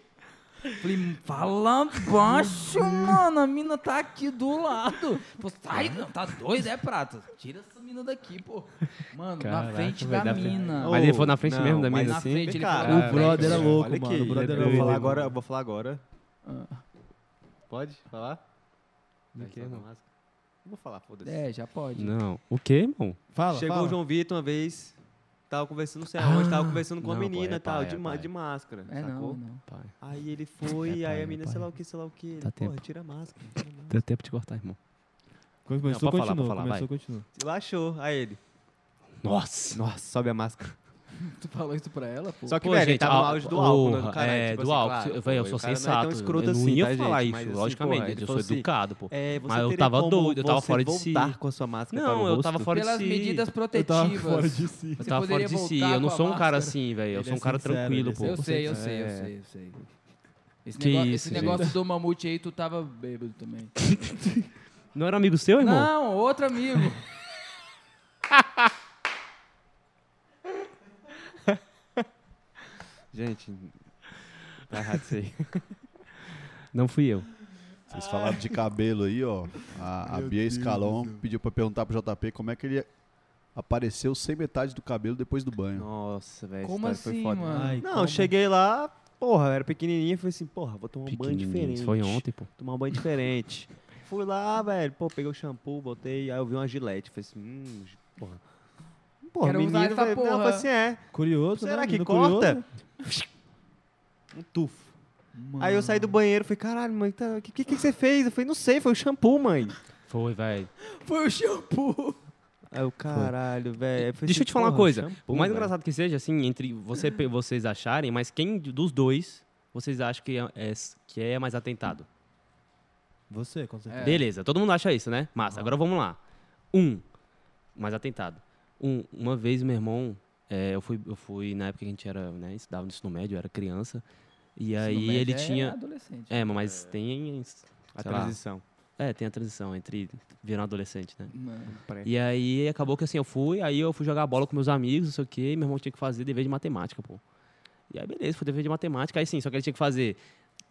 Falei, fala baixo, mano. A mina tá aqui do lado. Pô, sai, não, tá dois, é prata. Tira essa mina daqui, pô. Mano, na
Caraca,
frente
vai
da
dar pra-
mina.
Mas ele foi na frente mesmo da assim? mina?
Na frente, ele falou
cara,
na
o brother
é
frente.
era louco, mano, o brother
eu
era
vou
louco. Ah.
falar agora, eu vou falar agora. Pode falar?
Do
Vai,
quê,
tá na
mano?
máscara. Não vou falar, foda-se.
É, já pode.
Não. O quê, irmão?
Fala,
Chegou
fala.
o João Vitor uma vez, tava conversando, não sei aonde, tava conversando com
não,
a
pô, é
menina e tal,
pai,
de,
é
ma-
pai.
de máscara,
É não,
sacou?
é não.
Pai,
Aí ele foi,
É
aí
pai,
a menina,
é
sei
pai.
lá o que, sei lá o que.
Tá
Porra,
tempo.
tira a máscara. Tira a máscara.
deu tempo de cortar, irmão.
Começou,
Não, pode falar,
continua,
pode falar,
começou, continua.
Relaxou, aí ele.
Nossa.
Nossa, sobe a máscara.
Tu falou isso pra ela, pô?
Só que,
Pô,
velho, ele
gente,
tava no
a-
auge do
porra,
álcool, né, do caralho.
é,
tipo
do
assim,
álcool.
claro,
Eu- velho, eu
pô,
sou
o cara não é tão
sensato,
escroto
eu não
assim,
ia
tá, gente?
falar isso,
Mas, assim,
logicamente,
porra, ele
eu
falou
sou
assim,
educado, pô.
É, você
Mas eu
teria
tava
como
doido, eu tava
você
fora de si.
voltar com a sua máscara para o
Não, eu
rosto?
tava fora
Pelas
de si.
medidas
Eu tava fora
protetivas.
de si.
Eu
Você
tava fora
poderia
de si.
voltar
Eu não
com a
sou um cara
máscara?
assim, velho. Eu
Ele
sou um
é
cara
sincero,
tranquilo,
ele é
pô.
Eu
Você
sei, eu
tá-
sei, eu
é.
sei, eu sei. Esse,
Que
negó-
isso,
esse
gente.
negócio do mamute aí, tu tava bêbado também.
Não era amigo seu, irmão?
Não, outro amigo.
Gente, tá errado isso aí.
Não fui eu.
Vocês falaram de cabelo aí, ó. A, a Bia Escalon pediu pra perguntar pro JP como é que ele apareceu sem metade do cabelo depois do banho.
Nossa,
É,
velho, essa
Como
história foi
assim,
né?
foda.
mano?
Ai,
Não,
como?
cheguei lá, porra, eu era pequenininho, falei assim, porra, vou tomar um banho
Pequenininho.
diferente.
Isso foi ontem, pô.
Tomar um banho diferente. Fui lá, velho, pô, peguei o shampoo, botei, aí eu vi uma gilete, falei assim, hum, porra. Porra,
Quero usar
menino,
essa
velho,
porra.
Não, falei assim, é,
Curioso,
será
né,
que
menino
corta?
curioso?
Um tufo.
Mano.
Aí eu saí do banheiro, falei, caralho, mãe, o que, que que você fez? Eu falei, não sei, foi o shampoo, mãe.
Foi, velho.
Foi o shampoo.
Aí eu, caralho, velho. assim,
Deixa eu te falar uma coisa. O mais engraçado que seja, assim, entre você, pe- vocês acharem, mas quem de- dos dois vocês acham que é, é- que é mais atentado?
Você, com certeza.
É.
Beleza, todo mundo acha isso, né? Massa. Agora vamos lá. Um, mais atentado. Um, uma vez, meu irmão, é, eu, fui, eu fui, na época que a gente era, né, estudava no ensino médio, eu era criança. E aí
é
ele tinha.
Adolescente.
É, mas tem. sei
A
lá,
transição.
É, tem a transição entre virar um adolescente, né?
Não.
E aí acabou que assim, eu fui, aí eu fui jogar bola com meus amigos, não sei o quê, e meu irmão tinha que fazer dever de matemática, pô. E aí beleza, foi dever de matemática, aí sim, só que ele tinha que fazer,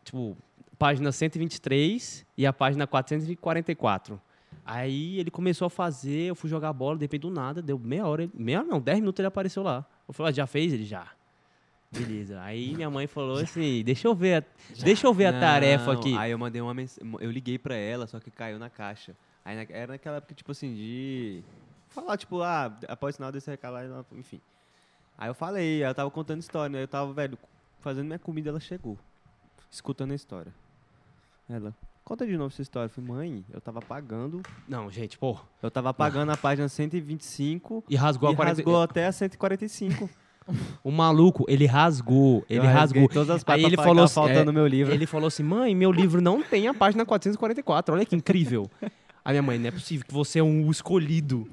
tipo, página 123 e a página 444. Aí ele começou a fazer, eu fui jogar bola, de repente do nada, deu meia hora, ele- meia hora não, 10 minutos ele apareceu lá. Eu falei, ah, já fez? Ele, já. Beleza. Aí minha mãe falou assim, deixa eu ver, a, deixa eu ver a tarefa
Não,
aqui.
Aí eu mandei uma mensagem. Eu liguei pra ela, só que caiu na caixa. Aí na- era naquela época, tipo assim, de. Falar, tipo, ah, após o sinal desse recado lá, ela- enfim. Aí eu falei, ela tava contando história, né? Eu tava, velho, fazendo minha comida, ela chegou. Escutando a história. Ela, conta de novo essa história. Eu falei, mãe, eu tava apagando.
Não, gente, pô.
Eu tava apagando a página 125
E rasgou
e
a 40,
rasgou até a 145.
O maluco, ele rasgou, ele
Eu rasguei
rasgou.
todas as
Aí
partes
ele
pra
falou
falar que
assim,
tava faltando
é,
meu livro.
Ele falou assim: "Mãe, meu livro não tem a página 444. Olha que incrível". A minha mãe, não é possível que você é um escolhido.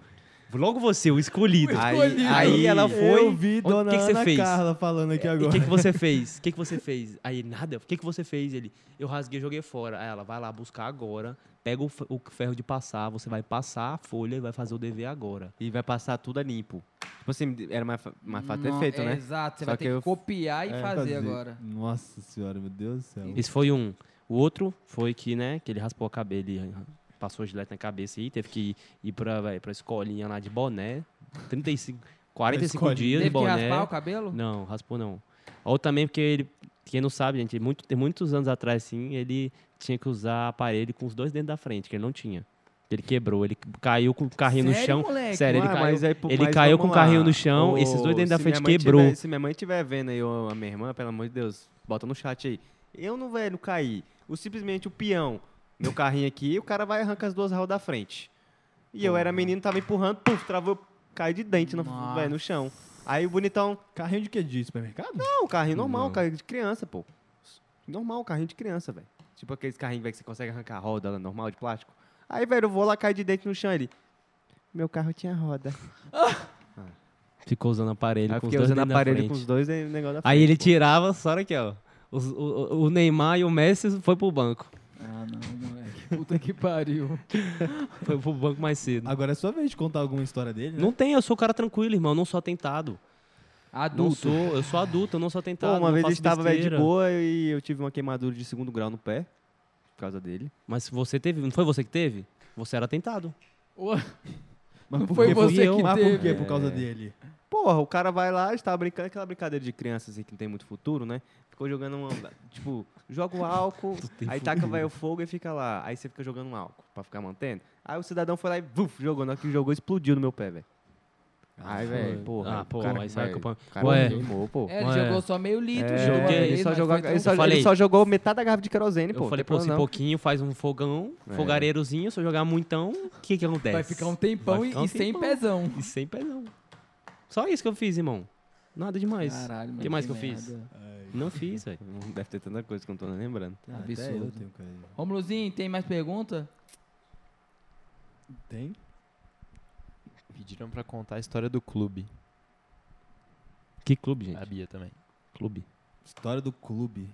Logo você, o escolhido.
Aí, aí
Aí
ela
ela
foi.
Eu vi
Onde-
Dona
que que você
Ana
fez?
Carla falando aqui
E o
agora.
que, que você fez? O que, que você fez? Aí, ele, nada. O que, que você fez? Ele, eu rasguei e joguei fora. Aí ela, vai lá buscar agora. Pega o, fe- o ferro de passar, você vai passar a folha e vai fazer o dever agora.
E vai passar tudo a limpo. Tipo assim, era mais, fa- mais fato é
Não,
feito,
é,
né?
Exato, você
Só
vai
que
ter que
eu-
copiar e
É,
fazer agora.
Nossa senhora, meu Deus do céu.
Esse foi um. O outro foi que, né, que ele raspou a cabeça, ele passou a gilete na cabeça e teve que ir, ir pra, véi, pra escolinha lá de boné. 35, 45
Escolinha.
dias
Teve
de
que
boné.
raspar o cabelo?
Não, raspou não. Ou também porque ele, quem não sabe, gente, muito, tem muitos anos atrás, sim, ele tinha que usar aparelho com os dois dentes da frente, que ele não tinha. Ele quebrou, ele caiu com o carrinho no
Sério,
chão.
moleque?
Sério, ele
Ué,
caiu.
aí, pô,
ele caiu
vamos
com o carrinho no chão, esses dois dentes da
se
frente
minha mãe
quebrou.
tiver- se minha mãe estiver vendo aí, ô, a minha irmã, pelo amor de Deus, bota no chat aí. Eu não, velho, caí. O, simplesmente o peão, meu carrinho aqui, o cara vai e arranca as duas rodas da frente. E eu era menino, tava empurrando, puf, travou, cai de dente no,
Nossa.
velho, no chão. Aí o bonitão,
Carrinho de que? De supermercado?
não, carrinho normal, carrinho de criança, pô. Normal, carrinho de criança, velho. Tipo aqueles carrinhos velho, que você consegue arrancar a roda lá, normal, de plástico. Aí, velho, eu vou lá, cai de dente no chão ele. Meu carro tinha roda.
Ficou usando aparelho
Aí eu
com os
fiquei
dois
usando
dentes da
aparelho
frente.
com os dois e o negócio da frente.
Aí ele
pô.
tirava, só olha aqui, ó. Os- o, o Neymar e o Messi foi pro banco.
Ah, não, moleque. Puta que pariu.
Foi pro banco mais cedo.
Agora é sua vez de contar alguma história dele, né?
Não tem, eu sou um cara tranquilo, irmão. eu Não sou atentado. Não
Adulto.
sou, eu sou adulto, eu não sou
Pô,
atentado.
uma
não
vez eu
faço
estava velho, de
besteira.
boa e eu tive uma queimadura de segundo grau no pé. Por causa dele.
Mas você teve, não foi você que teve? Você era atentado.
Ué,
Mas
Não
por
foi
quê? Por
você
quê?
que
Mas por
teve.
quê? Por causa dele.
Porra, o cara vai lá, estava brincando, aquela brincadeira de criança assim que não tem muito futuro, né? Ficou jogando uma. Tipo, joga o álcool, aí taca vai o fogo e fica lá. Aí você fica jogando um álcool pra ficar mantendo. Aí o cidadão foi lá e vuf, jogou. Na hora que jogou, explodiu no meu pé, velho. Ai, velho, porra.
Ah,
o
pô, aí você vai
velho,
acampar-
o cara
Ué.
queimou, pô.
É, ele
Ué.
jogou só meio litro.
É,
jogou
joguei,
ali,
ele, só
mas
jogou,
foi um
ele,
tão-
só,
Eu
ele
falei-
só jogou metade da garrafa de querosene,
Eu
pô. não
falei,
tem
pô,
problema
se
não.
pouquinho faz um fogão,
É.
fogareirozinho, se eu jogar muitão, o que que acontece?
Vai ficar um tempão
Vai ficar
e,
um
e sem
tempão.
pezão.
E sem pezão. Só isso que eu fiz, irmão. Nada demais.
Caralho,
que
mano.
mais que eu fiz?
merda.
Não fiz, velho.
Hum, Deve ter tanta coisa que eu não tô nem lembrando.
Ah, até
Absurdo.
eu tenho, cara.
Romulozinho, tem mais pergunta?
Tem?
Pediram pra contar a história do clube.
Que clube, gente?
A Bia também.
Clube.
História do clube.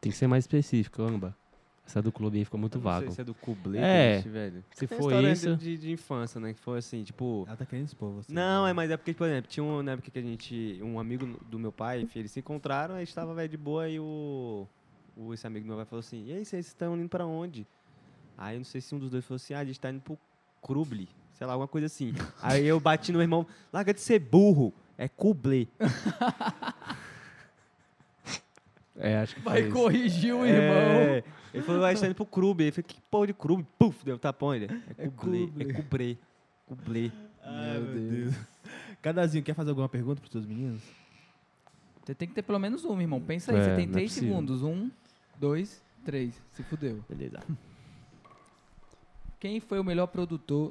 Tem que ser mais específico, amba. Essa do clube aí ficou muito
Eu não
vago.
sei se é do Kublé,
É.
gente, velho.
Se
Tem
for
história
isso.
De, de infância, né? Que foi assim, tipo.
Ela tá querendo expor você.
Não, é, mas é porque, por exemplo, tinha uma época que a gente. Um amigo do meu pai, enfim, eles se encontraram, aí estava velho de boa e o, o. Esse amigo do meu pai falou assim: E aí, vocês estão indo pra onde? Aí eu não sei se um dos dois falou assim: Ah, a gente tá indo pro Kruble, sei lá, alguma coisa assim. aí eu bati no meu irmão: Larga de ser burro, é Kublé.
É, acho que
Vai corrigir o irmão.
É. Ele falou, vai saindo pro Krub. Ele falou, que porra de Krub? Puf, deu um tapão ele. É Kublé. É Kublé. Kublé.
Ai, meu Deus. Cadazinho, quer fazer alguma pergunta pros seus meninos?
Você tem que ter pelo menos uma, irmão. Pensa aí,
É,
você tem
não é
três
possível.
segundos. Um, dois, três. Se fudeu.
Beleza.
Quem foi o melhor produtor?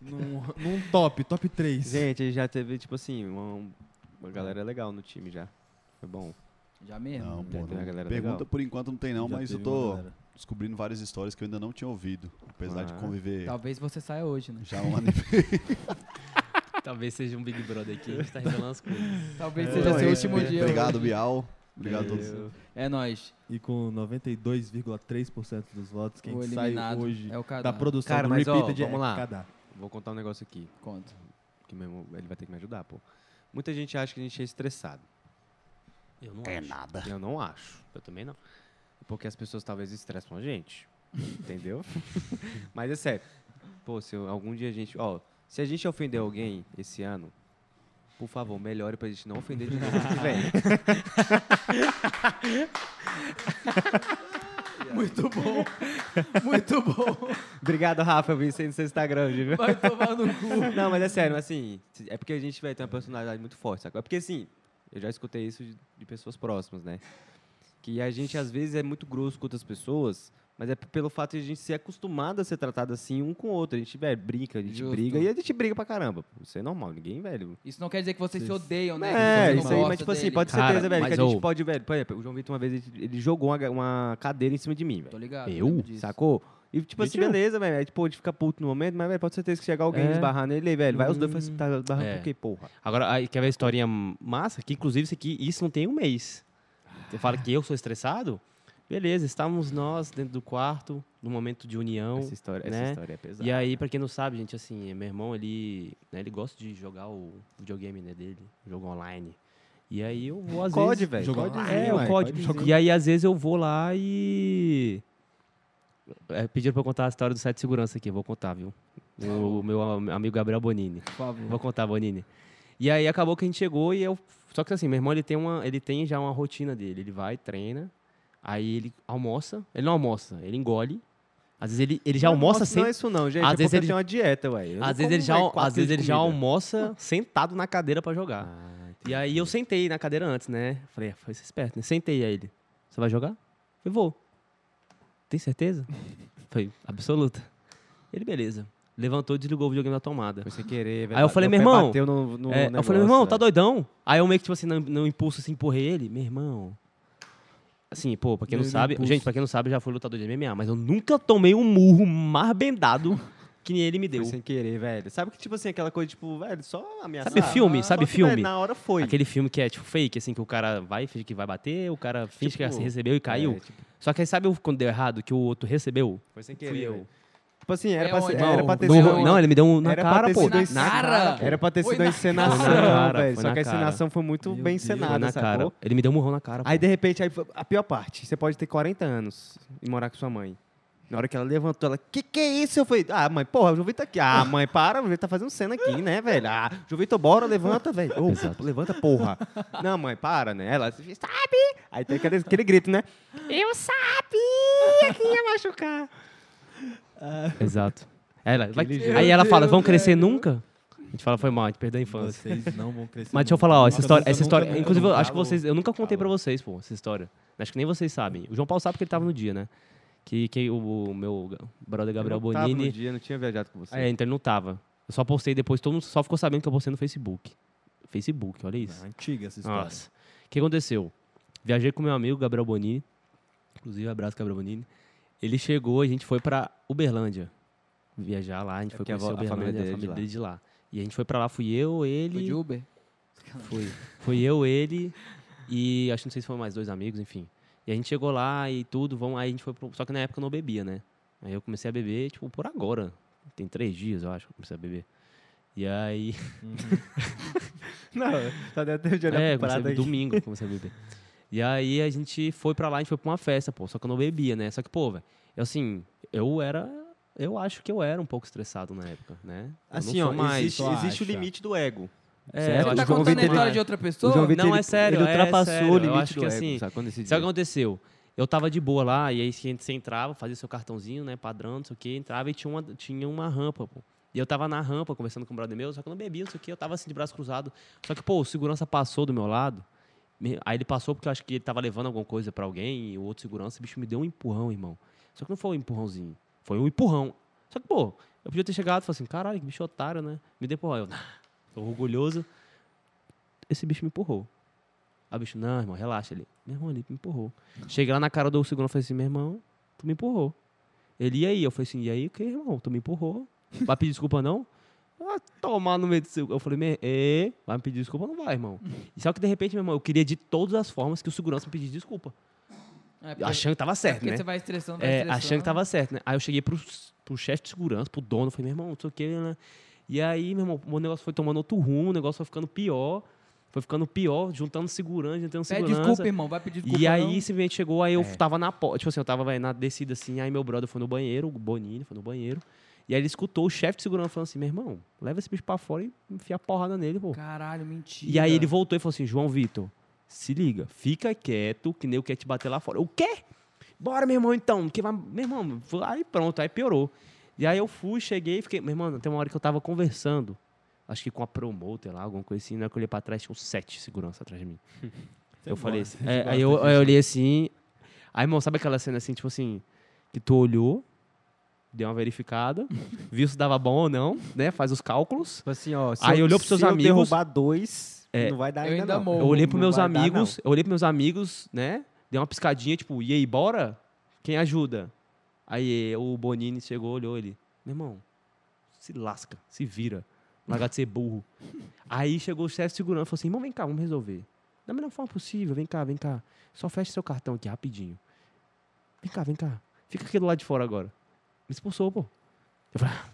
Num, num top, top 3.
Gente, ele já teve, tipo assim, uma, uma galera legal no time já. Foi bom.
Já mesmo?
Não, pô,
tem uma
não.
galera
Pergunta
legal.
por enquanto não tem não,
Já
mas eu
teve
tô
uma galera.
descobrindo várias histórias que eu ainda não tinha ouvido. Apesar de
Ah.
conviver
Talvez você saia hoje, né?
já há um ano e
Talvez seja um Big Brother aqui, a gente tá revelando as coisas.
Talvez
É,
seja
então é
seu
isso.
último dia.
Obrigado,
hoje.
Bial. Obrigado a todos.
É nóis.
E com 92,3% dos votos, quem
O
sai
eliminado
hoje
é o Kadar.
da produção
Cara,
do
mas, ó,
Repeated é
vamos lá.
Kadar.
Vou contar um negócio aqui,
Conta.
que meu irmão, ele vai ter que me ajudar, pô. Muita gente acha que a gente é estressado.
Eu não
É
acho.
nada.
Eu não acho.
Eu também não.
Porque as pessoas talvez estressam a gente. entendeu? Mas é sério. Pô, se eu- algum dia a gente. Ó, se a gente ofender alguém esse ano, por favor, melhore pra gente não ofender de novo ano que vem.
Muito bom. Muito bom.
Obrigado, Rafa. Eu vi isso aí no seu Instagram, viu?
Vai tomar no cu.
Não, mas é sério, mas assim, é porque a gente vai ter uma personalidade muito forte, sabe? É porque assim, eu já escutei isso de, de pessoas próximas, né? Que a gente às vezes é muito grosso com outras pessoas, mas é p- pelo fato de a gente ser acostumado a ser tratado assim um com o outro. A gente velho, brinca, a gente
Justo.
briga e a gente briga pra caramba. Isso é normal, ninguém, velho.
Isso não quer dizer que vocês se odeiam, né?
É,
Que vocês não
isso aí, mas
gostam
tipo assim,
dele.
pode ter
Cara,
certeza, velho, que
mas
a gente
ô.
pode, velho. Por exemplo, o João Vitor uma vez ele, ele jogou uma, ga- uma cadeira em cima de mim, velho.
Tô ligado.
Eu?
lembro disso.
Sacou? E, tipo assim,
Gente,
beleza, velho. Aí, Tipo, de ficar puto no momento, mas, velho, pode ser que chegar alguém
É.
e esbarrar nele, aí, velho. Vai os dois e fala assim, tá esbarrando
É.
por quê, porra?
Agora, aí, quer ver a historinha massa? Que inclusive isso aqui, isso não tem um mês. Você fala que eu sou estressado? Beleza, estávamos nós dentro do quarto, num momento de união.
Essa história,
né?
essa história é pesada.
E aí, pra quem não sabe, gente, assim, meu irmão, ele, né, ele gosta de jogar o videogame né, dele, jogo online. E aí eu vou às
COD,
vezes...
velho.
Jogou
COD.
É, o código. E aí, às vezes, eu vou lá e. É, pediram pra eu contar a história do site de segurança aqui, eu vou contar, viu? O meu am- amigo Gabriel Bonini.
Por favor.
Vou contar, Bonini. E aí acabou que a gente chegou e eu. Só que assim, meu irmão ele tem, uma, ele tem já uma rotina dele. Ele vai, treina, aí ele almoça. Ele não almoça, ele engole. Às vezes ele, ele já
Não,
almoça
nossa,
sem.
Não é isso não, gente.
Às
é
vezes
porque eu
ele-
tenho uma dieta, velho.
Às vezes ele já, às vezes ele já almoça sentado na cadeira pra jogar.
Ah,
e aí eu sentei na cadeira antes, né? Falei, "Ah, foi esse esperto, né? Sentei aí ele. Você vai jogar? Eu vou. Tem certeza? Falei, absoluta. Ele, beleza. Levantou e desligou o videogame da tomada.
Foi sem querer, velho.
Aí eu falei,
Meu
meu
pé
irmão,
Bateu no, no
É, eu
negócio,
falei, meu irmão, tá
velho.
doidão? Aí eu meio que, tipo assim, no, no impulso, assim, empurrei ele. Meu irmão. Assim, pô, pra quem não
Deu no
sabe.
impulso.
Gente, pra quem não sabe, eu já fui lutador de MMA, mas eu nunca tomei um murro mais bendado que nem ele me deu.
Foi sem querer, velho. Sabe que, tipo assim, aquela coisa, tipo, velho, só ameaçar.
Sabe filme?
Ah,
Sabe
só que, velho,
filme?
Na hora foi.
Aquele filme que é tipo fake, assim, que o cara vai, finge que vai bater, o cara finge que
Tipo,
assim, recebeu e caiu.
É, tipo,
Só que aí sabe o- quando deu errado, que o outro recebeu?
foi sem querer.
Fui eu.
velho. Tipo assim, era,
É
pra, ser-
onde?
era pra ter
No-
sido-
não, ele me deu um na
era pra
cara,
ter
pô.
sido
Na
esse-
cara!
Era pra ter
Foi
sido
na
a
cara.
encenação,
Foi na cara,
velho.
foi
Só
na
que a
cara.
encenação foi muito
Meu
bem
Deus.
Foi
encenada,
na cara.
sacou?
Ele me deu um murrão na cara.
Aí,
pô.
de repente, aí, a pior parte, você pode ter 40 anos e morar com sua mãe. Na hora que ela levantou, ela, que que é isso? Eu falei, ah, mãe, porra, o Juvito tá aqui. Ah, mãe, para, o Juvito tá fazendo cena aqui, né, velho? Ah, Juvito, bora, levanta, velho. Ô, levanta, porra. Não, mãe, para, né? Ela, sabe? Aí tem aquele, aquele grito, né? Eu sabia que ia machucar.
Exato. Ela, vai-
jeito.
aí ela
Meu
fala,
Deus,
vão crescer
velho.
nunca? A gente fala, foi mal, a gente perdeu a infância.
Vocês não vão crescer.
Mas deixa eu
nunca.
falar, ó, essa
Nossa,
história,
eu
essa
nunca-
história,
nunca-
inclusive, eu
nunca
acho que
falo.
vocês, eu nunca contei pra vocês, pô, essa história. Acho que nem vocês sabem. O João Paulo sabe porque ele tava no dia, né? Que, que o, o meu brother Gabriel
eu não tava
Bonini
no dia, não tinha viajado com você.
É, então ele não tava. Eu só postei depois, todo mundo só ficou sabendo que eu postei no Facebook. Facebook, olha isso.
Ah,
É Antiga essa história.
Nossa. O que aconteceu? Viajei com meu amigo Gabriel Bonini. Inclusive, abraço, Gabriel Bonini. Ele chegou, a gente foi pra Uberlândia. Viajar lá, a gente
É
foi
porque a
conhecer
vo- a
Uberlândia,
família
a
dele é de
família
lá.
dele de lá. E a gente foi pra lá, fui eu, ele.
Foi de Uber?
Foi. Foi eu, ele e acho que não sei se foram mais dois amigos, enfim. E a gente chegou lá e tudo, vamos, aí a gente foi pro, só que na época eu não bebia, né? Aí eu comecei a beber, tipo, por agora. Tem três dias, eu acho, que eu comecei a beber. E aí,
Não, só deu tempo de olhar
é,
pro
comecei a
prato
beber,
aqui.
domingo comecei a beber. E aí a gente foi pra lá, a gente foi pra uma festa, pô, só que eu não bebia, né? Só que, pô, velho, eu assim, eu era, eu acho que eu era um pouco estressado na época, né? Eu não
Assim,
sou
ó,
mais.
existe,
só
existe o
acha.
limite do ego.
É, eu
Você
acho
tá
que eu-
contando a
Vitor,
história
ele-
de outra pessoa?
João Vitor,
Não,
ele-
é sério,
Tipo, Ele
é
ultrapassou
sério,
o
eu
limite
acho
do
que
ego,
assim,
sabe? Quando esse
Sabe o que aconteceu? Eu tava de boa lá, e aí você você entrava, fazia seu cartãozinho, né? Padrão, não sei o quê, entrava e tinha uma, tinha uma rampa, pô. E eu tava na rampa conversando com um brother meu, só que eu não bebia, não sei o quê, eu tava assim de braço cruzado. Só que, pô, o segurança passou do meu lado. me- Aí ele passou porque eu acho que ele tava levando alguma coisa pra alguém, e o outro segurança, o bicho me deu um empurrão, irmão. Só que não foi um empurrãozinho, foi um empurrão. Só que, pô, eu podia ter chegado e falado assim, caralho, que bicho otário, né? Me deu empurrão. Eu, tô orgulhoso. Esse bicho me empurrou. Aí o bicho, não, irmão, relaxa. Ele, meu irmão, ele me empurrou. Cheguei lá na cara do segurança e falei assim, meu irmão, tu me empurrou. Ele, e aí? Eu falei assim, e aí o que, irmão? Tu me empurrou. Vai pedir desculpa, não? Ah, tomar no meio do seu... Eu falei, "Me- é, vai me pedir desculpa? Não vai, irmão. E só que, de repente, meu irmão, eu queria de todas as formas que o segurança me pedisse desculpa.
É, porque-
Achando que tava
é
certo,
porque
né?
você vai estressando, vai
É,
estressando.
achando que tava certo, né? Aí eu cheguei pro, pro chefe de segurança, pro dono, falei, meu irmão, não sei o que, né? E aí, meu irmão, o negócio foi tomando outro rumo, o negócio foi ficando pior, foi ficando pior, juntando segurança, juntando
Pede
segurança.
desculpa, irmão. Vai pedir desculpa,
E aí,
não.
simplesmente chegou, aí eu tava na porta, tipo assim, eu tava vai, na descida assim, aí meu brother foi no banheiro, o Bonini foi no banheiro, e aí ele escutou o chefe de segurança falando assim, meu irmão, leva esse bicho pra fora e enfia a porrada nele, pô.
Caralho, mentira.
Ah.
E aí ele voltou e falou assim: João Vitor, se liga, fica quieto, que nem eu quer te bater lá fora. Eu, O quê? Bora, meu irmão, então. Que vai... Meu irmão, fu- aí pronto, aí piorou. E aí eu fui, cheguei, fiquei. Meu irmão, tem uma hora que eu tava conversando. Acho que com a promoter lá, alguma coisa assim. Na hora que eu olhei pra trás, tinha uns sete segurança atrás de mim. eu falei assim. é, aí eu, aí eu olhei assim. Aí, irmão, sabe aquela cena assim, tipo assim, que tu olhou, deu uma verificada, viu se dava bom ou não, né? Faz os cálculos.
Tipo assim, ó, se
Aí
eu,
olhou pros seus
se eu
amigos-
derrubar dois, não vai dar
Eu
ainda,
ainda
não.
morro.
Eu olhei pros
Não
meus
vai dar,
amigos, eu olhei pros meus amigos, né? Dei uma piscadinha, tipo, e aí, bora? Quem ajuda? Aí eh, o Bonini chegou, olhou ele. Meu irmão, se lasca, se vira. Largar de ser burro. Aí chegou o chefe de segurança e falou assim: irmão, vem cá, vamos resolver. Da melhor forma possível, vem cá, vem cá. Só fecha seu cartão aqui rapidinho. Vem cá, vem cá. Fica aqui do lado de fora agora. Me expulsou, pô. Eu falei, "Ah,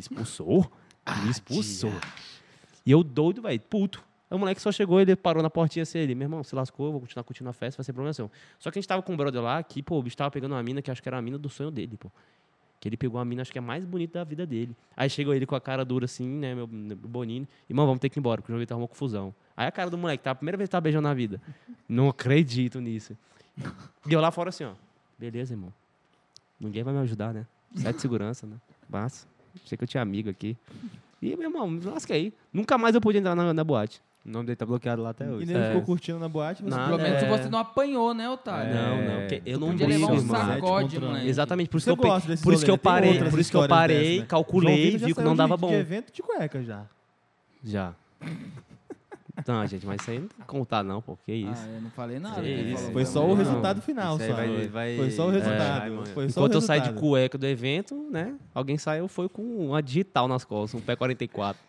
expulsou? Me expulsou. E eu doido, velho, puto. Aí o moleque só chegou, ele parou na portinha assim, ele, meu irmão, se lascou, eu vou continuar curtindo a festa, vai ser problema seu. Só que a gente tava com um brother lá que, pô, o bicho tava pegando uma mina que acho que era a mina do sonho dele, pô. Que ele pegou a mina, acho que é a mais bonita da vida dele. Aí chegou ele com a cara dura assim, né, meu, meu Bonini. Irmão, vamos ter que ir embora, porque o jogo arrumou confusão. Aí a cara do moleque, tá? A primeira vez que tá beijando na vida. Não acredito nisso. E eu lá fora assim, ó. Beleza, irmão. Ninguém vai me ajudar, né? Sai de segurança, né? Massa. Sei que eu tinha amigo aqui. E, meu irmão, me lasca aí. Nunca mais eu pude entrar na, na boate.
O nome dele tá bloqueado lá até
E
hoje.
nem
É.
ficou curtindo na boate, você
Nada.
Pelo menos
É.
você não apanhou, né, Otário?
Não, não, porque eu não
podia levar um
brigo, mano.
sacode,
Né?
moleque.
Exatamente, por isso
Você
que eu,
gosta
pe-
desses
por isso que eu
rolês, né? Tem
parei,
outras
por isso que eu
histórias
parei,
dessas, né? João
calculei,
Vitor já
vi É, que
saiu
não
de-
dava
de
bom.
evento de cueca já.
Já. Não, gente, mas isso aí não tem que contar não, pô, que isso.
Ah, eu não falei nada.
Que
quem
isso,
falou
Foi
pra
só
mim.
o
Não.
resultado final,
É, Isso aí
só.
vai- vai-
Foi só o
é,
resultado.
vai, mano.
Foi só
Enquanto
o
eu saí de
resultado.
cueca do evento, né? Alguém saiu, foi com uma digital nas costas, um pé 44.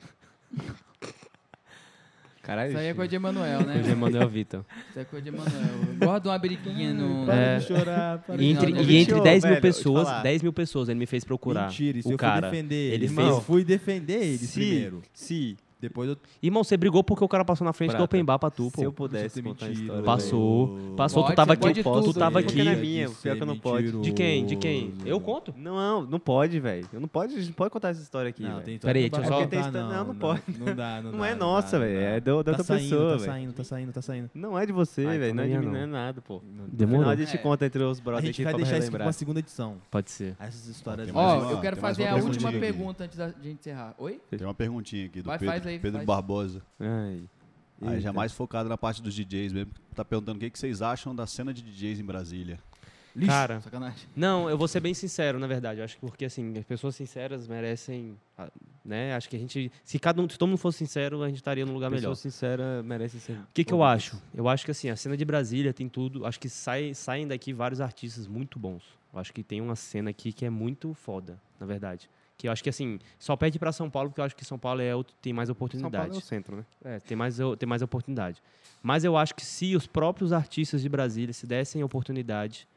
Caralho.
Isso aí é
Chico.
coisa de Emanuel, né?
Hoje é Manuel Vitor.
Isso aí é coisa de Emanuel. Guarda uma briguinha no...
Para
É.
de chorar, para
E
de
entre,
Não,
chorar.
e entre
deixa eu,
10 mil
velho, te
pessoas,
falar.
10 mil pessoas, ele me fez procurar.
Mentira, isso
o
eu
cara.
fui defender
ele
ele.
fez-
Eu fui defender ele
Se-
primeiro.
Se,
Depois eu
Irmão, você brigou porque o cara passou na frente do
Prata,
open bar pra tu,
se eu
pô.
pudesse
Você
contar a
mentiu,
história.
Passou, passou,
Pode,
tu tava
você pode
aqui, tu
tudo, né?
tava aqui.
Porque não é minha, pior que eu não pode.
De quem? De quem?
Hum.
Eu conto?
Não, não pode, velho. Eu Não pode, a gente não pode contar essa história aqui,
Não,
velho.
tem
Peraí,
todo-
deixa eu
Não,
só-
tem
Não,
história-
não pode.
Não dá, não
Não,
dá,
é
dá,
nossa,
não
velho.
dá.
É da da
Tá
outra
saindo,
pessoa,
Tá
velho.
saindo, tá saindo, tá saindo.
Não é de você,
Ah, então
velho. Não é
não
de
ia,
mim,
não.
não é nada, pô.
Demorou.
No final a gente
É.
conta entre os brothers
A gente
aqui
vai
pra
deixar isso pra
relembrar.
uma segunda edição.
Pode ser.
Essas histórias.
Tem mais
mais-
uma-
Ó, eu quero
tem mais
fazer
uma
a última
perguntinha aqui.
pergunta antes da gente encerrar. Oi?
Tem uma perguntinha aqui do
Vai,
Pedro,
faz aí,
Pedro
faz.
Barbosa.
Ai.
Aí
Eita.
já mais focado na parte dos DJs mesmo. Tá perguntando o que, que vocês acham da cena de DJs em Brasília.
Lixo.
Cara.
Sacanagem.
Não, eu vou ser bem sincero, na verdade. Eu acho que porque, assim, as pessoas sinceras merecem, ah, né? Acho que a gente... Se cada um, se todo mundo fosse sincero, a gente estaria num lugar tá melhor.
Pessoa sincera merece ser.
O que, que eu acho? Eu acho que assim, a cena de Brasília tem tudo. Acho que sai, saem daqui vários artistas muito bons. Eu acho que tem uma cena aqui que é muito foda, na verdade. Que eu acho que assim, só pede pra São Paulo, porque eu acho que São Paulo é outro, tem mais
São Paulo é
oportunidade.
o centro, né?
É, tem mais, o- tem mais oportunidade. Mas eu acho que se os próprios artistas de Brasília se dessem oportunidade,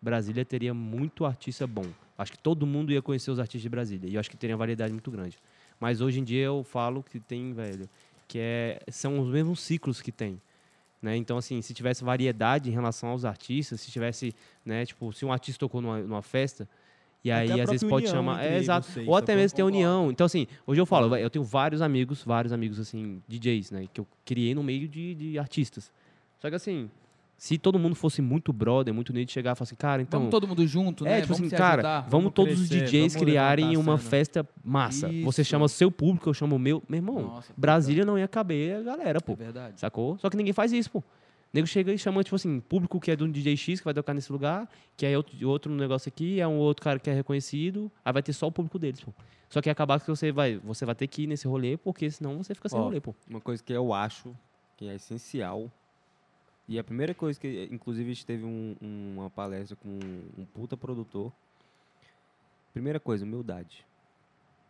Brasília teria muito artista bom. Acho que todo mundo ia conhecer os artistas de Brasília. E eu acho que teria uma variedade muito grande. Mas hoje em dia eu falo que tem, velho, que é, são os mesmos ciclos que tem. Né? Então, assim, se tivesse variedade em relação aos artistas, se tivesse, né, tipo, se um artista tocou numa, numa festa, e
Até a
aí às vezes
própria
pode
união
chamar.
entre
É, exato.
vocês,
Ou até
sacou?
mesmo ter
Concordo.
união. Então, assim, hoje eu falo, vai, eu tenho vários amigos, vários amigos, assim, DJs, né, que eu criei no meio de, de artistas. Só que, assim, se todo mundo fosse muito brother, muito unido, chegar e falar assim, cara, então.
vamos todo mundo junto,
É,
né?
tipo
vamos
assim,
se
cara,
ajudar.
vamos,
vamos
todos
crescer,
os DJs
vamos
criarem
levantar a
uma
cena.
festa massa. Você
Isso.
chama seu público, eu chamo o meu. Meu irmão,
Nossa,
Brasília não ia caber a galera, pô.
É verdade.
Sacou? Só que ninguém faz isso, pô. O nego chega e chama, tipo assim, público que é de um DJ X que vai tocar nesse lugar, que é outro, outro negócio aqui, é um outro cara que é reconhecido, aí vai ter só o público deles, pô. Só que ia acabar que você vai, você vai ter que ir nesse rolê, porque senão você fica sem
Ó.
rolê, pô.
Uma coisa que eu acho que é essencial. E a primeira coisa que. Inclusive, a gente teve um- uma palestra com um puta produtor. Primeira coisa, humildade.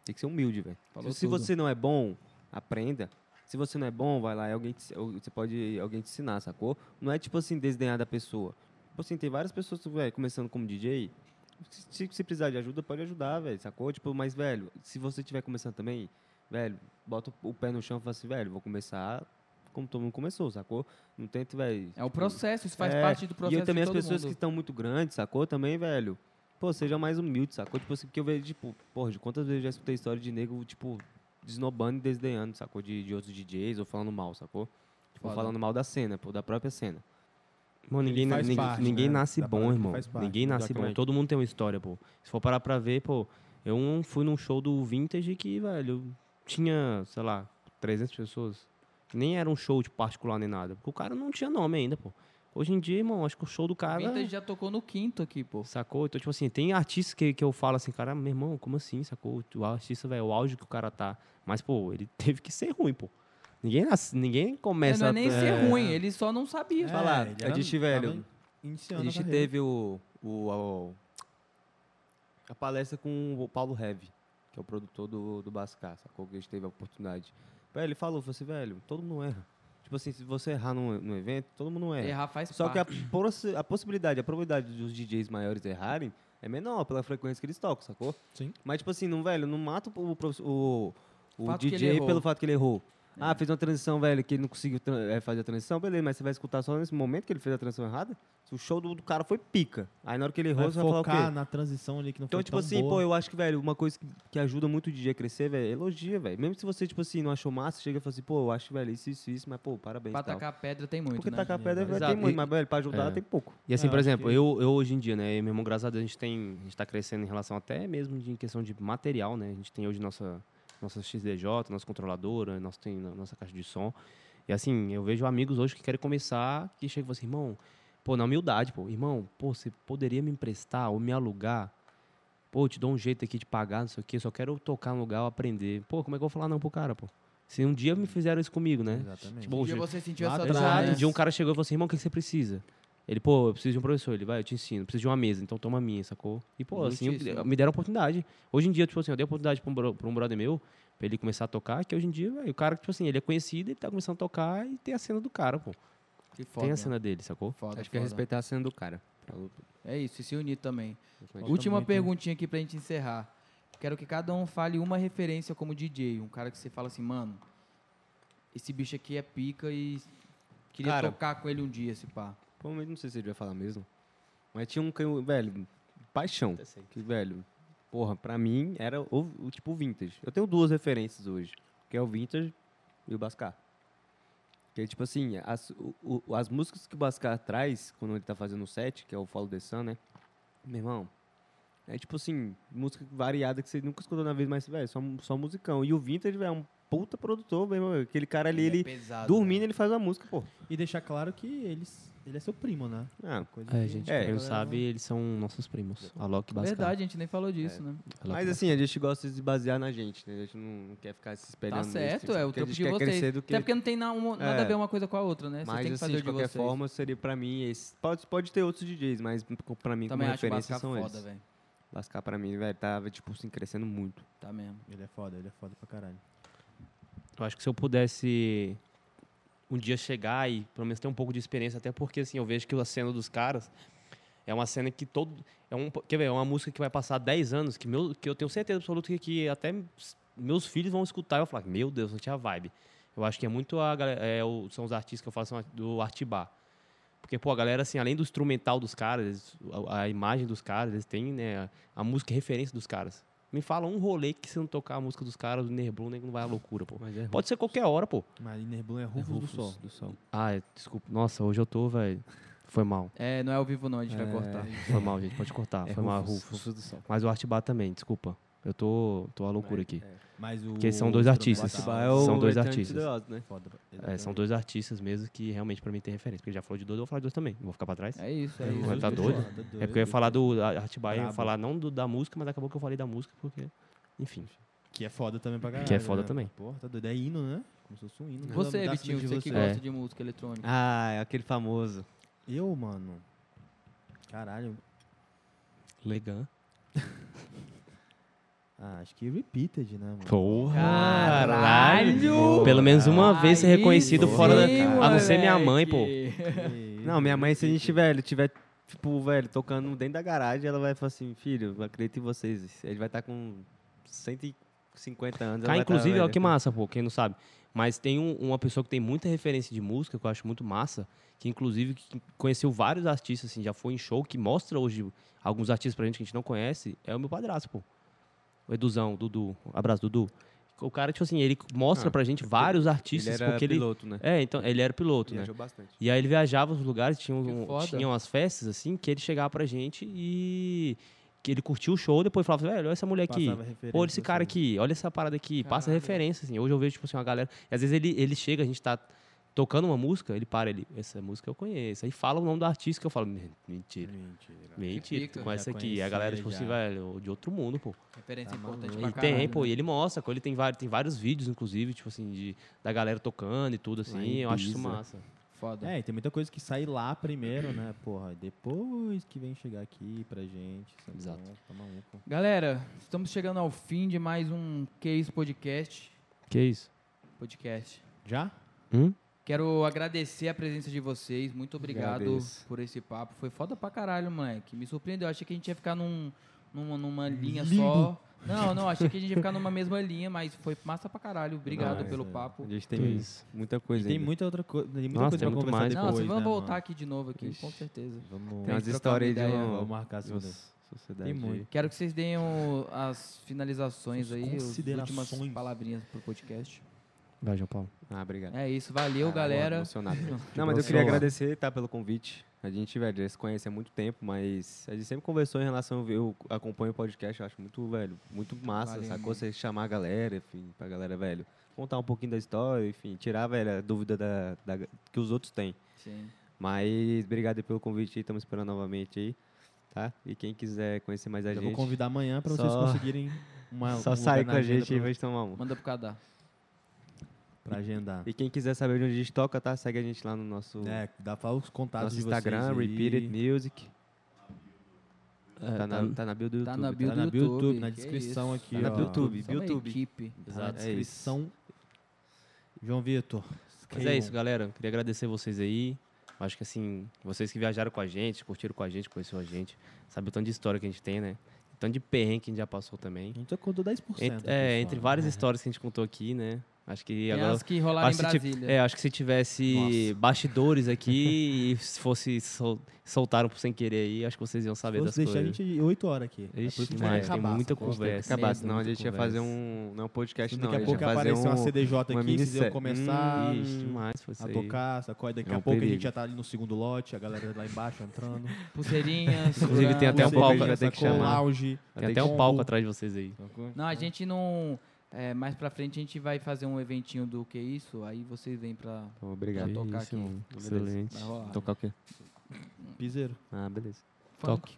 Tem que ser humilde, velho.
Falou
Se
tudo.
você não é bom, aprenda. Se você não é bom, vai lá e alguém te- ou você pode alguém te ensinar, sacou? Não é tipo assim, desdenhar da pessoa. Tipo assim, tem várias pessoas, velho, começando como DJ. Se, se precisar de ajuda, pode ajudar, velho, sacou? Tipo, mas, velho, se você estiver começando também, velho, bota o pé no chão e fala assim, velho, vou começar como todo mundo começou, sacou? Não tenta, velho.
É o processo, isso faz
É,
parte do
E
processo
eu
de
também as
todo
pessoas que
mundo.
estão muito grandes, sacou? Também, velho. Pô, seja mais humilde, sacou? Tipo assim, porque eu vejo, tipo, porra, de quantas vezes eu já escutei história de nego, tipo, desnobando e desdenhando, sacou? De, de outros DJs ou falando mal, sacou? Tipo,
Foda.
falando mal da cena, pô, da própria cena.
Mano, ninguém,
faz
ninguém,
parte,
ninguém
né?
nasce
Da
bom,
parada que
irmão.
faz parte, é.
Ninguém nasce bom.
exatamente.
Todo mundo tem uma história, pô. Se for parar pra ver, pô, eu um- fui num show do Vintage que, velho, tinha, sei lá, 300 pessoas. Que nem era um show de particular nem nada. Porque o cara não tinha nome ainda, pô. Hoje em dia, irmão, acho que o show do cara.
Vintage já tocou no quinto aqui, pô.
Sacou? Então, tipo assim, tem artistas que, que eu falo assim, cara, meu irmão, como assim, sacou? O artista, velho, o auge que o cara tá. Mas, pô, ele teve que ser ruim, pô. Ninguém, nasce- ninguém
É,
começa...
não é nem
a-
ser ruim, ele só não sabia.
É,
falar,
ele
a
era-
gente, velho,
tava iniciando
a gente
carreira.
teve o. o, o a palestra com o Paulo Heve, que é o produtor do, do Bascar, sacou? Que a gente teve a oportunidade. Velho, ele falou, falou assim, velho, todo mundo erra. Tipo assim, se você errar num, num evento, todo mundo erra.
Errar faz
é. Só que a,
parte.
possi- a possibilidade, a probabilidade dos DJs maiores errarem é menor pela frequência que eles tocam, sacou?
Sim.
Mas, tipo assim, não, velho, não mata o, prof- o, o
Fato que ele
DJ
errou.
pelo fato que ele errou.
É.
Ah, fez uma transição, velho, que ele não conseguiu tra- eh, fazer a transição, beleza, mas você vai escutar só nesse momento que ele fez a transição errada? Se o show do, do cara foi pica. Aí na hora que ele errou,
Vai
você vai falar o quê?
focar na transição ali que não
Então,
foi
tipo
tão
assim,
boa.
pô, eu acho que, velho, uma coisa que, que ajuda muito o DJ a crescer, velho, é elogia, velho. Mesmo se você, tipo assim, não achou massa, chega e fala assim, pô, eu acho, velho, isso, isso, isso, mas, pô, parabéns.
Pra
tal.
tacar pedra tem muito,
Porque
né?
tacar pedra velho,
Exato.
tem muito,
E-
mas, velho, pra ajudar
é.
tem pouco.
E assim,
Ah,
por
acho
exemplo,
que-
eu, eu hoje em dia, né, eu e meu irmão, graças a Deus, a gente tem, a gente tá crescendo em relação até mesmo de, em questão de material, né, a gente tem hoje nossa, nossa XDJ, nossa controladora, nós tem no- nossa caixa de som, e assim, eu vejo amigos hoje que querem começar, que chegam e falam assim, irmão, pô, na humildade, pô, irmão, pô, você poderia me emprestar ou me alugar? Pô, eu te dou um jeito aqui de pagar, não sei o quê, eu só quero tocar no lugar, eu aprender. Pô, como é que eu vou falar não pro cara, pô? Se um dia me fizeram isso comigo, né?
Exatamente.
Tipo,
Um
hoje-
dia você sentiu
Lá
essa
atrás,
dor,
Exato.
né?
Um dia um cara chegou e falou assim, irmão, o que que você precisa? Ele, pô, eu preciso de um professor. Ele, vai, eu te ensino. Eu preciso de uma mesa, então toma a minha, sacou? E, pô, assim, eu-
Muitíssimo.
me deram oportunidade. Hoje em dia, tipo assim, eu dei oportunidade pra um, bro- pra um brother meu, pra ele começar a tocar, que hoje em dia, velho, o cara, tipo assim, ele é conhecido, ele tá começando a tocar e tem a cena do cara, pô.
Que foda.
Tem a
né?
cena dele, sacou?
Foda,
acho que é
foda.
respeitar a cena do cara.
É isso, e se unir também.
Falta
Última
muito, né?
perguntinha aqui pra gente encerrar. Quero que cada um fale uma referência como DJ. Um cara que você fala assim, mano, esse bicho aqui é pica e queria
Cara.
tocar com ele um dia, se pá.
Provavelmente não sei se ele vai falar mesmo. Mas tinha um canhão, velho, paixão. Que, velho, porra, pra mim era o, o tipo vintage. Eu tenho duas referências hoje, que é o vintage e o Bascar. Que é tipo assim, as, o- o- as músicas que o Bascar traz quando ele tá fazendo o set, que é o Follow the Sun, né? Meu irmão, é tipo assim, música variada que você nunca escutou na vez, mas, velho, só, só musicão. E o vintage, velho, é um puta produtor, meu irmão. Aquele cara ali,
é
ele,
pesado,
dormindo,
né?
ele faz a música, pô.
E deixar claro que eles, ele é seu primo, né?
Ah,
Coisa
É,
que-
gente,
É,
pra quem
galera
não sabe, eles são nossos primos. Alok e Bascar.
Verdade, a gente nem falou disso, né?
Alok
Mas
e
assim, a gente gosta de se basear na gente, né? A gente não, não quer ficar se espelhando.
Tá
nisso, assim,
certo, é o
porque a
trampo
gente
de
quer
vocês.
crescer do que...
Até porque não tem na- uma- nada a
É.
ver uma coisa com a outra, né? Você
Mas
tem que
assim,
fazer
de
o de
qualquer
vocês.
forma, seria pra mim... Esse... Pode, pode ter outros DJs, mas pra
Também
mim, como
acho o
referência,
Bascar
são
foda,
esses.
velho.
Bascar pra mim, velho, tava, tipo, assim, crescendo muito.
Tá mesmo.
Ele é foda, ele é foda pra caralho.
Eu acho que se eu pudesse um dia chegar e pelo menos ter um pouco de experiência, até porque assim, eu vejo que a cena dos caras é uma cena que todo é um, quer ver, é uma música que vai passar 10 anos que meu que eu tenho certeza absoluta que, que até s- meus filhos vão escutar e vão falar: "Meu Deus, não tinha vibe". Eu acho que é muito a gal- é, o- são os artistas que eu faço do Artibar. Porque pô, a galera assim, além do instrumental dos caras, eles- a, a imagem dos caras, eles têm, né, a, a música referência dos caras. Me fala um rolê que se não tocar a música dos caras do Nerbrun, nem não vai à loucura, pô.
Mas é
Pode ser qualquer hora, pô.
Mas Nerblum é Rufus, do Sol.
do sol.
Ah, é, desculpa. Nossa, hoje eu tô, velho. Foi mal.
É, não é ao vivo não, a gente vai cortar.
Foi mal, gente. Pode cortar. Foi mal, Rufus.
do sol.
Mas o Artibá também, desculpa. Eu tô, tô à loucura aqui.
é,
Mas o.
Porque são dois
o
artistas.
tá.
instrumental
é o São dois
Eternity
artistas.
Doors, né?
Foda. ele
É, são dois artistas mesmo que realmente pra mim tem referência. Porque ele já falou de dois, eu vou falar de dois também. Não vou ficar pra trás. É,
É isso, é
Ele
isso.
Ué, tá
é
doido?
foda, doido.
porque eu ia falar do Artibá e eu ia
Brabo.
falar não do- da música, mas acabou que eu falei da música porque. Enfim.
Que é foda também pra caralho.
Que é foda
né?
também.
Porra, tá doido. É hino, né? Como se fosse um hino.
Você,
Da- da
Vitinho,
cidade de
você que
você.
gosta
É.
de música eletrônica.
Ah, é aquele famoso.
Eu, mano. Caralho.
Legal.
Ah, acho que repeated, né, mano?
Porra!
Caralho!
Pelo menos uma vez ser
Aí
reconhecido
sim,
fora da.
moleque.
A não ser minha mãe, pô.
Que-
Não, minha mãe, se a gente, velho, tiver, tipo, velho, tocando dentro da garagem, ela vai falar assim, filho, eu acredito em vocês. Ele vai estar com 150 anos.
Cara,
ela vai tá
inclusive, olha
velha.
que massa, pô, quem não sabe. Mas tem um- uma pessoa que tem muita referência de música, que eu acho muito massa, que inclusive que conheceu vários artistas, assim, já foi em show, que mostra hoje alguns artistas pra gente que a gente não conhece, é o meu padrasto, pô. O Eduzão, Dudu. um Abraço, Dudu. O cara, tipo assim, ele mostra
Ah,
pra gente vários
Ele
artistas,
era
porque ele.
piloto, né?
É, então, ele era piloto, né?
Viajou bastante.
E aí ele viajava os lugares, tinha um-
Que
um-
foda.
tinham as festas, assim, que ele chegava pra gente e. que ele curtia o show, depois falava, assim, velho, olha essa
é
mulher aqui.
Passava referência,
Pô, olha esse cara
assim.
aqui, olha essa parada aqui, passa referência, assim. Hoje eu vejo, tipo assim, uma galera. e às vezes ele, ele chega, a gente tá tocando uma música, ele para, ele, essa música eu conheço. Aí fala o nome do artista que eu falo, "Men-
Mentira.
mentira, mentira, tu
pica.
conhece
Já
isso aqui. E a
conhecia,
galera, tipo assim,
já.
velho, de outro mundo, pô.
Referência
Tá
importante
maluco.
pra
E
caralho.
tem, pô,
né?
e ele mostra, ele tem vários, tem vários vídeos, inclusive, tipo assim, de, da galera tocando e tudo, assim.
em
Eu acho isso
Ibiza.
massa.
Foda.
É, e tem muita coisa que sai lá primeiro, né? Porra, e depois que vem chegar aqui pra gente. sabe?
Exato.
Não, Tá maluco.
Galera, estamos chegando ao fim de mais um Case Podcast.
Que isso?
Podcast.
Já?
Hum?
Quero agradecer a presença de vocês. Muito obrigado
Agradeço.
por esse papo. Foi foda pra caralho, moleque. Me surpreendeu. Achei que a gente ia ficar num, numa, numa linha só. Não, não, achei que a gente ia ficar numa mesma linha, mas foi massa pra caralho. Obrigado
Não,
pelo
é.
papo.
A gente
Que
tem
isso?
muita
E
coisa
tem
ainda.
muita outra coisa. Tem muita
é. Nossa,
coisa
tem
pra
muito
conversar
mais.
depois.
não, vocês vão
né,
voltar
mano?
aqui de novo aqui, com
Ixi.
certeza.
Vamos.
Tem umas
trocar uma
histórias de
ideia.
uma
Vamos marcar a segunda.
uma sociedade.
Tem muito.
Quero que vocês deem o- as finalizações
As
aí, as últimas
considerações.
palavrinhas pro podcast.
Vai, João Paulo.
Ah, obrigado.
É isso, valeu,
Caralho,
galera.
emocionado.
boa
Não, mas eu queria
sorte.
agradecer, tá, pelo convite. A gente, velho, já se conhece há muito tempo, mas a gente sempre conversou em relação. Eu acompanho o podcast, eu acho muito, velho, muito massa,
Valeu,
sacou?
mano.
Você chamar a galera, enfim, pra galera, velho, contar um pouquinho da história, enfim, tirar, velho, a dúvida da, da- que os outros têm.
Sim.
Mas obrigado aí pelo convite aí, estamos esperando novamente aí, tá? E quem quiser conhecer mais a
Eu vou
gente,
convidar amanhã pra vocês
Só-
conseguirem uma. um
só
lugar
sai
na
com a
agenda
gente e
pra,
vai tomar um.
Manda pro cadar.
pra agendar.
E quem quiser saber de onde a gente toca, tá? Segue a gente lá no nosso,
É, dá pra os contatos
nosso
de vocês.
Instagram,
aí.
Repeated Music.
É,
tá, na, tá na bio do YouTube.
Tá na
Tá
bio do
na bio do
YouTube.
YouTube, na
que
descrição
isso.
aqui,
Tá na
ó.
bio do YouTube,
São uma
YouTube.
equipe.
Exato.
É isso.
descrição. João Vitor.
Mas
escrevam.
é isso, galera. Queria agradecer vocês aí. Acho que assim, vocês que viajaram com a gente, curtiram com a gente, conheceram a gente, sabe o tanto de história que a gente tem, né? O tanto de perrengue que a gente já passou também.
A gente acordou 10%.
Ent-
aqui
é,
só,
entre
né?
várias histórias que a gente contou aqui, né? Acho que
Tem
agora.
as É, que rolaram em
Acho, que se ti-
Brasília.
é, acho que se tivesse bastidores aqui e se fosse sol, soltaram por sem querer aí, acho que vocês iam saber
Vou
das
deixar
coisas.
a gente 8 horas aqui. é por
Ixi,
isso que a gente vai
demais, tem
acabar,
muita
sacou?
conversa.
Acabar, senão a
muita
gente ia fazer
conversa.
um. Não é um podcast, não.
Daqui a
gente
pouco
ia fazer
apareceu
um,
uma Hum, CDJ aqui, vocês
minissérie.
iam começar
Ixi, demais, foi isso
a
aí.
tocar, sacou? E Daqui
É
a
um
pouco a gente
perigo.
já tá ali no segundo lote, a galera lá embaixo entrando.
Pulseirinhas.
Inclusive,
Né?
tem até um
Pulseirinha,
palco, vai
ter que
sacou?
chamar.
Lounge.
Vai
Tem
ter
até
que
um palco atrás de vocês aí.
Não, a gente não... é, mais pra frente a gente vai fazer um eventinho do que isso, aí vocês vêm pra...
Então, obrigado.
Já tocar aqui.
mano.
Beleza.
Excelente.
Vai rolar.
Tocar o quê?
Piseiro.
Ah, beleza.
Funk.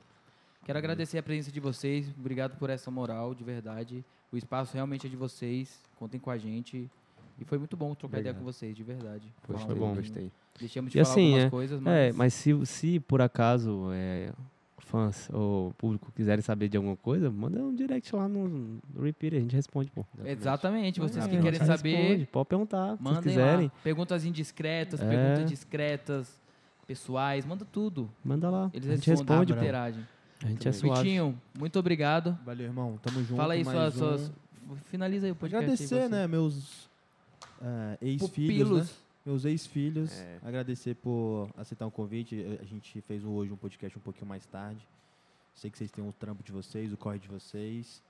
Quero agradecer a presença de vocês. Obrigado por essa moral, de verdade. O espaço realmente é de vocês. Contem com a gente. E foi muito bom trocar ideia com vocês, de verdade. Falar um
Gostei,
pouquinho.
Gostei.
Deixamos de
E
falar
assim,
algumas
é-
coisas, mas...
É, mas se, se por acaso é, fãs ou público quiserem saber de alguma coisa, manda um direct lá no, no Repeat, a gente responde, pô.
Exatamente. Vocês que
É, A
querem
gente
saber,
responde, pode perguntar, se vocês
mandem
quiserem.
lá. Perguntas indiscretas,
É.
perguntas discretas, pessoais. Manda tudo.
Manda lá.
Eles
a gente
respondem,
responde, pô.
interagem.
A gente é suave.
Vitinho, muito obrigado.
Valeu, irmão. Tamo junto.
Fala aí
mais
suas...
um.
suas- Finaliza aí o podcast. aí,
Agradecer,
você.
né, meus ah, ex-filhos, né?
Pupilos.
meus ex-filhos.
É.
Agradecer por aceitar o convite. Eh, A gente fez um- hoje um podcast um pouquinho mais tarde. Sei que vocês têm o trampo de vocês, o corre de vocês.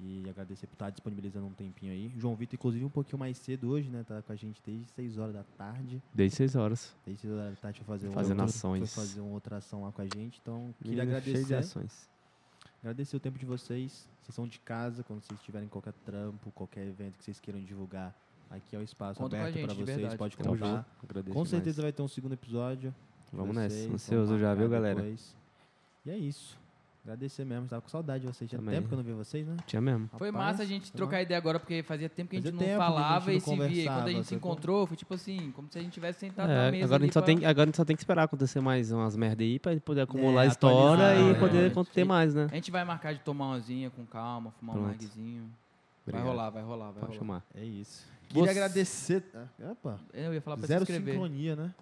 E agradecer por estar disponibilizando um tempinho aí. João Vitor, inclusive, um pouquinho mais cedo hoje, né? Tá com a gente desde 6 horas da tarde.
Desde 6 horas.
Desde 6 horas da tarde foi fazer, um
Fazendo
outro-
ações.
Foi fazer uma outra ação lá com a gente. Então, queria
Menino Cheio de
agradecer.
ações.
Agradecer o tempo de vocês. Vocês são de casa, quando vocês tiverem qualquer trampo, qualquer evento que vocês queiram divulgar, aqui é o espaço
Conta com a
aberto
gente,
para
de
vocês.
verdade.
Pode
Tamo
contar.
junto. Agradeço
Então tá. Com
demais.
certeza vai ter um segundo episódio. de
Vamos nessa.
vocês, vamos
Ansioso já, viu,
marcar
galera?
depois. E é isso. Agradecer mesmo. Tava com saudade de vocês. Tinha
Também.
tempo que eu não vi vocês, né?
Tinha mesmo.
Foi
Rapaz,
massa a gente
foi
trocar ideia agora, porque fazia tempo que a gente não
Fazia tempo que a gente
falava
não
e se via. E quando a
conversava,
gente se
sacou?
encontrou, foi tipo assim, como se a gente tivesse sentado na
É,
mesa.
agora, a
ali
gente só
pra-
tem, agora a gente só tem que esperar acontecer mais umas merda aí pra poder acumular a história
atualizar,
e
né?
poder
É.
ter mais, né?
A gente vai marcar de tomar umazinha com calma, fumar um
Pronto.
narguizinho. Vai
Obrigado.
rolar, vai rolar, vai
Pode
rolar.
chamar.
É isso. Queria agradecer. Ah, Opa.
Eu ia falar pra
Zero
se inscrever.
sincronia, né?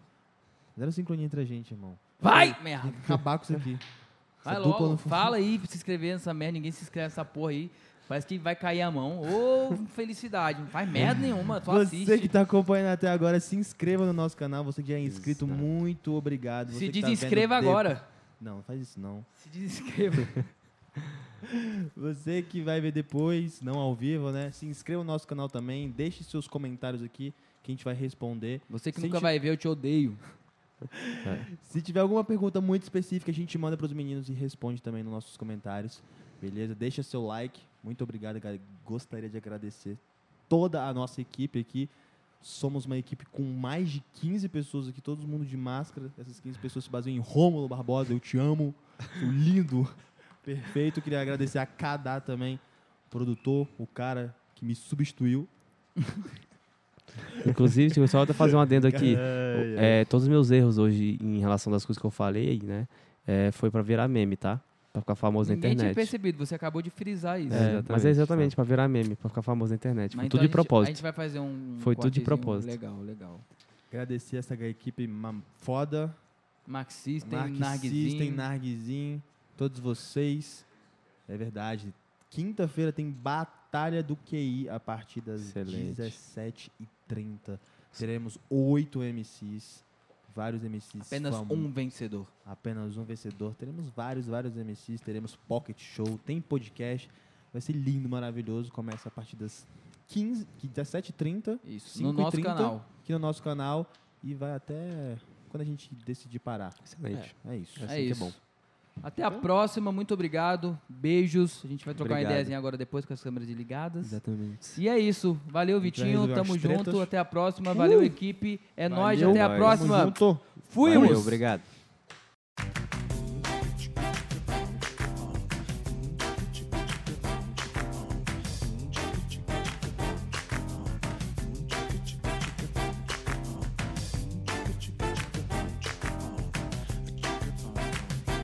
Zero sincronia entre a gente, irmão.
Vai! Merda!
Tem que acabar com isso aqui.
Vai
Essa dupla
logo,
não funciona.
fala aí pra se inscrever nessa merda, ninguém se inscreve nessa porra aí. Parece que vai cair a mão. Ô, felicidade, não faz merda nenhuma, só
Você que
assiste.
tá acompanhando até agora, se inscreva no nosso canal. Você que já é inscrito,
Exato.
muito obrigado. Você
Se
que tá
desinscreva
vendo
agora.
depo- Não, não faz isso não.
Se desinscreva.
Você que vai ver depois, não ao vivo, né? Se inscreva no nosso canal também. Deixe seus comentários aqui que a gente vai responder.
Você que
Se
nunca
ti-
vai ver, eu te odeio.
Se tiver alguma pergunta muito específica, a gente manda pros meninos e responde também nos nossos comentários. Beleza? Deixa seu like. Muito obrigado, cara. Gostaria de agradecer toda a nossa equipe aqui. Somos uma equipe com mais de 15 pessoas aqui, todo mundo de máscara. Essas 15 pessoas se baseiam em Rômulo Barbosa, eu te amo. Seu lindo. Perfeito. Queria agradecer a Kadá também, produtor, o cara que me substituiu.
Inclusive, se eu só vou fazer um adendo aqui.
Ai, ai.
É, todos os meus erros hoje em relação das coisas que eu falei, né? é, foi pra virar meme, tá? Pra ficar famoso
Ninguém tinha
na internet.
percebido, você acabou de frisar isso.
É, mas é exatamente,
tá.
pra virar meme, pra ficar famoso na internet.
Mas
foi
então
tudo
a
de
gente- A
propósito.
gente vai fazer um.
Foi tudo de
cortezinho
propósito.
Legal, legal.
Agradecer essa equipe ma- foda.
Marxista,
um Narguizinho.
Narguizinho.
Narguizinho, todos vocês. É verdade. Quinta-feira tem Batalha do QI a partir das
Excelente.
17h30. Teremos oito MCs, vários MCs.
Apenas
famo-
um vencedor.
apenas um vencedor. Teremos vários, vários MCs, teremos pocket show, tem podcast. Vai ser lindo, maravilhoso. Começa a partir das 15, 17h30
Isso. No
5 e
nosso
30.
canal.
aqui no nosso canal e vai até quando a gente decidir parar.
Excelente.
É isso.
É isso. Até a próxima, muito obrigado. Beijos. A gente vai trocar
Obrigado.
ideias agora depois com as câmeras ligadas.
Exatamente.
E é isso. Valeu,
gente vai
Vitinho.
resolver
Tamo
umas
junto.
tretas.
Até a próxima. Valeu, equipe. É nóis. Até a
Valeu.
próxima.
Tamo junto.
Fui,
Valeu, obrigado.